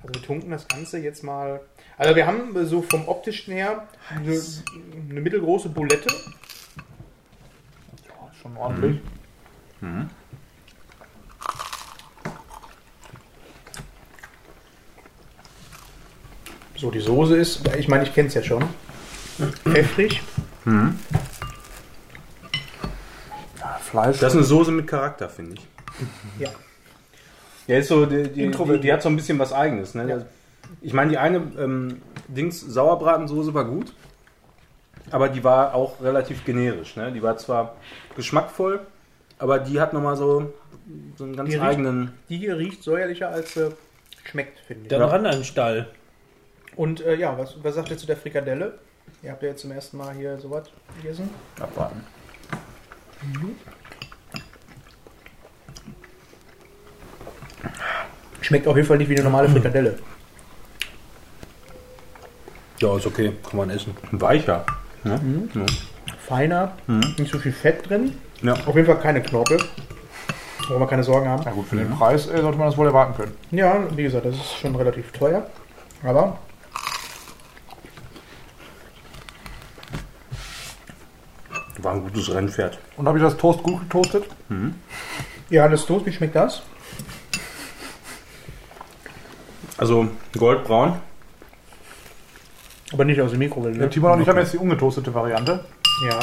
S3: Also wir tunken das Ganze jetzt mal. Also wir haben äh, so vom optischen her eine, eine mittelgroße Bulette. Ja, schon ordentlich.
S1: Mhm.
S3: So, die Soße ist, ich meine, ich kenne es ja schon. Heftig.
S8: Fleisch. Das ist eine Soße mit Charakter, finde ich.
S3: Ja.
S8: Ja, ist so, die, die, die,
S3: Introvertiert.
S8: die hat so ein bisschen was Eigenes. Ne? Ich meine, die eine ähm, Dings Sauerbratensoße war gut, aber die war auch relativ generisch. Ne? Die war zwar geschmackvoll, aber die hat nochmal so, so einen ganz
S3: Die riecht-
S8: eigenen.
S3: Die hier riecht säuerlicher als äh, schmeckt, finde ich.
S8: Dann Ja. ran
S3: an den Stall. Und äh, ja, was, was sagt ihr zu der Frikadelle? Ihr habt ja jetzt zum ersten Mal hier sowas gegessen.
S8: Abwarten.
S3: Schmeckt auf jeden Fall nicht wie eine normale Frikadelle.
S8: Ja, ist okay, kann man essen. Weicher. Ne? Ja.
S3: Feiner,
S8: Mhm.
S3: nicht so viel Fett drin.
S8: Ja.
S3: Auf jeden Fall keine Knorpel. Brauchen wir keine Sorgen haben.
S1: Na gut, für den Preis äh, sollte man das wohl erwarten können.
S3: Ja, wie gesagt, das ist schon relativ teuer. Aber
S8: War ein gutes Rennpferd.
S1: Und habe ich das Toast gut getoastet?
S3: ja, das Toast, wie schmeckt das?
S8: Also goldbraun.
S3: Aber nicht aus dem Mikrowelle.
S1: Ja, Timon und ich haben jetzt die ungetoastete Variante.
S3: Ja.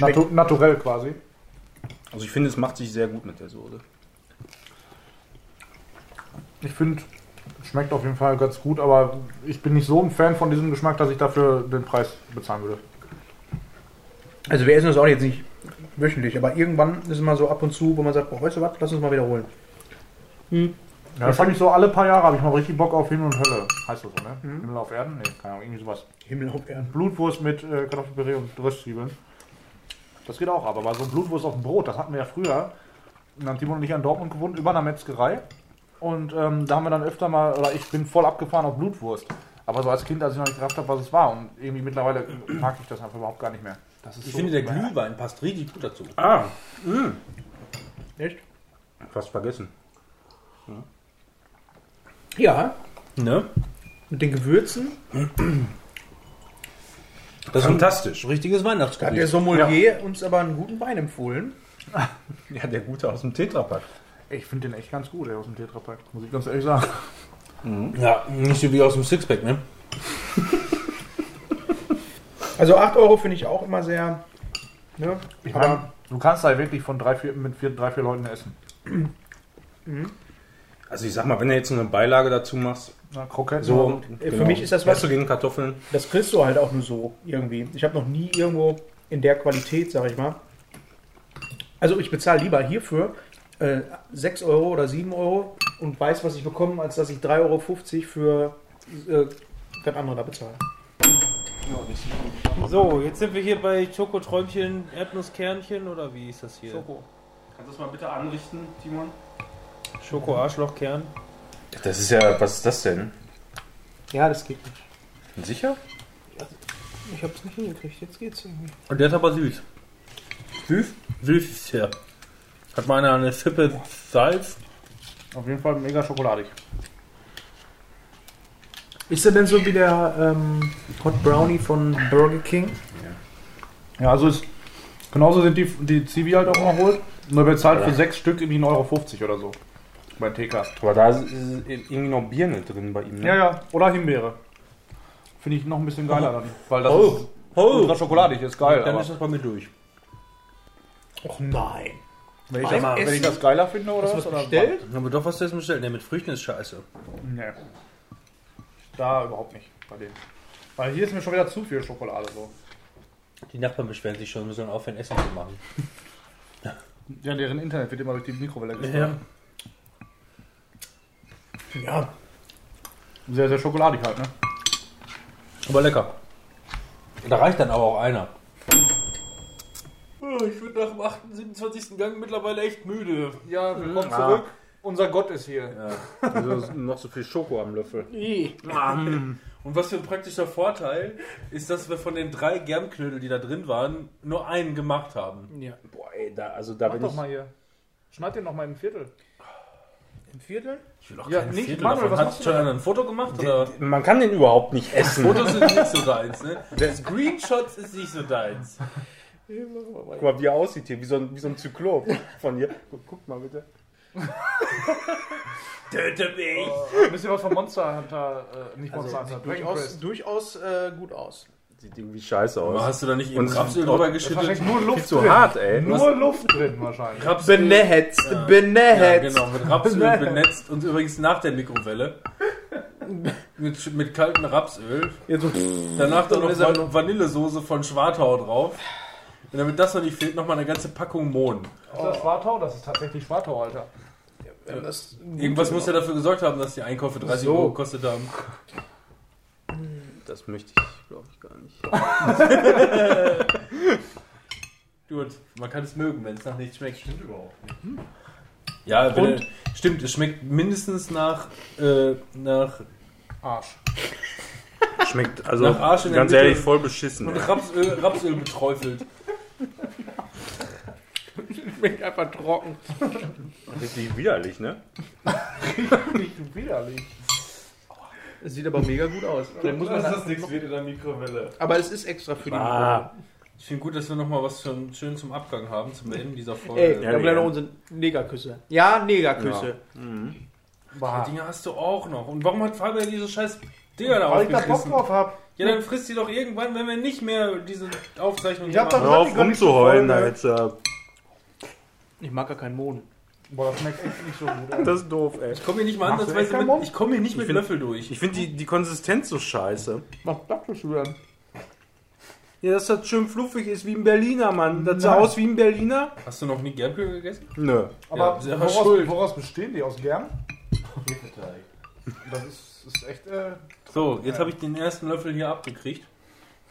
S1: Natu naturell quasi.
S8: Also ich finde, es macht sich sehr gut mit der Soße.
S1: Ich finde, schmeckt auf jeden Fall ganz gut, aber ich bin nicht so ein Fan von diesem Geschmack, dass ich dafür den Preis bezahlen würde.
S3: Also wir essen das auch jetzt nicht wöchentlich, aber irgendwann ist es mal so ab und zu, wo man sagt, boah, weißt du was, lass uns mal wiederholen.
S1: Ja, das habe ich so alle paar Jahre, habe ich mal richtig Bock auf Himmel und Hölle. Heißt das so, ne? Himmel auf Erden? Ne, keine Ahnung, irgendwie sowas.
S3: Himmel auf Erden.
S1: Blutwurst mit äh, Kartoffelpüree und Röstzwiebeln. Das geht auch, aber bei so einem Blutwurst auf dem Brot, das hatten wir ja früher. Und dann haben Timon und ich in Dortmund gewohnt, über einer Metzgerei. Und ähm, da haben wir dann öfter mal, oder ich bin voll abgefahren auf Blutwurst. Aber so als Kind, als ich noch nicht gerafft habe, was es war. Und irgendwie mittlerweile mag ich das einfach überhaupt gar nicht mehr. Das ist
S18: Ich
S1: so-
S18: finde, der Glühwein passt richtig gut dazu.
S8: Ah,
S3: Echt?
S8: Fast vergessen.
S3: Ja,
S8: Ne?
S3: mit den Gewürzen.
S18: Das ist
S8: Fantastisch.
S18: ein richtiges
S3: Da hat der
S18: Weihnachtsgericht.
S3: Sommelier uns aber einen guten Wein empfohlen.
S8: Ja, der gute aus dem Tetrapack.
S1: Ich finde den echt ganz gut, der aus dem Tetrapack. Muss ich ganz ehrlich sagen.
S18: Ja, nicht so wie aus dem Sixpack, ne?
S3: Also 8 Euro finde ich auch immer sehr. Ne?
S1: Ich meine, du kannst da wirklich von drei, vier, mit vier, drei, vier Leuten essen.
S8: Also ich sag mal, wenn du jetzt eine Beilage dazu machst,
S1: Na, Kroketten.
S8: so
S3: Äh, für mich ist das was-
S8: Weißt du gegen Kartoffeln.
S3: Das kriegst du halt auch nur so irgendwie. Ich habe noch nie irgendwo in der Qualität, sag ich mal. Also ich bezahle lieber hierfür äh, 6 Euro oder 7 Euro und weiß, was ich bekomme, als dass ich 3,50 Euro für äh, das andere da bezahle.
S18: So, jetzt sind wir hier bei Schokoträumchen, Erdnusskernchen oder wie ist das hier? Schoko.
S8: Kannst du das mal bitte anrichten, Timon?
S18: Schoko-Arschlochkern.
S23: Das ist ja, was ist das denn?
S3: Ja, das geht nicht.
S23: Sicher?
S3: Ich habe es nicht hingekriegt, jetzt geht's irgendwie.
S18: Und der ist aber süß. Süß? Süß ist ja. Hat mal einer eine Schippe Salz?
S1: Auf jeden Fall mega schokoladig.
S3: Ist er denn so wie der Hot Brownie von Burger King?
S1: Ja, also ist, genauso sind die, die Zivi halt auch immer holt. Nur bezahlt für sechs Stück irgendwie 1,50 Euro oder so. Bei TK.
S18: Aber da ist, ist irgendwie noch Birne drin bei ihm. Ne?
S1: Ja, ja. Oder Himbeere. Finde ich noch ein bisschen geiler dann. Weil das
S18: Oh.
S1: ist
S18: Oh.
S1: ultra schokoladig, ist geil.
S18: Dann ist das bei mir durch.
S1: Och nein. Wenn ich,
S18: Beim
S1: das, wenn ich
S18: Essen?
S1: das geiler finde oder
S18: Hast du
S1: was?
S18: was
S1: Oder
S18: bestellt? Haben wir doch was zu essen bestellt. Ne, mit Früchten ist scheiße.
S1: Nee. Da überhaupt nicht bei denen. Weil hier ist mir schon wieder zu viel Schokolade so.
S18: Die Nachbarn beschweren sich schon, wir sollen aufhören, Essen zu machen.
S1: Ja, deren Internet wird immer durch die Mikrowelle
S18: Ja.
S1: gesteuert. Ja. Sehr, sehr schokoladig halt, ne?
S18: Aber lecker. Da reicht dann aber auch einer. Oh,
S1: Ich bin nach dem 8. 27. Gang mittlerweile echt müde. Ja, willkommen
S18: Ah.
S1: zurück. Unser Gott ist hier.
S8: also,
S18: noch so viel Schoko am Löffel.
S1: Ih.
S18: Und was für ein praktischer Vorteil ist, dass wir von den drei Germknödel, die da drin waren, nur einen gemacht haben.
S1: Ja.
S18: Boah, ey, da, also da
S1: Mach
S18: bin
S1: doch
S18: ich.
S1: mal hier. Schneid den noch mal im Viertel.
S24: Im Viertel?
S18: Ich will auch
S1: Ja,
S18: kein
S1: nicht-
S18: Viertel
S1: Manuel,
S18: davon.
S1: was
S18: Hat
S1: machst du
S18: schon
S1: da?
S18: einer ein Foto gemacht? Oder?
S8: Man kann den überhaupt nicht essen.
S18: Fotos sind nicht so deins, ne? Screenshots ist nicht so deins.
S8: Guck mal, wie er aussieht hier, wie so ein, wie so ein Zyklop von hier. Guck, guck mal bitte.
S18: Töte mich!
S1: Ein bisschen was von Monster Hunter. Äh, nicht Monster Hunter. Dragon
S3: durchaus
S1: Quest.
S3: durchaus äh, gut aus.
S8: Sieht irgendwie scheiße aus.
S18: Aber hast du da nicht eben
S8: Und
S18: Kapsel
S8: doch-
S18: drüber geschüttet?
S1: Wahrscheinlich nur Luft
S8: Viel zu
S1: drin.
S8: hart, ey.
S1: Nur
S8: Was-
S1: Luft drin wahrscheinlich.
S18: Rapsöl-
S8: Benehetzt,
S18: Ja.
S8: benehetzt.
S18: Ja, genau, mit Rapsöl benetzt und übrigens nach der Mikrowelle. Mit, mit kaltem Rapsöl. Danach dann noch Van Vanillesoße von Schwartau drauf. Und damit das noch nicht fehlt, nochmal eine ganze Packung Mohn.
S1: Ist das Schwartau? Das ist tatsächlich Schwartau, Alter.
S18: Irgendwas muss ja dafür gesorgt haben, dass die Einkäufe 30
S8: So.
S18: Euro gekostet haben.
S8: Das möchte ich, glaube ich, gar nicht.
S18: Gut, man kann es mögen, wenn es nach nichts schmeckt. Stimmt überhaupt nicht.
S1: Hm.
S18: Ja, wenn,
S1: Und?
S18: stimmt, es schmeckt mindestens nach, äh, nach
S1: Arsch.
S8: Schmeckt also
S18: Nach Arsch in der
S8: ganz
S18: Mitte.
S8: ehrlich voll beschissen.
S18: Und
S8: ey.
S18: Rapsöl, Rapsöl beträufelt.
S1: Schmeckt einfach trocken.
S8: Richtig widerlich, ne?
S1: Nicht widerlich.
S3: Es sieht aber mega gut aus. Dann muss man
S18: Das
S3: das
S18: ist nichts wird in der Mikrowelle.
S3: aber es ist extra für die
S18: Ah.
S8: Also,
S18: Ich finde gut, dass wir nochmal was schon schön zum Abgang haben, zum Beenden dieser Folge.
S3: Ey, da bleiben noch unsere Negerküsse. Ja, Negerküsse.
S18: Die Dinger hast du auch noch. Und warum hat Fabian diese scheiß Dinger da
S1: Weil ich da Bock
S18: aufgerissen?
S1: drauf hab.
S18: Ja, dann frisst die doch irgendwann, wenn wir nicht mehr diese Aufzeichnung
S1: Ich hab
S18: hier
S1: doch
S18: machen.
S8: Hör auf rumzuheulen,
S1: halt.
S8: Alter.
S3: Ich mag gar keinen Mohn.
S1: Boah, das schmeckt echt nicht so gut. ey.
S8: ne? Das ist doof, ey.
S18: Ich komme hier nicht mal
S8: Machst du
S18: ansatzweise
S8: echt keinen
S18: mit,
S8: Bock?
S18: ich komme hier nicht mit
S8: find-
S18: Löffel durch.
S8: Ich finde die, die Konsistenz so scheiße.
S1: Was dachtest du denn?
S8: Ja, dass das schön fluffig ist wie ein Berliner, Mann. Das
S1: sah aus
S8: wie ein Berliner?
S18: Hast du noch nie Germkühe gegessen?
S8: Nö.
S1: Aber
S18: Ja, sehr
S1: woraus,
S18: schuld.
S1: woraus bestehen die? Aus Germ? Das ist, ist echt. Äh,
S18: So, jetzt habe ich den ersten Löffel hier abgekriegt.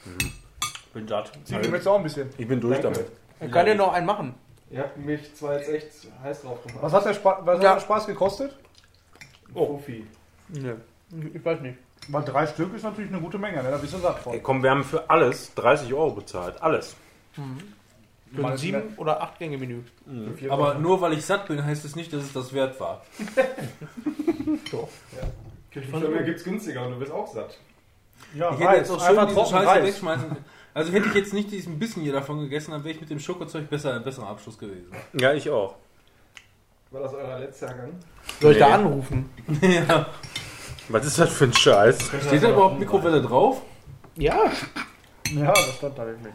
S18: Mhm. Bin satt.
S1: Zieh, du möchtest auch ein bisschen.
S8: Ich bin durch
S1: Danke.
S8: damit.
S3: Dann kann ja noch einen machen.
S6: Ihr habt mich zwar jetzt echt heiß drauf gemacht.
S1: Was hat der, Spa was
S3: Ja.
S1: hat der Spaß gekostet?
S6: Profi.
S3: Nö. Ich weiß nicht.
S1: Weil drei Stück ist natürlich eine gute Menge, ne? da bist du satt
S8: Ey,
S1: von.
S8: komm, wir haben für alles 30 Euro bezahlt. Alles.
S3: Für ein sieben- oder acht Gänge Menü.
S18: Aber nur weil ich satt bin, heißt es nicht, dass es das wert war.
S6: Ich fand, mir gibt's günstiger und du bist auch satt.
S1: Ja,
S18: Ich hätte jetzt auch schön diese Scheiße wegschmeißen können. Also hätte ich jetzt nicht diesen Bissen hier davon gegessen, dann wäre ich mit dem Schokozeug besser ein besserer Abschluss gewesen.
S8: Ja, ich auch.
S6: War das euer letzter Gang?
S3: Soll ich da
S8: Nee.
S3: anrufen?
S18: ja.
S8: Was ist das für ein Scheiß?
S18: Steht da überhaupt Mikrowelle drauf?
S3: Ja.
S1: Ja, das stand da wirklich.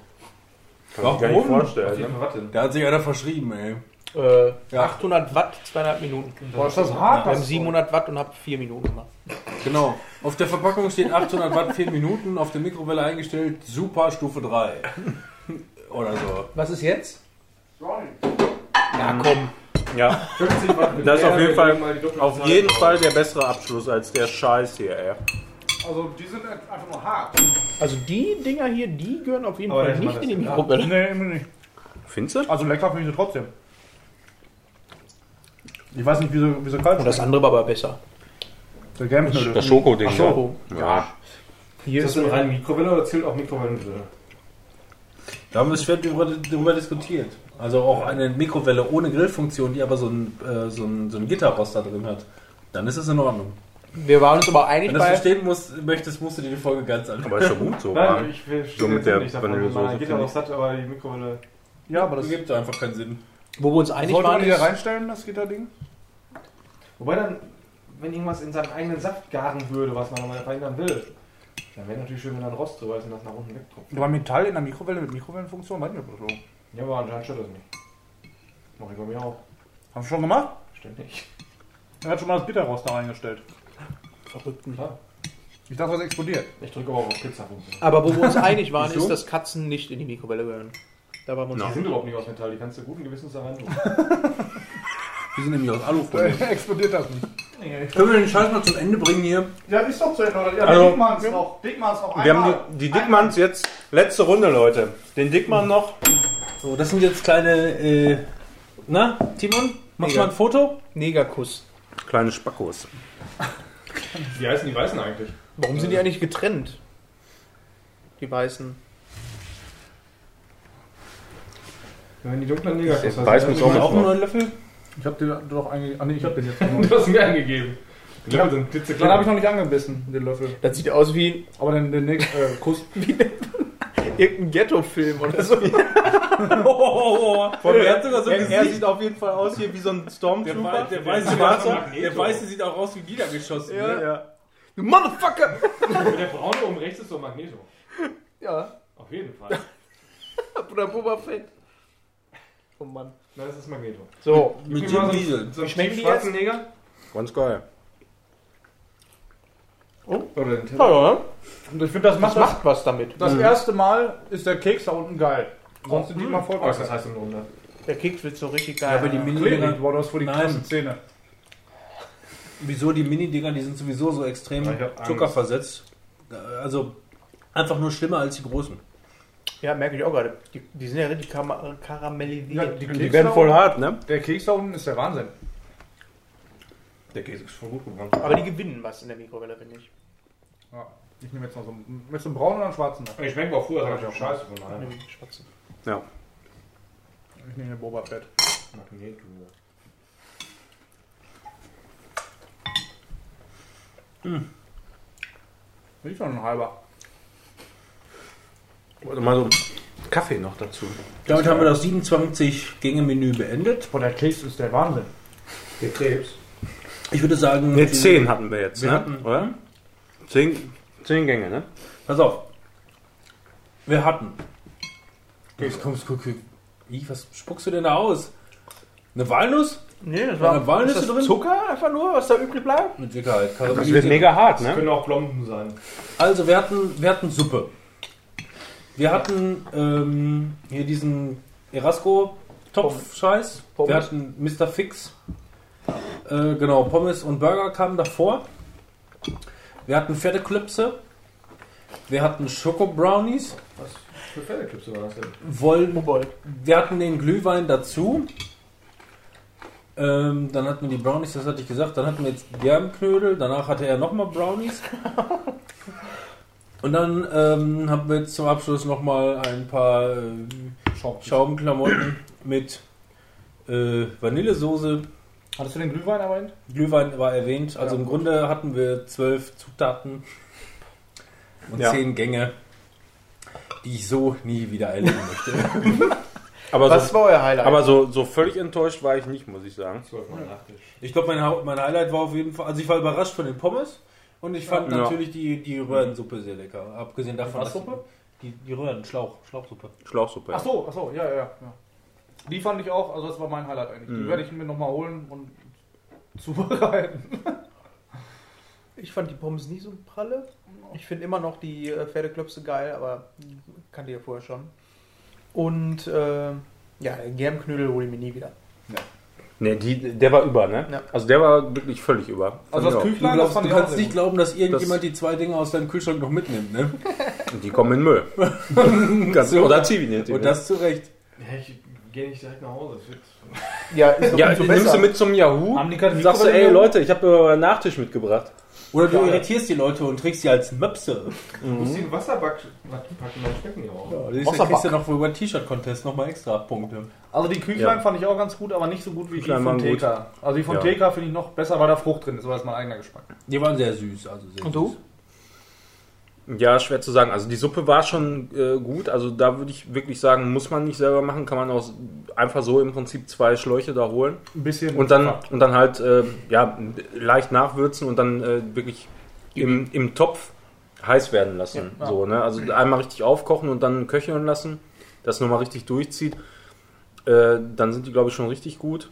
S8: Kann ich gar nicht
S18: Warum?
S8: vorstellen. Ne?
S6: Warte.
S18: Da hat sich einer verschrieben, ey.
S3: Äh,
S18: Ja.
S3: 800 Watt, zweieinhalb Minuten.
S1: Boah, ist das hart,
S3: Wir haben
S1: das
S3: 700 Watt und habe vier Minuten gemacht.
S18: Genau. Auf der Verpackung steht 800 Watt 4 Minuten, auf der Mikrowelle eingestellt, super Stufe 3. Oder so.
S3: Was ist jetzt? Ja, komm.
S8: Ja,
S6: 50 Watt.
S8: das ist auf jeden
S6: Mal die
S8: Fall,
S6: doppelte
S8: auf
S6: Zahl.
S8: jeden Fall der bessere Abschluss als der Scheiß hier, ey.
S1: Also, die sind einfach nur hart.
S3: Also die Dinger hier, die gehören auf jeden
S6: Aber
S3: Fall
S6: dann
S3: nicht
S6: mal
S3: in die
S6: das-
S3: Mikrowelle.
S1: Nee, immer nicht.
S8: Findest du?
S1: Also, lecker finde ich sie trotzdem. Ich weiß nicht, wieso, wieso kalt
S3: Und das andere war aber besser.
S1: Der Germknödel.
S8: Schokoding.
S1: Ach so.
S8: Ja.
S3: Hier
S6: Ist das
S3: ist
S6: denn rein Mikrowelle oder zählt auch Mikrowellenbrille?
S18: Da haben wir schwer drüber, drüber diskutiert. Also auch eine Mikrowelle ohne Grillfunktion, die aber so ein, äh, so ein, so ein Gitterrost da drin hat. Dann ist es in Ordnung.
S3: Wir waren uns aber einig
S18: Wenn du das
S3: bei.
S18: verstehen musst, möchtest, musst du dir die Folge ganz anschauen.
S8: Aber ist schon gut so,
S6: Nein, ich verstehe
S8: So mit
S6: jetzt
S8: der
S6: nicht davon.
S8: Vanillesoße,
S6: Man geht ja
S8: finde
S6: auch
S8: ich.
S6: satt, aber die Mikrowelle.
S1: Ja, aber das
S18: gibt einfach keinen Sinn.
S3: Wo wir uns
S6: einig
S1: Sollte
S6: waren,
S1: man die da
S6: ist-
S1: reinstellen, das Gitterding?
S6: Wobei dann, wenn irgendwas in seinen eigenen Saft garen würde, was man normalerweise verhindern will, dann wäre natürlich schön, wenn da ein Rost drüber ist und das nach unten wegtropft.
S1: Aber Metall in der Mikrowelle mit Mikrowellenfunktion, weiß nicht, ob das so.
S6: Ja, aber anscheinend stört das nicht. Mach ich bei mir auch.
S1: Haben Sie schon gemacht?
S6: Ständig.
S1: Er hat schon mal das Bitterrost da reingestellt.
S3: Verrückt,
S6: klar.
S1: Ich dachte, was explodiert.
S6: Ich drücke aber auch auf Pizza-Funktion.
S3: Aber wo wir uns einig waren,
S6: Wieso?
S3: ist, dass Katzen nicht in die Mikrowelle gehören. Da waren wir uns
S6: Die sind
S3: einig.
S6: überhaupt nicht aus Metall, die kannst du guten Gewissens da rein tun.
S18: Wir sind nämlich aus Alu
S1: Explodiert das nicht.
S18: Können wir den Scheiß mal zum Ende bringen hier?
S1: Ja, ist doch zu Ende, oder? Ja,
S8: Also-
S1: Dickmanns noch. Dickmanns noch
S8: Wir haben die, die Dickmanns jetzt. Letzte Runde, Leute. Den Dickmann noch.
S18: So, das sind jetzt kleine. Äh, na, Timon? Machst du
S8: Mega.
S18: mal ein Foto?
S3: Negerkuss.
S8: Kleine Spackos.
S6: Wie heißen die Weißen eigentlich?
S3: Warum sind die eigentlich getrennt? Die Weißen.
S6: Wenn die dunklen Neger
S8: Ich weiß, muss auch noch.
S1: einen Löffel? Ich hab den doch eingegeben. Ah, nee, ich hab den jetzt.
S6: Du hast ihn mir eingegeben. Die Löffel sind
S1: Den
S6: klitzeklein.
S1: habe ich noch nicht angebissen, den Löffel.
S3: Das sieht aus wie.
S1: Aber den, den nächsten äh, Kuss.
S3: Irgendein Ghetto-Film oder so.
S18: Von, er hat sogar so ein
S8: er, er
S18: Gesicht.
S8: sieht auf jeden Fall aus hier wie so ein Stormtrooper.
S18: Der Weiße,
S8: Schwarzer.
S18: der Weiße sieht auch aus wie niedergeschossen.
S8: Ja.
S18: Ne?
S3: Du Motherfucker!
S6: Also Der braune oben rechts ist so ein Magneto.
S3: Ja,
S6: Auf jeden Fall.
S3: Bruder Boba Fett. Oh Mann.
S6: Nein, das ist Magneto.
S3: So.
S6: Mit
S8: Jim
S6: Diesel.
S3: Wie
S6: So einen
S3: schmecken die
S6: schwarzen
S3: jetzt?
S6: Neger?
S8: Ganz geil.
S6: Oder den Teller.
S3: Ja, ja.
S1: Und ich finde, das macht
S3: Das macht was damit.
S1: Das
S3: Mhm.
S1: erste Mal ist der Keks da unten geil. Sonst sind die immer voll
S6: Oh, das heißt im Grunde.
S3: Der Kick wird so richtig geil.
S18: aber die
S3: Ja.
S18: Mini-
S1: Klebt nicht, boah, du hast wohl die
S18: Nein.
S1: krassen Zähne.
S18: Wieso die Mini-Dinger, die sind sowieso so extrem
S6: Ja, ich hab Angst.
S18: zuckerversetzt. Also einfach nur schlimmer als die großen.
S3: ja, merke ich auch gerade. Die, die sind ja richtig kar karamellisiert.
S1: Kekse
S8: werden
S1: da
S8: voll
S1: unten-
S8: hart, ne?
S1: Der Keks da unten ist der Wahnsinn.
S6: Der Käse ist voll gut geworden.
S3: Aber die gewinnen was in der Mikrowelle, finde ich.
S1: Ja, ich nehme jetzt noch so einen, möchtest du einen braunen oder einen schwarzen?
S6: Und ich schmecke auch früher, das war
S1: Ja,
S6: schon scheiße von daher.
S3: Die Schwarzen.
S8: Ja.
S1: Ich nehme den Boba Fett.
S6: Magneto.
S1: Will ich noch einen halber.
S8: Warte mal so Kaffee noch dazu.
S6: Mhm.
S18: Damit haben wir das 27 Gänge-Menü beendet.
S1: Boah, der Keks ist der Wahnsinn.
S6: Der Krebs.
S18: Ich würde sagen.
S8: Ne,
S18: die-
S8: 10 hatten wir jetzt,
S18: Wir
S8: ne?
S18: hatten-
S8: Oder? 10, 10 Gänge, ne?
S18: Pass auf. Wir hatten. Jetzt kommst du, ich, was spuckst du denn da aus? Eine Walnuss?
S3: Nee, das
S18: War da
S3: war
S18: Walnüsse
S3: ist das
S18: drin?
S3: Zucker einfach nur, was da übrig bleibt.
S18: Mit Sicherheit.
S8: Das wird mega hart,
S6: Das
S8: ne?
S6: können auch Plomben sein.
S18: Also wir hatten, wir hatten Suppe. Wir hatten ähm, hier diesen Erasco-Topf-Scheiß.
S3: Pommes.
S18: Wir hatten Mr. Fix. Äh, genau, Pommes und Burger kamen davor. Wir hatten Pferdeklöpse. Wir hatten Schoko-Brownies.
S6: Was für Pferdeklips oder was denn?
S18: Wollen-
S3: Humboldt.
S18: Wir hatten den Glühwein dazu. Ähm, dann hatten wir die Brownies, das hatte ich gesagt. Dann hatten wir jetzt Germknödel. Danach hatte er nochmal Brownies. Und dann ähm, haben wir jetzt zum Abschluss nochmal ein paar ähm, Schaumklamotten mit äh, Vanillesoße.
S1: Hattest du den Glühwein erwähnt?
S18: Glühwein war erwähnt. Also
S1: Ja.
S18: im Grunde hatten wir zwölf Zutaten und
S8: Ja.
S18: zehn Gänge, die ich so nie wieder erleben möchte.
S8: Aber,
S3: Was
S8: so,
S3: war euer Highlight?
S8: aber so, so völlig enttäuscht war ich nicht, muss ich sagen.
S6: Zwölfmal Nachtisch.
S18: Ich glaube, mein, Hau- mein Highlight war auf jeden Fall, also ich war überrascht von den Pommes und ich fand
S8: Ja.
S18: natürlich die, die Röhrensuppe sehr lecker. Abgesehen davon,
S1: Was
S18: dass-
S1: Suppe?
S18: Die, die Röhren, Schlauch, Schlauchsuppe.
S8: Schlauchsuppe.
S1: Ach so, ach so, ja, ja, ja. Die fand ich auch, also das war mein Highlight eigentlich. Die
S8: Mhm.
S1: werde ich mir nochmal holen und zubereiten.
S3: ich fand die Pommes nie so pralle. Ich finde immer noch die äh, Pferdeklöpse geil, aber kannte ich ja vorher schon. Und äh, ja, Germknödel hole ich mir nie wieder.
S8: Ne, die, der war über, ne?
S3: Ja.
S8: Also der war wirklich völlig über.
S1: Also das
S8: Fand ich
S18: Du,
S1: Küchlein, das
S18: glaubst,
S1: fand
S18: du
S1: ich auch
S18: kannst
S1: sehr
S18: nicht
S1: gut.
S18: glauben, dass irgendjemand die zwei Dinge aus deinem Kühlschrank noch mitnimmt, ne?
S8: auch. Die kommen in Müll. Ganz, oder Zivin.
S18: Und das zu Recht.
S6: Ja, ich gehe nicht direkt nach Hause. Das wird-
S3: Ja, ist doch
S8: Ja,
S3: umso
S8: nimmst
S3: besser.
S8: du mit zum Yahoo?
S1: Haben die keine
S8: Sagst du,
S1: Mikrowelle
S8: ey
S1: mehr?
S8: Leute, ich habe euren Nachtisch mitgebracht.
S18: Oder du
S25: Ja, ja.
S18: irritierst die Leute und trägst sie als Möpse.
S25: Du musst den Wasserback packen, dann schmecken die auch.
S18: Ja, das ist- da kriegst du noch für über T-Shirt-Contest nochmal extra Punkte.
S6: Also die Küchlein fand ich auch ganz gut, aber nicht so gut wie die
S18: Küchlein
S6: von
S18: waren gut.
S6: Teka. Also die von
S18: Ja.
S6: Teka finde ich noch besser, weil da Frucht drin ist, aber das ist mein eigener Geschmack.
S18: Die waren sehr süß. Also sehr
S6: Und du?
S18: Süß.
S8: Ja, schwer zu sagen. Also die Suppe war schon äh, gut. Also da würde ich wirklich sagen, muss man nicht selber machen, kann man auch einfach so im Prinzip zwei Schläuche da holen.
S6: Ein bisschen
S8: Und dann,
S6: Pfeffer.
S8: und dann halt äh, ja, leicht nachwürzen und dann äh, wirklich im, im Topf heiß werden lassen.
S26: Ja.
S8: So, ne? Also einmal richtig aufkochen und dann köcheln lassen, das nochmal richtig durchzieht. Äh, dann sind die, glaube ich, schon richtig gut.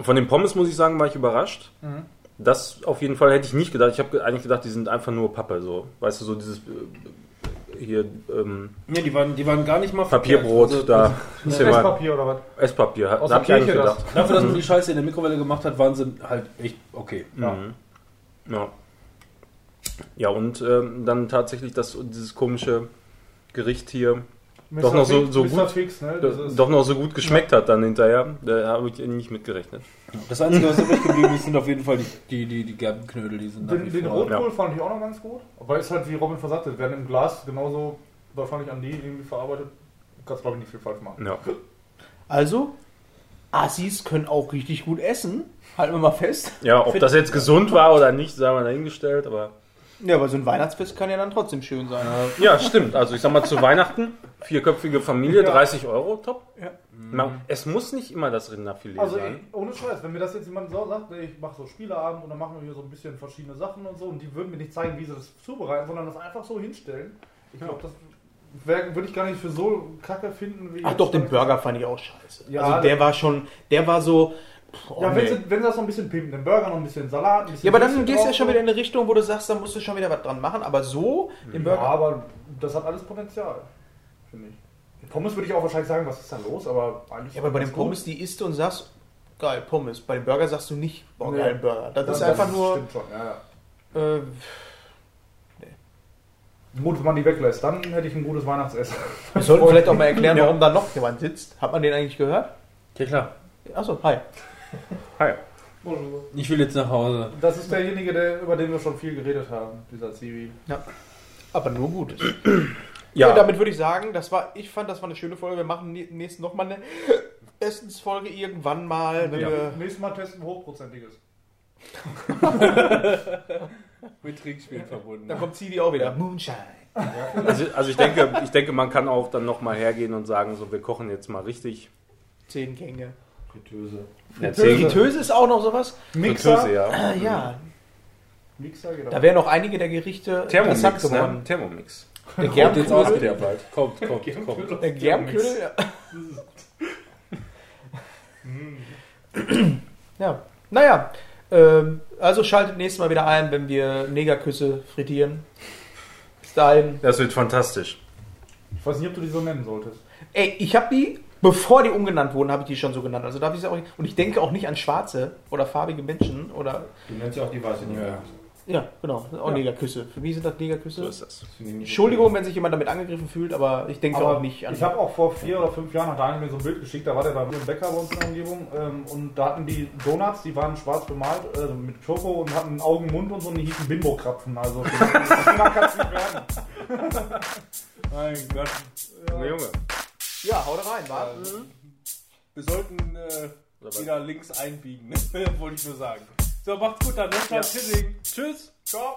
S8: Von den Pommes, muss ich sagen, war ich überrascht.
S6: Mhm.
S8: Das auf jeden Fall hätte ich nicht gedacht. Ich habe eigentlich gedacht, die sind einfach nur Pappe. So. Weißt du, so dieses äh, hier ähm,
S18: Ja, die waren, die waren gar nicht mal
S8: Papierbrot
S18: verkehrt.
S8: da.
S18: Also,
S8: Ist
S18: ja.
S8: ja mal-
S18: Esspapier oder was?
S8: Esspapier, da
S18: Aus
S8: hab ich
S18: der
S8: eigentlich
S18: Kirche
S8: gedacht.
S18: das. Dafür, dass man
S8: Mhm.
S18: die Scheiße in der Mikrowelle gemacht hat, waren sie halt echt okay.
S8: Mhm. Ja. Ja, und ähm, dann tatsächlich das, dieses komische Gericht hier
S6: Mr.
S8: doch noch so,
S6: Fix-
S8: so
S6: Mr.
S8: gut
S6: Fix, ne? Das ist-
S8: doch noch so gut geschmeckt hat dann hinterher. Da habe ich nicht mitgerechnet.
S18: Das Einzige, was übrig geblieben ist, sind auf jeden Fall die, die, die, die Gerbenknödel. Die sind nach wie
S6: Den, den
S18: vor-
S6: Rotkohl fand ich auch noch ganz gut, weil es halt wie Robin versagt ist. Werden im Glas genauso, da fand ich an die irgendwie verarbeitet. Kannst glaube ich nicht viel falsch machen.
S8: Ja.
S3: Also, Assis können auch richtig gut essen. Halten wir mal fest.
S8: Ja, ob das jetzt gesund war oder nicht, sei mal dahingestellt, aber.
S3: Ja, aber so ein Weihnachtsfest kann ja dann trotzdem schön sein.
S8: Ja, stimmt. Also ich sag mal zu Weihnachten, vierköpfige Familie,
S6: Ja.
S8: 30 Euro, top. Mhm.
S6: Ja.
S8: Man- Es muss nicht immer das Rinderfilet
S6: Also
S8: sein.
S6: ey, ohne Scheiß, wenn mir das jetzt jemand so sagt, ey, ich mache so Spieleabend und dann machen wir hier so ein bisschen verschiedene Sachen und so und die würden mir nicht zeigen, wie sie das zubereiten, sondern das einfach so hinstellen. Ich glaube, das wär- würde ich gar nicht für so kacke finden. Wie
S3: Ach
S6: jetzt-
S3: doch, den Burger fand ich auch scheiße.
S6: Ja,
S3: also der
S6: der-
S3: war schon, der war so. pff, oh
S6: ja, wenn,
S3: nee.
S6: sie, wenn sie das noch ein bisschen pimpen, den Burger noch ein bisschen Salat, ein bisschen
S3: ja, aber dann
S6: Würstchen
S3: gehst du ja
S6: drauf,
S3: schon wieder in eine Richtung, wo du sagst, da musst du schon wieder was dran machen. Aber so, den
S6: Ja,
S3: Burger.
S6: aber das hat alles Potenzial, finde ich. Pommes würde ich auch wahrscheinlich sagen, was ist da los, aber eigentlich.
S3: Ja, aber bei den
S6: ganz gut.
S3: Pommes, die isst du und sagst, geil, Pommes. Bei dem Burger sagst du nicht, boah,
S6: Nee.
S3: geil, Burger. Das
S6: Ja,
S3: ist einfach nur.
S6: Stimmt schon, ja, ja.
S3: Äh,
S6: Gut, wenn man die weglässt, dann hätte ich ein gutes Weihnachtsessen.
S3: wir sollten vielleicht auch mal erklären, warum da noch jemand sitzt. Hat man den eigentlich gehört?
S18: Ja, klar.
S3: Achso, hi.
S8: Hi.
S18: Ich will jetzt nach Hause.
S6: Das ist derjenige, der, über den wir schon viel geredet haben, dieser Zivi.
S3: Ja. Aber nur Gutes.
S8: Ja.
S3: Ja. damit würde ich sagen, das war, ich fand, das war eine schöne Folge. Wir machen nä- nächstes noch mal eine Essensfolge irgendwann mal. Wenn
S6: Ja.
S3: wir
S6: Nächstes Mal testen wir hochprozentiges.
S18: Mit Trinkspielen verbunden.
S3: Dann kommt Zidi auch wieder. Moonshine.
S8: Also, also ich, denke, ich denke, man kann auch dann nochmal hergehen und sagen, so, wir kochen jetzt mal richtig.
S3: Zehn Gänge. Fritteuse.
S8: Ja,
S3: Fritteuse.
S8: zehn-
S3: ist auch noch sowas.
S8: Mixer. Fritteuse, ja.
S3: Ah, ja.
S6: Mixer, genau.
S3: Da wären auch einige der Gerichte
S8: Thermomix,
S3: interessant
S8: ne?
S3: geworden.
S8: Thermomix.
S3: Der
S8: Kommt
S3: Germknödel.
S8: jetzt auch wieder bald. Kommt, kommt, kommt.
S3: Der Germknödel, ja. ja. Naja, ähm, also schaltet nächstes Mal wieder ein, wenn wir Negerküsse frittieren. Bis dahin.
S8: Das wird fantastisch.
S6: Ich weiß nicht, ob du die so nennen solltest.
S3: Ey, ich habe die, bevor die umgenannt wurden, habe ich die schon so genannt. Also darf ich sie auch nicht. Und ich denke auch nicht an schwarze oder farbige Menschen oder.
S25: Du nennst ja auch die Weiße nicht mehr.
S3: Ja, genau. Auch
S25: Ja.
S3: Negerküsse. Für mich sind das Negerküsse.
S25: So ist das.
S3: Entschuldigung, wenn sich jemand damit angegriffen fühlt, aber ich denke
S6: Aber
S3: auch nicht an.
S6: Ich habe auch vor vier oder fünf Jahren hat Daniel mir so ein Bild geschickt, da war der bei mir im Bäcker bei uns in der Umgebung ähm, und da hatten die Donuts, die waren schwarz bemalt, also mit Schoko und hatten Augen, Mund und so und die hießen Bimbo-Krapfen. Also das kann's nicht werden.
S18: Mein Gott.
S8: Ja. Junge.
S3: Ja, hau da rein, warte.
S18: Wir sollten äh, wieder links einbiegen, wollte ich nur sagen. So, macht's gut dann. Ne? Ja. Tschüss. Tschüss. Ciao.